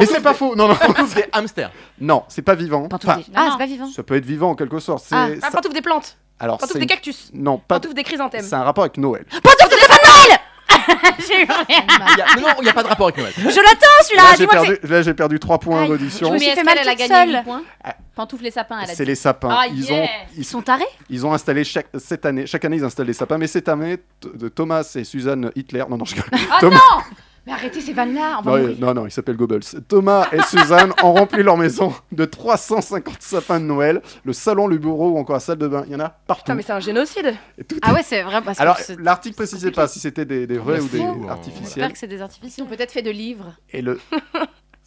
S2: Mais c'est pas faux. Non, non,
S6: des hamsters.
S2: non c'est pas vivant. Enfin,
S4: Pantoufles des- Ah, c'est pas vivant.
S2: ça peut être vivant en quelque sorte. C'est-
S4: Ah,
S5: Ah,
S2: ça-
S5: pantoufles des plantes,
S2: Alors,
S5: pantoufles
S2: c'est
S5: des cactus,
S2: non, pas.
S5: pantoufles des chrysanthèmes.
S2: C'est un rapport avec Noël.
S6: Il y a- mais non, il n'y a pas de rapport avec Noël.
S4: Je l'attends
S2: Là,
S4: celui-là,
S2: j'ai
S4: dis-moi que
S2: perdu, là, j'ai perdu 3 points
S4: Aïe.
S2: d'audition.
S4: me
S3: Mais
S4: suis
S3: est-ce
S4: fait mal
S3: qu'elle, elle a
S4: toute
S3: gagné
S4: seule.
S3: 8 points Pantoufles les sapins, elle a
S2: Ah. C'est
S3: dit.
S2: les sapins.
S3: Ah,
S2: ils,
S3: yeah.
S2: ont,
S4: c'est-
S2: ils,
S4: Ils sont tarés
S2: ils ont installé chaque, cette année, chaque année, ils installent des sapins. Mais cette année, t- de Thomas et Suzanne Hitler. Non, non, je rigole.
S3: Ah
S2: Thomas-
S3: non Mais arrêtez ces
S4: Ah,
S3: vannes-là, on va
S2: Non,
S3: mourir.
S2: il- non, non, il s'appelle Goebbels. Thomas et Suzanne ont rempli leur maison de 350 sapins de Noël, le salon, le bureau ou encore la salle de bain. Il y en a partout.
S5: Putain, mais c'est un génocide.
S2: Et tout
S4: Ah ouais, c'est vrai. parce que
S2: Alors,
S4: c'est-
S2: l'article précisait pas si c'était des, des vrais ou des
S6: fou.
S2: artificiels.
S4: J'espère que c'est des
S3: Ils ont
S4: artificiels.
S3: peut-être fait de livres.
S2: Et le.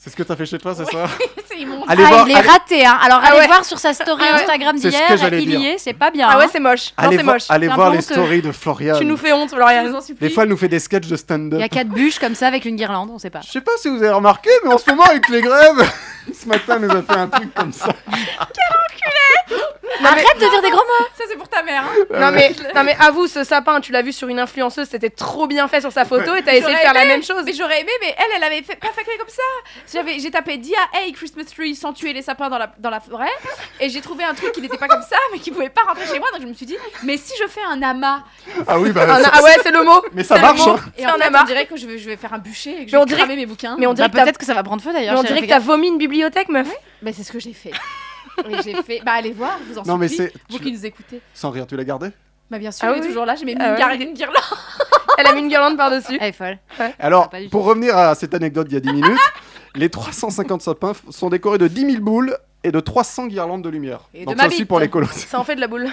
S2: C'est ce que t'as fait chez toi, c'est ça
S3: C'est immonde.
S2: Allez
S4: ah,
S2: voir,
S4: il est
S2: allez,
S4: raté, hein. Alors,
S5: Ah
S4: allez
S5: ouais.
S4: voir sur sa story
S5: Ah ouais.
S4: Instagram
S2: C'est ce
S4: d'hier,
S2: que j'allais
S4: il y
S2: dire.
S4: est, c'est pas bien.
S5: Ah ouais,
S4: hein.
S5: c'est moche. Non,
S2: allez
S5: c'est
S2: voir-
S5: moche.
S2: allez euh,
S4: C'est un
S2: voir
S4: peu
S2: les
S4: honteux.
S2: stories de Florian.
S5: Tu nous fais honte,
S3: Je
S5: Florian.
S3: vous en
S2: Des
S3: supplie.
S2: fois, elle nous fait des sketchs de
S4: Il y
S2: stand-up.
S4: a quatre bûches comme ça avec une guirlande, on sait pas.
S2: Je sais pas si vous avez remarqué, mais en ce moment, avec les grèves, ce matin, elle nous a fait un truc comme ça.
S4: Arrête de dire des gros mots
S3: Ça, c'est pour ta mère. hein.
S5: Non mais, non mais avoue, ce sapin, tu l'as vu sur une influenceuse, c'était trop bien fait sur sa photo et t'as essayé de
S3: J'aurais
S5: faire la même chose.
S3: Mais j'aurais aimé, mais elle, elle avait fait, pas fait comme ça. J'avais, j'ai tapé Dia Hey Christmas Tree sans tuer les sapins dans la, dans la forêt. Et j'ai trouvé un truc qui n'était pas comme ça, mais qui pouvait pas rentrer chez moi. Donc je me suis dit, mais si je fais un amas.
S2: Ah oui, bah.
S5: Ah,
S2: ça-
S5: ah ouais, c'est le mot.
S2: Mais ça
S5: C'est le
S2: marche,
S5: mot.
S2: hein.
S3: Et
S5: C'est
S3: en
S5: un
S3: fait,
S5: amas.
S3: on dirait que je vais, je vais faire un bûcher et que je
S5: Mais on
S3: vais
S5: dirait-
S3: cramer mes bouquins.
S5: Mais on dirait
S4: Bah,
S5: que t'as-
S4: Peut-être que ça va prendre feu
S5: mais
S4: d'ailleurs.
S5: on
S4: chez
S5: dirait que
S4: Rebecca.
S5: t'as vomi une bibliothèque, meuf.
S3: Mais Bah, c'est ce que j'ai fait. Oui, j'ai fait. Bah, allez voir, je vous en
S2: Non, mais
S3: supplie.
S2: c'est-
S3: Vous
S2: tu-
S3: qui nous écoutez.
S2: Sans rire, tu l'as gardé
S3: Bah, bien sûr,
S5: Ah
S3: il
S5: oui,
S3: est
S5: oui.
S3: toujours là. J'ai mis
S5: Ah
S3: une,
S5: ouais.
S3: gar- une guirlande.
S5: Elle a mis une guirlande par-dessus.
S4: Elle est folle.
S2: Alors,
S4: pas du tout.
S2: pour revenir à cette anecdote d'il y a 10 minutes, les 350 sapins f- sont décorés de 10 000 boules et de 300 guirlandes de lumière.
S3: Et de
S2: Donc
S3: ma
S2: ça aussi
S3: bite.
S2: pour les colos.
S5: Ça en fait de la boule.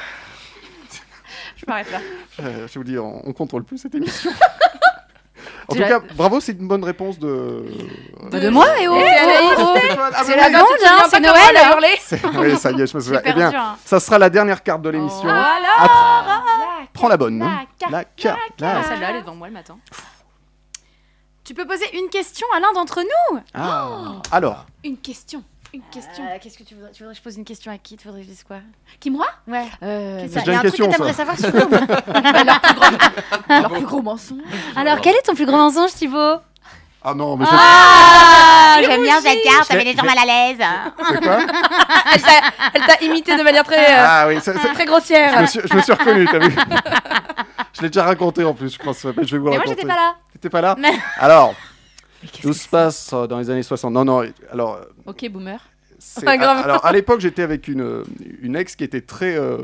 S3: Je m'arrête là.
S2: Euh, Je vous dis, on, on contrôle plus cette émission. en
S4: Tu
S2: tout
S4: l'as-
S2: cas, bravo, c'est une bonne réponse de.
S4: De, de moi et oh, oh, oh, oh. C'est la blonde, hein, c'est Noël. hein.
S5: Euh,
S2: C'est- oui, ça y est, je me souviens.
S4: J'ai
S2: Eh
S4: perdu,
S2: bien,
S4: hein. Oh.
S2: ça sera la dernière carte de l'émission.
S3: Voilà.
S2: Après- prends la bonne. hein.
S3: carte,
S2: La carte.
S4: Ah,
S2: la-
S4: Celle-là, elle est devant moi, elle m'attend. Tu peux poser une question à l'un d'entre nous
S2: Ah. Alors,
S3: Une question. Une question.
S4: Qu'est-ce que tu voudrais Tu voudrais que Euh, je pose une question à qui Tu voudrais que je dise quoi
S3: Qui, moi
S4: Ouais. Euh,
S2: C'est déjà une question,
S4: que
S2: ça.
S4: t'aimerais savoir sur nous
S3: Alors, plus gros mensonge.
S4: Alors, quel est ton plus grand mensonge, Thibaut
S2: ah non, mais je-
S4: Ah J'aime bien cette carte,
S2: ça met les gens mal
S4: à l'aise.
S2: c'est quoi
S5: Elle t'a elle t'a imité de manière très, euh,
S2: Ah oui, c'est- c'est-
S5: très
S2: je,
S5: grossière.
S2: me suis, je me suis reconnu, t'as vu Je l'ai déjà raconté en plus, je pense. Je vais vous
S4: Mais moi,
S2: raconter.
S4: j'étais pas là.
S2: T'étais pas là
S4: Mais-
S2: Alors, tout se passe euh, dans les années 60. Non, non, alors. euh,
S3: Ok, boomer.
S2: c'est-
S5: Pas grave.
S2: Alors, à l'époque, j'étais avec une, euh, une ex qui était très. euh,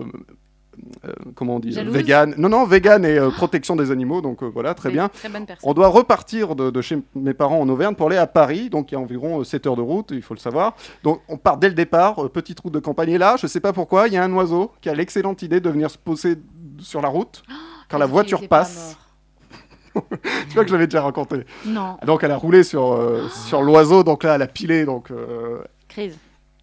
S2: euh, comment on dit
S3: Jalouse
S2: Vegan. Non, non, vegan et euh, protection des animaux, donc euh, voilà, très bien.
S4: Très bonne personne.
S2: On doit repartir de, de chez mes parents en Auvergne pour aller à Paris, donc il y a environ euh, 7 heures de route, il faut le savoir. Donc on part dès le départ, euh, petite route de campagne. Et là, je sais pas pourquoi, il y a un oiseau qui a l'excellente idée de venir se poser sur la route quand la
S3: Est-ce qu'il
S2: voiture
S3: était pas
S2: passe. Tu vois que je l'avais déjà raconté.
S3: mort Non.
S2: Donc elle a roulé sur, euh, sur l'oiseau, donc là elle a pilé, donc euh,
S4: Crise.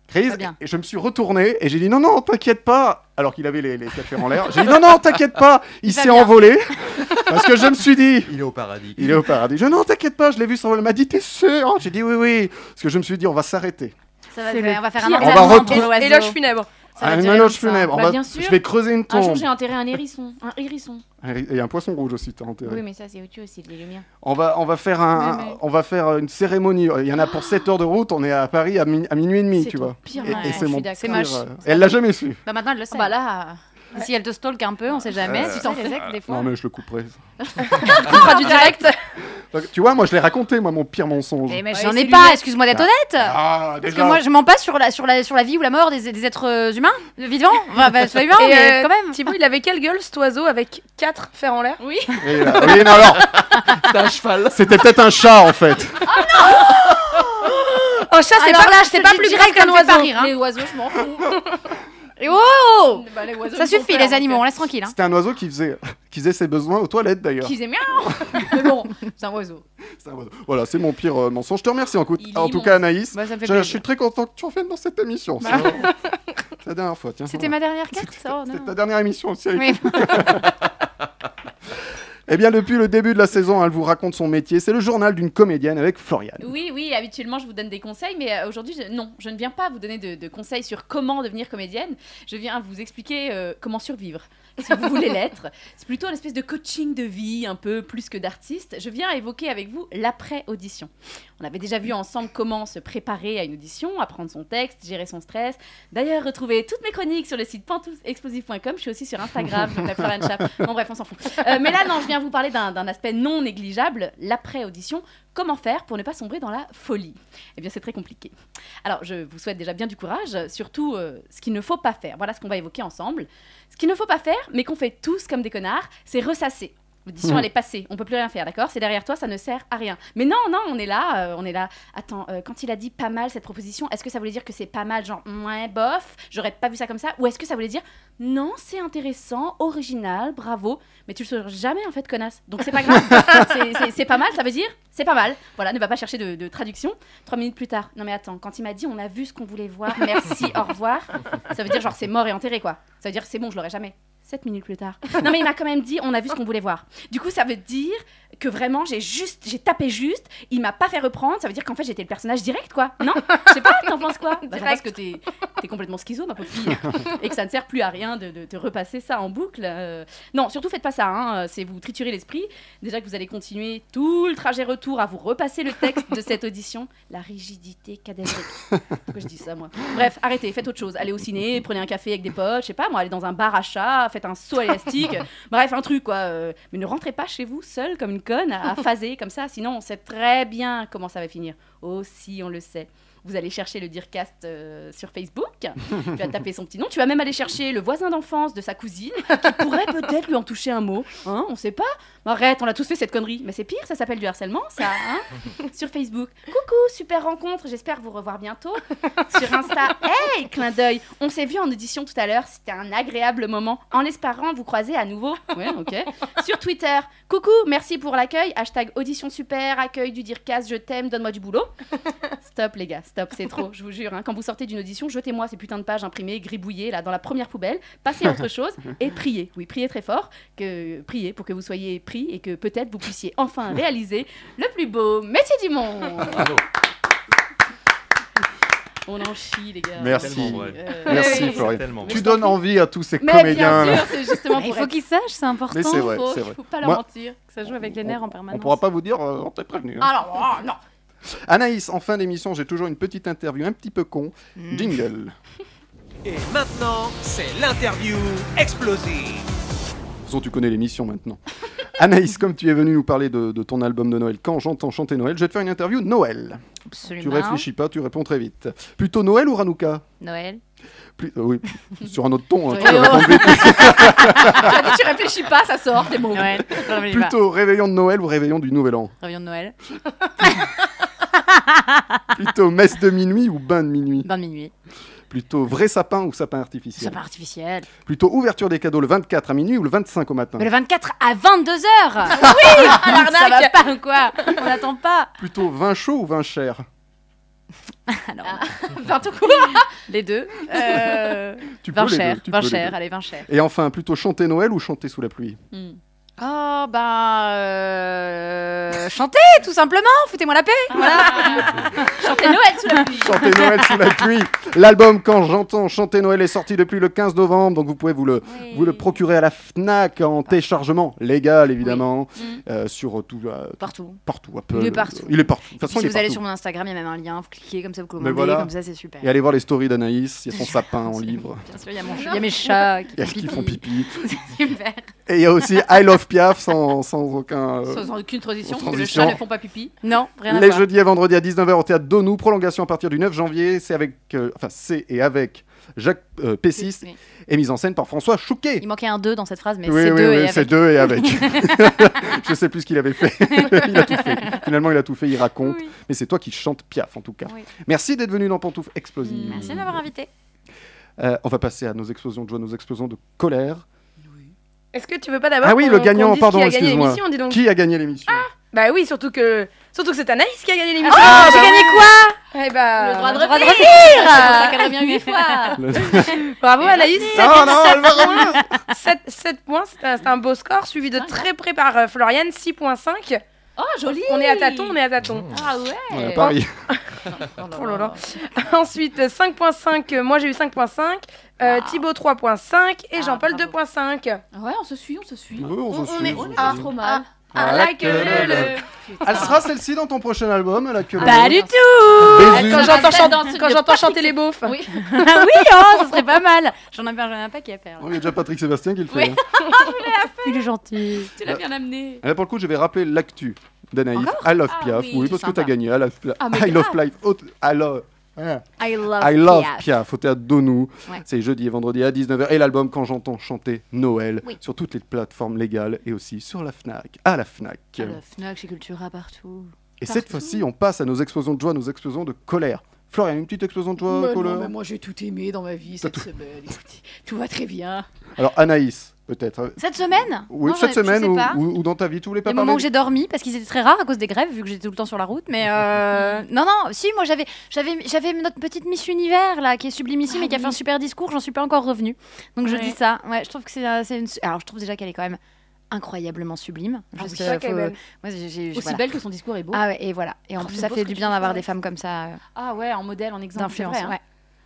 S2: crise.
S4: Pas bien.
S2: Et je me suis retourné et j'ai dit non, non, t'inquiète pas. Alors qu'il avait les, les quatre fers en l'air. J'ai dit non, non, t'inquiète pas. Il
S4: Il va
S2: s'est
S4: bien.
S2: envolé. Parce que je me suis dit,
S6: Il est au paradis.
S2: il est au paradis. Je non, t'inquiète pas, je l'ai vu s'envoler. Elle m'a dit, t'es sûr J'ai dit oui, oui. Parce que je me suis dit, on va s'arrêter.
S4: Ça va
S3: C'est
S4: durer,
S3: le
S4: On va faire
S3: pire. On
S4: un
S2: va
S4: enterrement
S2: retrouver-
S4: pour l'oiseau.
S5: Éloge funèbre.
S4: Ça va
S2: Un
S4: durer
S2: éloge
S4: comme ça.
S2: funèbre. on
S3: Bah,
S2: va-
S3: bien sûr.
S2: Ah, Je vais creuser une
S3: Un jour,
S2: tombe.
S3: j'ai enterré un hérisson. Un hérisson.
S2: Et un poisson rouge aussi, t'as enterré.
S3: mais ça, c'est au-dessus aussi, les lumières.
S2: On va, on va faire un,
S3: Ouais, mais-
S2: on va faire une cérémonie. Il y en a pour 7 heures de route. On est à Paris à, min- à minuit et demi,
S3: C'est
S2: tu
S3: ton
S2: vois.
S3: pire
S2: Et- et
S3: malheur,
S2: c'est
S3: je
S2: mon
S3: suis d'accord.
S4: C'est
S2: pire,
S4: moche.
S2: euh, Elle l'a jamais su.
S4: Bah maintenant, elle le sait.
S3: Ah bah là.
S4: Si elle te stalk un peu, on sait jamais.
S2: Euh,
S4: Tu t'en fais les ex, des fois.
S2: Non mais je le couperai.
S5: Coupera du direct.
S2: Donc, tu vois, moi je l'ai raconté, moi, mon pire mensonge.
S4: Eh, mais
S3: Ouais,
S4: j'en
S3: c'est
S4: ai
S3: lui,
S4: pas,
S3: là.
S4: excuse-moi d'être
S2: Ah.
S4: honnête.
S2: Ah,
S4: Parce que moi, je mens pas sur la, sur la, sur la vie ou la mort des, des êtres euh, humains, vivants. Enfin, bah, sois humain,
S5: Et,
S4: mais
S5: euh,
S4: quand même.
S5: Thibaut, il avait quelle gueule cet oiseau avec quatre fers en l'air
S3: Oui.
S2: Et, euh, oui, non, alors,
S6: C'est un cheval.
S2: c'était peut-être un chat, en fait.
S5: Un chat, Ah, c'est
S4: Alors
S5: pas,
S4: là, je
S5: c'est
S4: te
S5: pas
S4: dis
S5: plus
S4: direct,
S5: grave qu'un
S4: ça me fait pas
S5: oiseau.
S4: rire, hein.
S3: Les oiseaux, je m'en fous.
S4: Et oh
S3: Bah, les oiseaux,
S4: Ça
S3: ils sont
S4: suffit,
S3: peurs,
S4: les animaux,
S3: donc,
S4: on laisse tranquille. Hein.
S2: C'était un oiseau qui faisait, qui faisait ses besoins aux toilettes,
S3: euh,
S5: hein.
S2: d'ailleurs.
S3: Qu'ils aient miaou. Mais bon, c'est un oiseau.
S2: C'est un oiseau. Voilà, c'est mon pire euh, mensonge. Je te remercie, en, coup-
S3: Il est
S2: en tout
S3: immense.
S2: cas, Anaïs.
S4: Bah, ça me
S2: Je,
S4: fait
S2: je
S4: plaisir.
S2: suis très content que tu reviennes dans cette émission. C'est c'est la dernière fois, tiens.
S4: C'était
S2: voilà.
S4: ma dernière carte oh,
S2: C'était
S4: non.
S2: ta dernière émission aussi. avec-
S4: Oui.
S2: Eh bien, depuis le début de la saison, elle vous raconte son métier. C'est le journal d'une comédienne avec Florian.
S3: Oui, oui, habituellement je vous donne des conseils, mais euh, aujourd'hui, je- non, je ne viens pas vous donner de, de conseils sur comment devenir comédienne. Je viens vous expliquer euh, comment survivre. si vous voulez l'être. C'est plutôt une espèce de coaching de vie, un peu plus que d'artiste. Je viens évoquer avec vous l'après-audition. On avait déjà vu ensemble comment se préparer à une audition, apprendre son texte, gérer son stress. D'ailleurs, retrouvez toutes mes chroniques sur le site pantoufexplosive.com. Je suis aussi sur Instagram, je m'appelle Florian Chap. Bon, bref, on s'en fout. Euh, mais là, non, je viens vous parler d'un d'un aspect non négligeable, l'après-audition. Comment faire pour ne pas sombrer dans la folie Eh bien, c'est très compliqué. Alors, je vous souhaite déjà bien du courage, surtout euh, ce qu'il ne faut pas faire. Voilà ce qu'on va évoquer ensemble. Ce qu'il ne faut pas faire, mais qu'on fait tous comme des connards, c'est ressasser. L'audition,
S2: Mhm.
S3: elle est passée, on peut plus rien faire, d'accord C'est derrière toi, ça ne sert à rien. Mais non, non, on est là, euh, on est là. Attends, euh, quand il a dit pas mal cette proposition, est-ce que ça voulait dire que c'est pas mal, genre ouais, bof, j'aurais pas vu ça comme ça Ou est-ce que ça voulait dire non, c'est intéressant, original, bravo, mais tu le sauras jamais en fait, connasse. Donc c'est pas grave, C'est- c'est- c'est pas mal, ça veut dire c'est pas mal. Voilà, ne va pas chercher de, de traduction. Trois minutes plus tard, non mais attends, quand il m'a dit on a vu ce qu'on voulait voir, merci, au revoir, ça veut dire genre c'est mort et enterré quoi. Ça veut dire c'est bon, je l'aurai jamais. Sept minutes plus tard. Non mais il m'a quand même dit on a vu ce qu'on voulait voir. Du coup ça veut dire que vraiment j'ai juste j'ai tapé juste, il m'a pas fait reprendre, ça veut dire qu'en fait j'étais le personnage direct quoi. Non Je sais pas, t'en penses quoi bah, J'en pense
S5: Direct.
S3: que t'es t'es complètement schizo ma pauvre fille et que ça ne sert plus à rien de, de te repasser ça en boucle. euh. Non, surtout faites pas ça, hein, euh, c'est vous triturer l'esprit. Déjà que vous allez continuer tout le trajet retour à vous repasser le texte de cette audition. La rigidité cadavérique. Pourquoi je dis ça, moi Bref, arrêtez, faites autre chose. Allez au ciné, prenez un café avec des potes, je sais pas, moi, allez dans un bar à chat, faites un saut à élastique. Bref, un truc, quoi. euh. Mais ne rentrez pas chez vous seul comme une conne, à, à phaser comme ça, sinon on sait très bien comment ça va finir. Oh, si, on le sait. Vous allez chercher le Dircast euh, sur Facebook, tu vas taper son petit nom, tu vas même aller chercher le voisin d'enfance de sa cousine, qui pourrait peut-être lui en toucher un mot. Hein, on sait pas. Arrête, on l'a tous fait cette connerie. Mais c'est pire, ça s'appelle du harcèlement, ça. hein sur Facebook. Coucou, super rencontre, j'espère vous revoir bientôt. Sur Insta, hey, clin d'œil. On s'est vu en audition tout à l'heure, c'était un agréable moment. En espérant vous croiser à nouveau. Ouais, ok. Sur Twitter, coucou, merci pour l'accueil. Hashtag audition super, accueil du Dircas, je t'aime, donne-moi du boulot. Stop, les gars, stop, c'est trop, je vous jure. hein. Quand vous sortez d'une audition, jetez-moi ces putains de pages imprimées, gribouillées, là, dans la première poubelle. Passez à autre chose et priez. Oui, priez très fort. Que... Priez pour que vous soyez pris et que peut-être vous puissiez enfin réaliser le plus beau métier du monde.
S6: Bravo.
S3: On en chie, les gars.
S2: Merci.
S6: vrai.
S3: Euh,
S2: Merci,
S3: oui.
S2: Florian.
S6: Tellement.
S2: Tu donnes envie à tous ces
S3: Mais bien
S2: comédiens.
S3: sûr, c'est justement
S4: Mais Ah, Il
S3: pour
S4: faut qu'ils sachent, c'est important.
S2: Mais c'est vrai,
S3: faut,
S2: c'est vrai.
S3: faut pas leur
S2: Moi-
S3: mentir.
S4: Que ça joue avec les nerfs en permanence.
S2: On pourra pas vous dire, euh, on t'est prévenu. hein.
S3: Alors, oh, non.
S2: Anaïs, en fin d'émission, j'ai toujours une petite interview un petit peu con.
S4: Hmm.
S2: Jingle.
S1: Et maintenant, c'est l'interview explosive.
S2: Façon, tu connais l'émission maintenant. Anaïs, comme tu es venue nous parler de, de ton album de Noël, quand j'entends chanter Noël, je vais te faire une interview Noël.
S4: Absolument.
S2: Tu réfléchis pas, tu réponds très vite. Plutôt Noël ou Hanouka
S4: Noël.
S2: Plus- euh, Oui, sur un autre ton. hein, tu
S3: Ouais,
S2: vas
S3: ouais.
S2: répondre vite.
S3: T'as dit, tu réfléchis pas, ça sort des mots.
S4: Noël. Je réfléchis pas.
S2: Plutôt réveillon de Noël ou réveillon du Nouvel An
S4: Réveillon de Noël.
S2: Plutôt messe de minuit ou bain de minuit
S4: Bain de minuit.
S2: Plutôt vrai sapin ou sapin
S4: Ça
S2: artificiel
S4: part artificiel.
S2: Plutôt ouverture des cadeaux le 24 à minuit ou le 25 au matin
S4: Mais le 24 à 22h Ça va
S5: l'arnaque
S4: pas ou quoi On n'attend pas.
S2: Plutôt vin chaud ou vin cher
S4: Alors,
S3: Enfin, tout court.
S4: les deux. Euh,
S2: Tu
S4: vin
S2: les
S4: cher.
S2: deux, tu
S4: vin
S2: peux les
S4: cher.
S2: deux.
S4: Allez, vin cher.
S2: Et enfin, plutôt chanter Noël ou chanter sous la pluie
S3: Hmm.
S4: Oh, ben. Euh, chantez, tout simplement. Foutez-moi la paix. Voilà.
S3: Chantez Noël sous la pluie.
S2: Chanter Noël sous la pluie L'album Quand j'entends chanter Noël est sorti depuis le 15 novembre, donc vous pouvez vous le, vous le procurer à la FNAC en téléchargement légal, évidemment,
S3: Oui.
S2: euh, sur tout, euh,
S4: Partout.
S2: partout, Apple.
S4: Mm. Il est partout.
S2: Il est partout. De toute façon, il
S4: si
S2: est
S4: vous allez
S2: partout.
S4: sur mon Instagram, il y a même un lien. Vous cliquez comme ça, vous commandez.
S2: voilà.
S4: Comme ça, c'est super.
S2: Et allez voir les stories d'Anaïs, il y a son sapin en livre.
S4: Bien sûr, il y a mon chat- il y a mes chats
S2: Il y a ce
S4: qui
S2: qu'ils
S4: font
S2: font
S4: pipi.
S2: pipi.
S4: Super.
S2: Et il y a aussi I Love Piaf sans, sans aucun. euh,
S3: Sans sans aucune transition,
S2: Sans
S3: parce que le
S2: transition.
S3: chat ne font pas pipi.
S4: Non, rien à
S2: les
S4: voir.
S2: jeudis et vendredis à 19h au théâtre Donou, prolongation à partir du 9 janvier. C'est avec, euh, enfin, c'est et avec Jacques euh, Pessis
S4: Oui.
S2: et mise en scène par François Chouquet.
S4: Il manquait un 2 dans cette phrase, mais
S2: oui,
S4: c'est
S2: oui,
S4: deux
S2: oui,
S4: et
S2: c'est
S4: avec.
S2: deux et avec. Je sais plus ce qu'il avait fait. il a tout fait. Finalement, il a tout fait, il raconte.
S4: Oui.
S2: Mais c'est toi qui chante Piaf, en tout cas.
S4: Oui.
S2: Merci d'être venu dans Pantouf Explosive.
S4: Merci de m'avoir invité.
S2: Euh, on va passer à nos explosions de joie, nos explosions de colère.
S5: Est-ce que tu veux pas d'abord
S2: Ah oui,
S5: qu'on-
S2: le
S5: qu'on
S2: gagnant,
S5: dise qui
S2: pardon,
S5: a gagné
S2: excuse-moi.
S5: l'émission, dis donc.
S2: Qui a gagné l'émission
S5: Bah oui, surtout que surtout que c'est Anaïs qui a gagné l'émission.
S4: Ah, j'ai gagné quoi
S5: Eh bah,
S3: Le droit de
S4: droit de
S3: revenir. C'est pour ça qu'elle revient huit fois.
S2: Le-
S5: Bravo Anaïs.
S2: Non, Ah, non, elle va revenir.
S5: 7, points, c'est un, c'est un beau score, suivi de très près par euh, Floriane, 6.5.
S3: Oh, joli.
S5: On est à tâtons, on est à tâtons.
S3: Ah ouais.
S2: Ouais, à Paris.
S3: Oh là
S5: Oh là
S3: là.
S5: euh, là. Ensuite, 5.5, euh, moi j'ai eu 5.5. euh, Thibaut 3.5 et
S9: Ah,
S5: Jean-Paul
S9: bravo.
S5: 2.5.
S9: Ouais, on se suit, on se suit.
S2: Ouais, on s'en
S5: on
S2: suit,
S5: est-
S2: on s'en
S5: Ah,
S2: suit.
S9: Trop mal.
S5: Ah, là que le- le-
S2: Elle sera celle-ci dans ton prochain album, la queue.
S4: Pas du tout
S2: Baisu.
S5: Quand j'entends chan-
S9: Dans ce-
S5: quand j'entends chanter les beaufs.
S9: Oui.
S4: Ah oui, oh, ce serait pas mal J'en ai un paquet à faire.
S2: Oh, Il y a déjà Patrick Sébastien qui le fait.
S9: Oui.
S2: hein.
S4: Il est gentil.
S9: Tu l'as bien amené.
S2: Et là, Eh ben, pour le coup, je vais rappeler l'actu d'Anaïs. I love
S9: Ah
S2: Piaf.
S9: oui,
S2: Oui, parce que
S4: sympa.
S2: t'as gagné. I love Piaf.
S9: Ah, mais
S2: I love Piaf. Oh, I love. Ah.
S4: I love,
S2: I love
S4: Piaf.
S2: Piaf au théâtre Donou.
S4: Ouais.
S2: C'est jeudi et vendredi à 19h. Et l'album Quand j'entends chanter Noël
S4: Oui.
S2: sur toutes les plateformes légales et aussi sur la Fnac. À la Fnac.
S4: Ah, le Fnac, chez Cultura, partout.
S2: Et cette fois-ci, on passe à nos explosions de joie, nos explosions de colère. Florian, une petite explosion de joie,
S9: Mais Bah non,
S2: colère
S9: mais moi j'ai tout aimé dans ma vie cette semaine. Écoutez, tout va très bien.
S2: Alors, Anaïs, peut-être. Euh,
S4: Cette semaine
S2: Oui,
S4: Non,
S2: cette
S4: j'en ai- je
S2: semaine
S4: sais
S2: ou,
S4: pas.
S2: ou- ou dans ta vie, tu voulais pas
S4: Les moments où
S2: parler
S4: j'ai dormi, parce qu'ils étaient très rares à cause des grèves, vu que j'étais tout le temps sur la route. Mais euh, non, non, si, moi j'avais, j'avais, j'avais notre petite Miss Univers là, qui est sublimissime
S9: Ah
S4: et qui a fait
S9: oui.
S4: un super discours. J'en suis pas encore revenue. Donc je
S9: Ouais.
S4: dis ça. Ouais, je trouve que c'est, euh, c'est une. su- Alors je trouve déjà qu'elle est quand même incroyablement sublime.
S9: Ah
S4: Juste,
S5: C'est
S4: euh,
S5: vrai qu'elle
S4: faut-
S5: est belle.
S4: Moi, j'ai- j'ai-
S9: Aussi
S4: voilà.
S9: belle que son discours est beau. Ah,
S4: Ah ouais, et voilà. Et en
S9: Oh,
S4: plus,
S9: c'est
S4: ça
S9: beau
S4: fait
S9: ce que
S4: du
S9: tu
S4: bien
S9: fais,
S4: d'avoir
S9: ouais.
S4: des femmes comme ça, euh,
S9: Ah ouais, en modèle, en exemple. c'est
S4: d'influence.
S9: vrai, hein.
S4: ouais.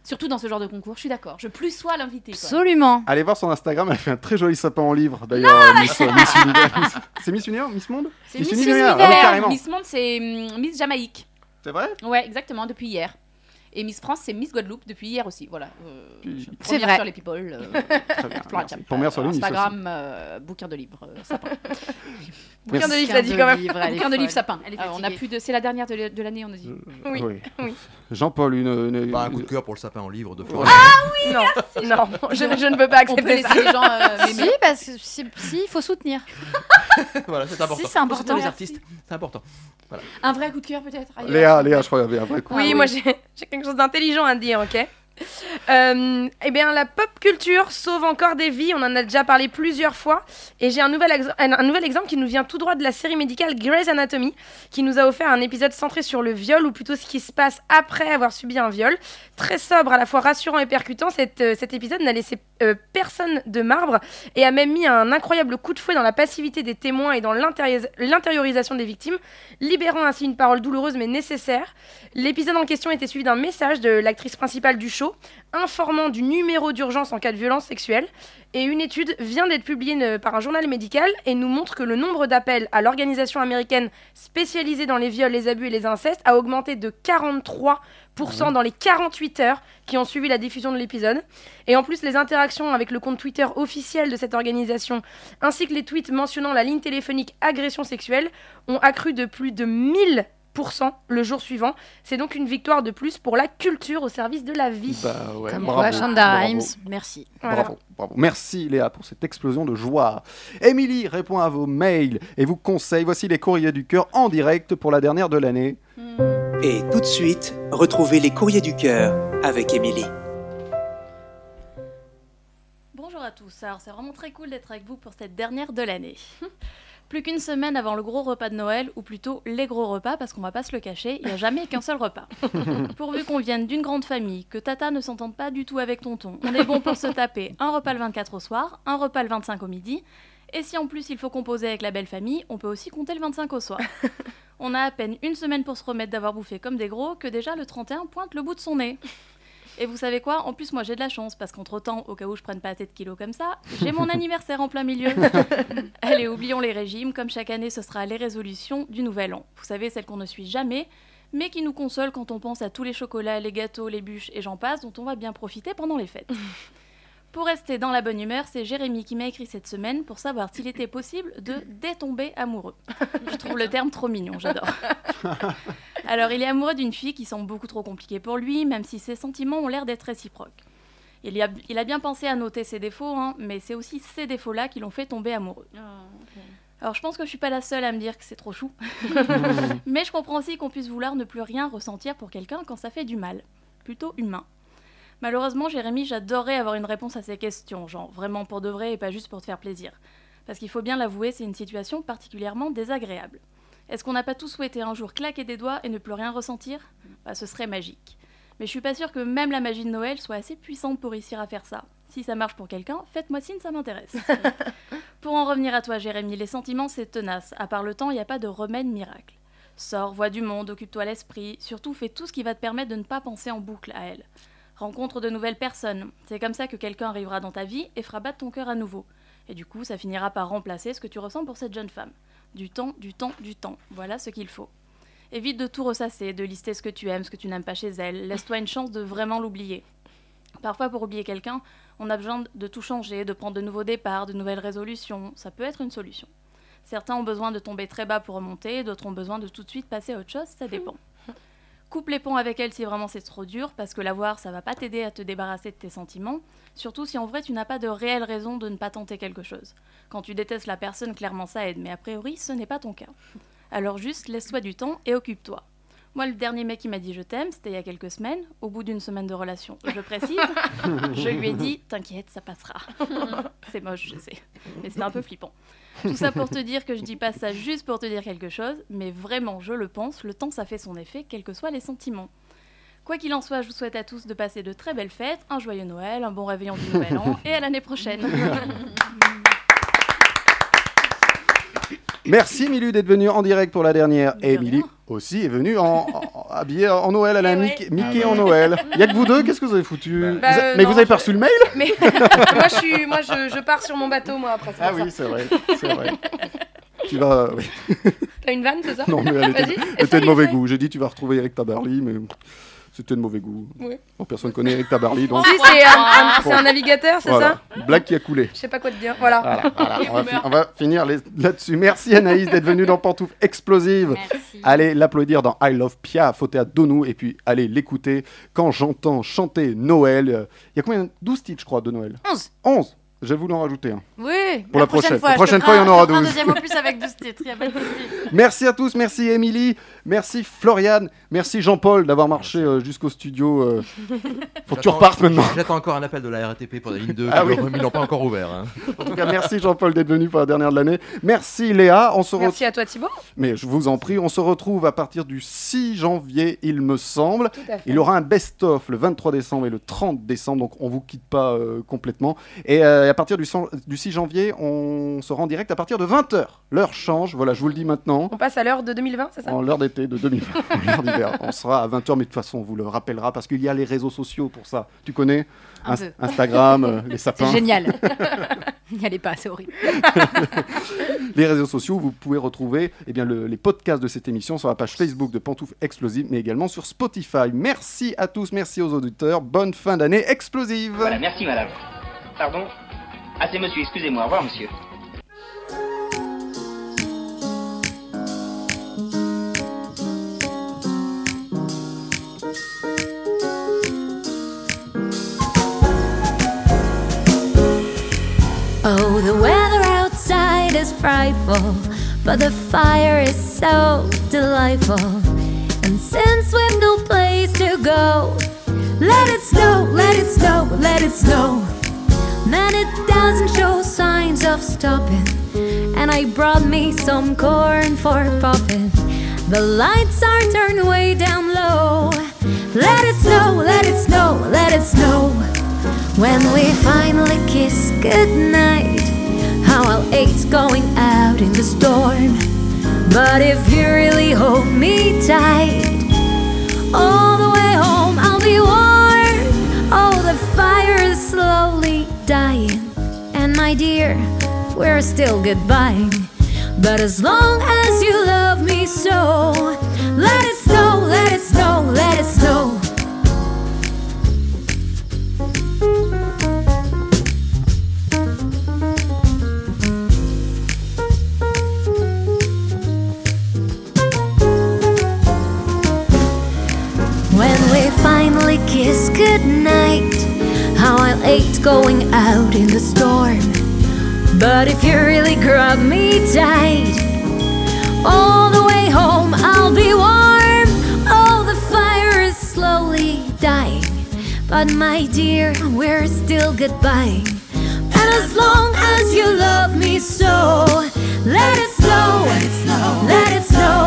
S9: Surtout dans ce genre de concours, je suis d'accord. Je plus sois l'invité. quoi.
S4: Absolument.
S2: Allez voir son Instagram, elle fait un très joli sapin en livre d'ailleurs. euh, Miss, Miss Univers. Miss- C'est Miss Univers Miss Monde
S9: C'est
S2: Miss
S9: Miss,
S2: Univers,
S9: Univers.
S2: ah oui, carrément.
S9: Miss Monde, c'est hum, Miss Jamaïque.
S2: C'est vrai
S9: Ouais, exactement, depuis hier. Et Miss France, c'est Miss Guadeloupe depuis hier aussi. Voilà. Euh,
S2: Puis-
S9: je suis
S4: C'est
S9: première
S4: vrai.
S9: sur les people. euh,
S2: Très bien.
S9: plein de
S2: merci.
S9: chapes,
S2: Pour
S9: euh,
S2: mère sur l'Unis.
S9: Instagram, euh, bouquin de livres. euh, sapin.
S5: Bouquin de
S2: Merci.
S5: livres, ça dit quand même.
S4: livre, elle est
S9: bouquin de
S4: folle.
S9: livres, sapin.
S4: Elle est
S9: Euh, on a
S4: fatiguée.
S9: plus de. C'est la dernière de l'e- de l'année, on a dit.
S2: Euh,
S5: Oui.
S2: Jean-Paul, une. une-
S6: Bah, un coup de cœur pour le sapin en livre de Florent.
S4: Ah
S5: Non, non, je, je ne peux pas
S9: On peut
S5: accepter ça.
S9: laisser les gens euh,
S4: Si,
S9: m'aimer.
S4: parce que si, si, il faut soutenir.
S6: voilà, c'est important.
S4: Si, c'est important.
S6: Surtout les
S4: Merci.
S6: artistes, c'est important.
S9: Un vrai coup de cœur peut-être. ailleurs.
S2: Léa, Léa, je crois qu'il y avait un vrai coup.
S9: Ah
S5: Oui,
S9: oui.
S5: moi j'ai j'ai quelque chose d'intelligent à dire, ok Euh, Eh bien, la pop culture sauve encore des vies, on en a déjà parlé plusieurs fois. Et j'ai un, nouvel ex- un un nouvel exemple qui nous vient tout droit de la série médicale Grey's Anatomy, qui nous a offert un épisode centré sur le viol, ou plutôt ce qui se passe après avoir subi un viol. Très sobre, à la fois rassurant et percutant, cette, euh, cet épisode n'a laissé euh, personne de marbre et a même mis un incroyable coup de fouet dans la passivité des témoins et dans l'intériori- l'intériorisation des victimes, libérant ainsi une parole douloureuse mais nécessaire. L'épisode en question était suivi d'un message de l'actrice principale du show, informant du numéro d'urgence en cas de violence sexuelle. Et une étude vient d'être publiée euh, par un journal médical et nous montre que le nombre d'appels à l'organisation américaine spécialisée dans les viols, les abus et les incestes a augmenté de 43% dans les 48 heures qui ont suivi la diffusion de l'épisode. Et en plus, les interactions avec le compte Twitter officiel de cette organisation, ainsi que les tweets mentionnant la ligne téléphonique agression sexuelle, ont accru de plus de 1000% le jour suivant. C'est donc une victoire de plus pour la culture au service de la vie.
S2: Bah, ouais,
S4: Comme
S2: bravo,
S4: quoi, Shonda
S2: bravo,
S4: Rhimes, merci.
S5: Voilà.
S2: Bravo, bravo. Merci Léa pour cette explosion de joie. Émilie répond à vos mails et vous conseille. Voici les courriers du cœur en direct pour la dernière de l'année.
S1: Et tout de suite, retrouvez les courriers du cœur avec Émilie.
S3: Bonjour à tous, alors c'est vraiment très cool d'être avec vous pour cette dernière de l'année. Plus qu'une semaine avant le gros repas de Noël, ou plutôt les gros repas, parce qu'on va pas se le cacher, il n'y a jamais qu'un seul repas. Pourvu qu'on vienne d'une grande famille, que Tata ne s'entende pas du tout avec Tonton, on est bon pour se taper un repas le 24 au soir, un repas le 25 au midi, et si en plus il faut composer avec la belle famille, on peut aussi compter le 25 au soir. On a à peine une semaine pour se remettre d'avoir bouffé comme des gros, que déjà le 31 pointe le bout de son nez. Et vous savez quoi En plus, moi, j'ai de la chance parce qu'entre-temps, au cas où je prenne pas assez de kilos comme ça, j'ai mon anniversaire en plein milieu. Allez, oublions les régimes. Comme chaque année, ce sera les résolutions du nouvel an. Vous savez, celles qu'on ne suit jamais, mais qui nous consolent quand on pense à tous les chocolats, les gâteaux, les bûches et j'en passe, dont on va bien profiter pendant les fêtes. Pour rester dans la bonne humeur, c'est Jérémy qui m'a écrit cette semaine pour savoir s'il était possible de détomber amoureux. Je trouve le terme trop mignon, j'adore. Alors, il est amoureux d'une fille qui semble beaucoup trop compliquée pour lui, même si ses sentiments ont l'air d'être réciproques. Il, y a, il a bien pensé à noter ses défauts, hein, mais c'est aussi ces défauts-là qui l'ont fait tomber amoureux. Alors, je pense que je suis pas la seule à me dire que c'est trop chou, mais je comprends aussi qu'on puisse vouloir ne plus rien ressentir pour quelqu'un quand ça fait du mal. Plutôt humain. Malheureusement, Jérémy, j'adorerais avoir une réponse à ces questions, genre vraiment pour de vrai et pas juste pour te faire plaisir. Parce qu'il faut bien l'avouer, c'est une situation particulièrement désagréable. Est-ce qu'on n'a pas tous souhaité un jour claquer des doigts et ne plus rien ressentir Bah, Ce serait magique. Mais je suis pas sûre que même la magie de Noël soit assez puissante pour réussir à faire ça. Si ça marche pour quelqu'un, faites-moi signe, ça m'intéresse. pour en revenir à toi, Jérémy, les sentiments, c'est tenace. À part le temps, il n'y a pas de remède miracle. Sors, vois du monde, occupe-toi l'esprit, surtout fais tout ce qui va te permettre de ne pas penser en boucle à elle. rencontre de nouvelles personnes. C'est comme ça que quelqu'un arrivera dans ta vie et fera battre ton cœur à nouveau. Et du coup, ça finira par remplacer ce que tu ressens pour cette jeune femme. Du temps, du temps, du temps. Voilà ce qu'il faut. Évite de tout ressasser, de lister ce que tu aimes, ce que tu n'aimes pas chez elle. Laisse-toi une chance de vraiment l'oublier. Parfois, pour oublier quelqu'un, on a besoin de tout changer, de prendre de nouveaux départs, de nouvelles résolutions. Ça peut être une solution. Certains ont besoin de tomber très bas pour remonter, d'autres ont besoin de tout de suite passer à autre chose, ça dépend. Coupe les ponts avec elle si vraiment c'est trop dur, parce que la voir, ça va pas t'aider à te débarrasser de tes sentiments, surtout si en vrai tu n'as pas de réelle raison de ne pas tenter quelque chose. Quand tu détestes la personne, clairement ça aide, mais a priori ce n'est pas ton cas. Alors juste laisse-toi du temps et occupe-toi. Moi, le dernier mec qui m'a dit je t'aime, c'était il y a quelques semaines, au bout d'une semaine de relation, je précise. je lui ai dit t'inquiète, ça passera. c'est moche, je sais, mais c'était un peu flippant. Tout ça pour te dire que je dis pas ça juste pour te dire quelque chose, mais vraiment, je le pense, le temps ça fait son effet, quels que soient les sentiments. Quoi qu'il en soit, je vous souhaite à tous de passer de très belles fêtes, un joyeux Noël, un bon réveillon du Nouvel An et à l'année prochaine.
S2: Merci Milu d'être venue en direct pour la dernière. Et Milu aussi est venue en, en- habillée en Noël, elle a
S5: Eh ouais.
S2: Mickey, Mickey en Noël. Il y a que vous deux, qu'est-ce que vous avez foutu Vous
S5: Bah,
S2: a-
S5: euh,
S2: Mais
S5: non,
S2: vous avez
S5: je-
S2: pas reçu le mail
S5: Mais moi, je, suis, moi je, je pars sur mon bateau, moi, après. c'est
S2: Ah
S5: pour
S2: oui,
S5: ça.
S2: c'est vrai, c'est vrai. Tu vas. oui.
S5: T'as une vanne, c'est ça
S2: Non, mais elle était,
S5: Vas-y,
S2: elle était de
S5: essaye,
S2: mauvais
S5: essaye.
S2: goût. J'ai dit tu vas retrouver Eric Tabarly, mais c'était de mauvais goût.
S5: Oui.
S2: Bon, personne connaît Eric Tabarly, donc.
S5: Si, c'est un, un- c'est un navigateur, Ah, c'est
S2: voilà.
S5: ça
S2: Blague qui a coulé.
S5: Je sais pas quoi te dire. Voilà.
S2: Voilà, voilà. On, va fi- on va finir les- là-dessus. Merci Anaïs d'être venue dans Pantoufle Explosive.
S4: Merci.
S2: Allez l'applaudir dans I Love Piaf au théâtre Donou et puis allez l'écouter quand j'entends chanter Noël. euh, Il y a combien 12 titres, je crois, de Noël
S4: 11.
S2: 11 Je vais vous en rajouter un.
S4: Oui,
S2: Pour la prochaine.
S4: fois.
S2: La
S4: je te
S2: prochaine
S4: ferai
S2: fois, il y
S4: un-
S2: en aura
S4: je te ferai
S2: 12.
S4: Un deuxième opus avec 12 titres, il y a pas de souci.
S2: Merci à tous, merci Émilie, merci Floriane, merci Jean-Paul d'avoir marché euh, jusqu'au studio. euh. Faut que tu
S6: J'attends-
S2: repartes maintenant.
S6: J'attends encore un appel de la RATP pour la ligne 2.
S2: Ah
S6: qui
S2: oui.
S6: l'ont- Ils l'ont pas encore ouvert. hein.
S2: En tout cas, merci Jean-Paul d'être venu pour la dernière de l'année. Merci Léa, on se retrouve.
S5: Merci à toi, Thibaut.
S2: Mais je vous en prie, on se retrouve à partir du 6 janvier, il me semble.
S5: Tout à fait.
S2: Il y aura un best-of le 23 décembre et le 30 décembre, donc on vous quitte pas euh, complètement. Et euh, à partir du, cent- du 6 janvier, on se rend en direct à partir de 20h. L'heure change, voilà, je vous le dis maintenant.
S5: On passe à l'heure de 2020, c'est ça
S2: En l'heure d'été de 2020, en l'heure d'hiver. On sera à 20h, mais de toute façon, on vous le rappellera parce qu'il y a les réseaux sociaux pour ça. Tu connais
S4: Un
S2: Inst-
S4: peu.
S2: Instagram, euh, les
S4: C'est
S2: sapins.
S4: génial. N'y allez pas, c'est horrible.
S2: les réseaux sociaux, vous pouvez retrouver eh bien, le- les podcasts de cette émission sur la page Facebook de Pantouf Explosive, mais également sur Spotify. Merci à tous, merci aux auditeurs. Bonne fin d'année explosive.
S1: Voilà, merci madame. Pardon Ah, c'est monsieur, excusez-moi. Au revoir monsieur.
S7: Oh, the weather outside is frightful, but the fire is so delightful. And since we've no place to go, let it snow, let it snow, let it snow. Man, it doesn't show signs of stopping. And I brought me some corn for popping. The lights are turned way down low. Let it snow, let it snow, let it snow. When we finally kiss goodnight, how I'll hate going out in the storm. But if you really hold me tight, all the way home I'll be warm. Oh, the fire is slowly dying, and my dear, we're still goodbye. But as long as you love me so, let it snow, let it snow, let it snow. When we finally kiss goodnight, how I'll hate going out in the storm. But if you really grab me tight, all the way home I'll be warm. Oh, the fire is slowly dying. But my dear, we're still goodbye. And as long as you love me so, let it snow, let it snow, let it snow.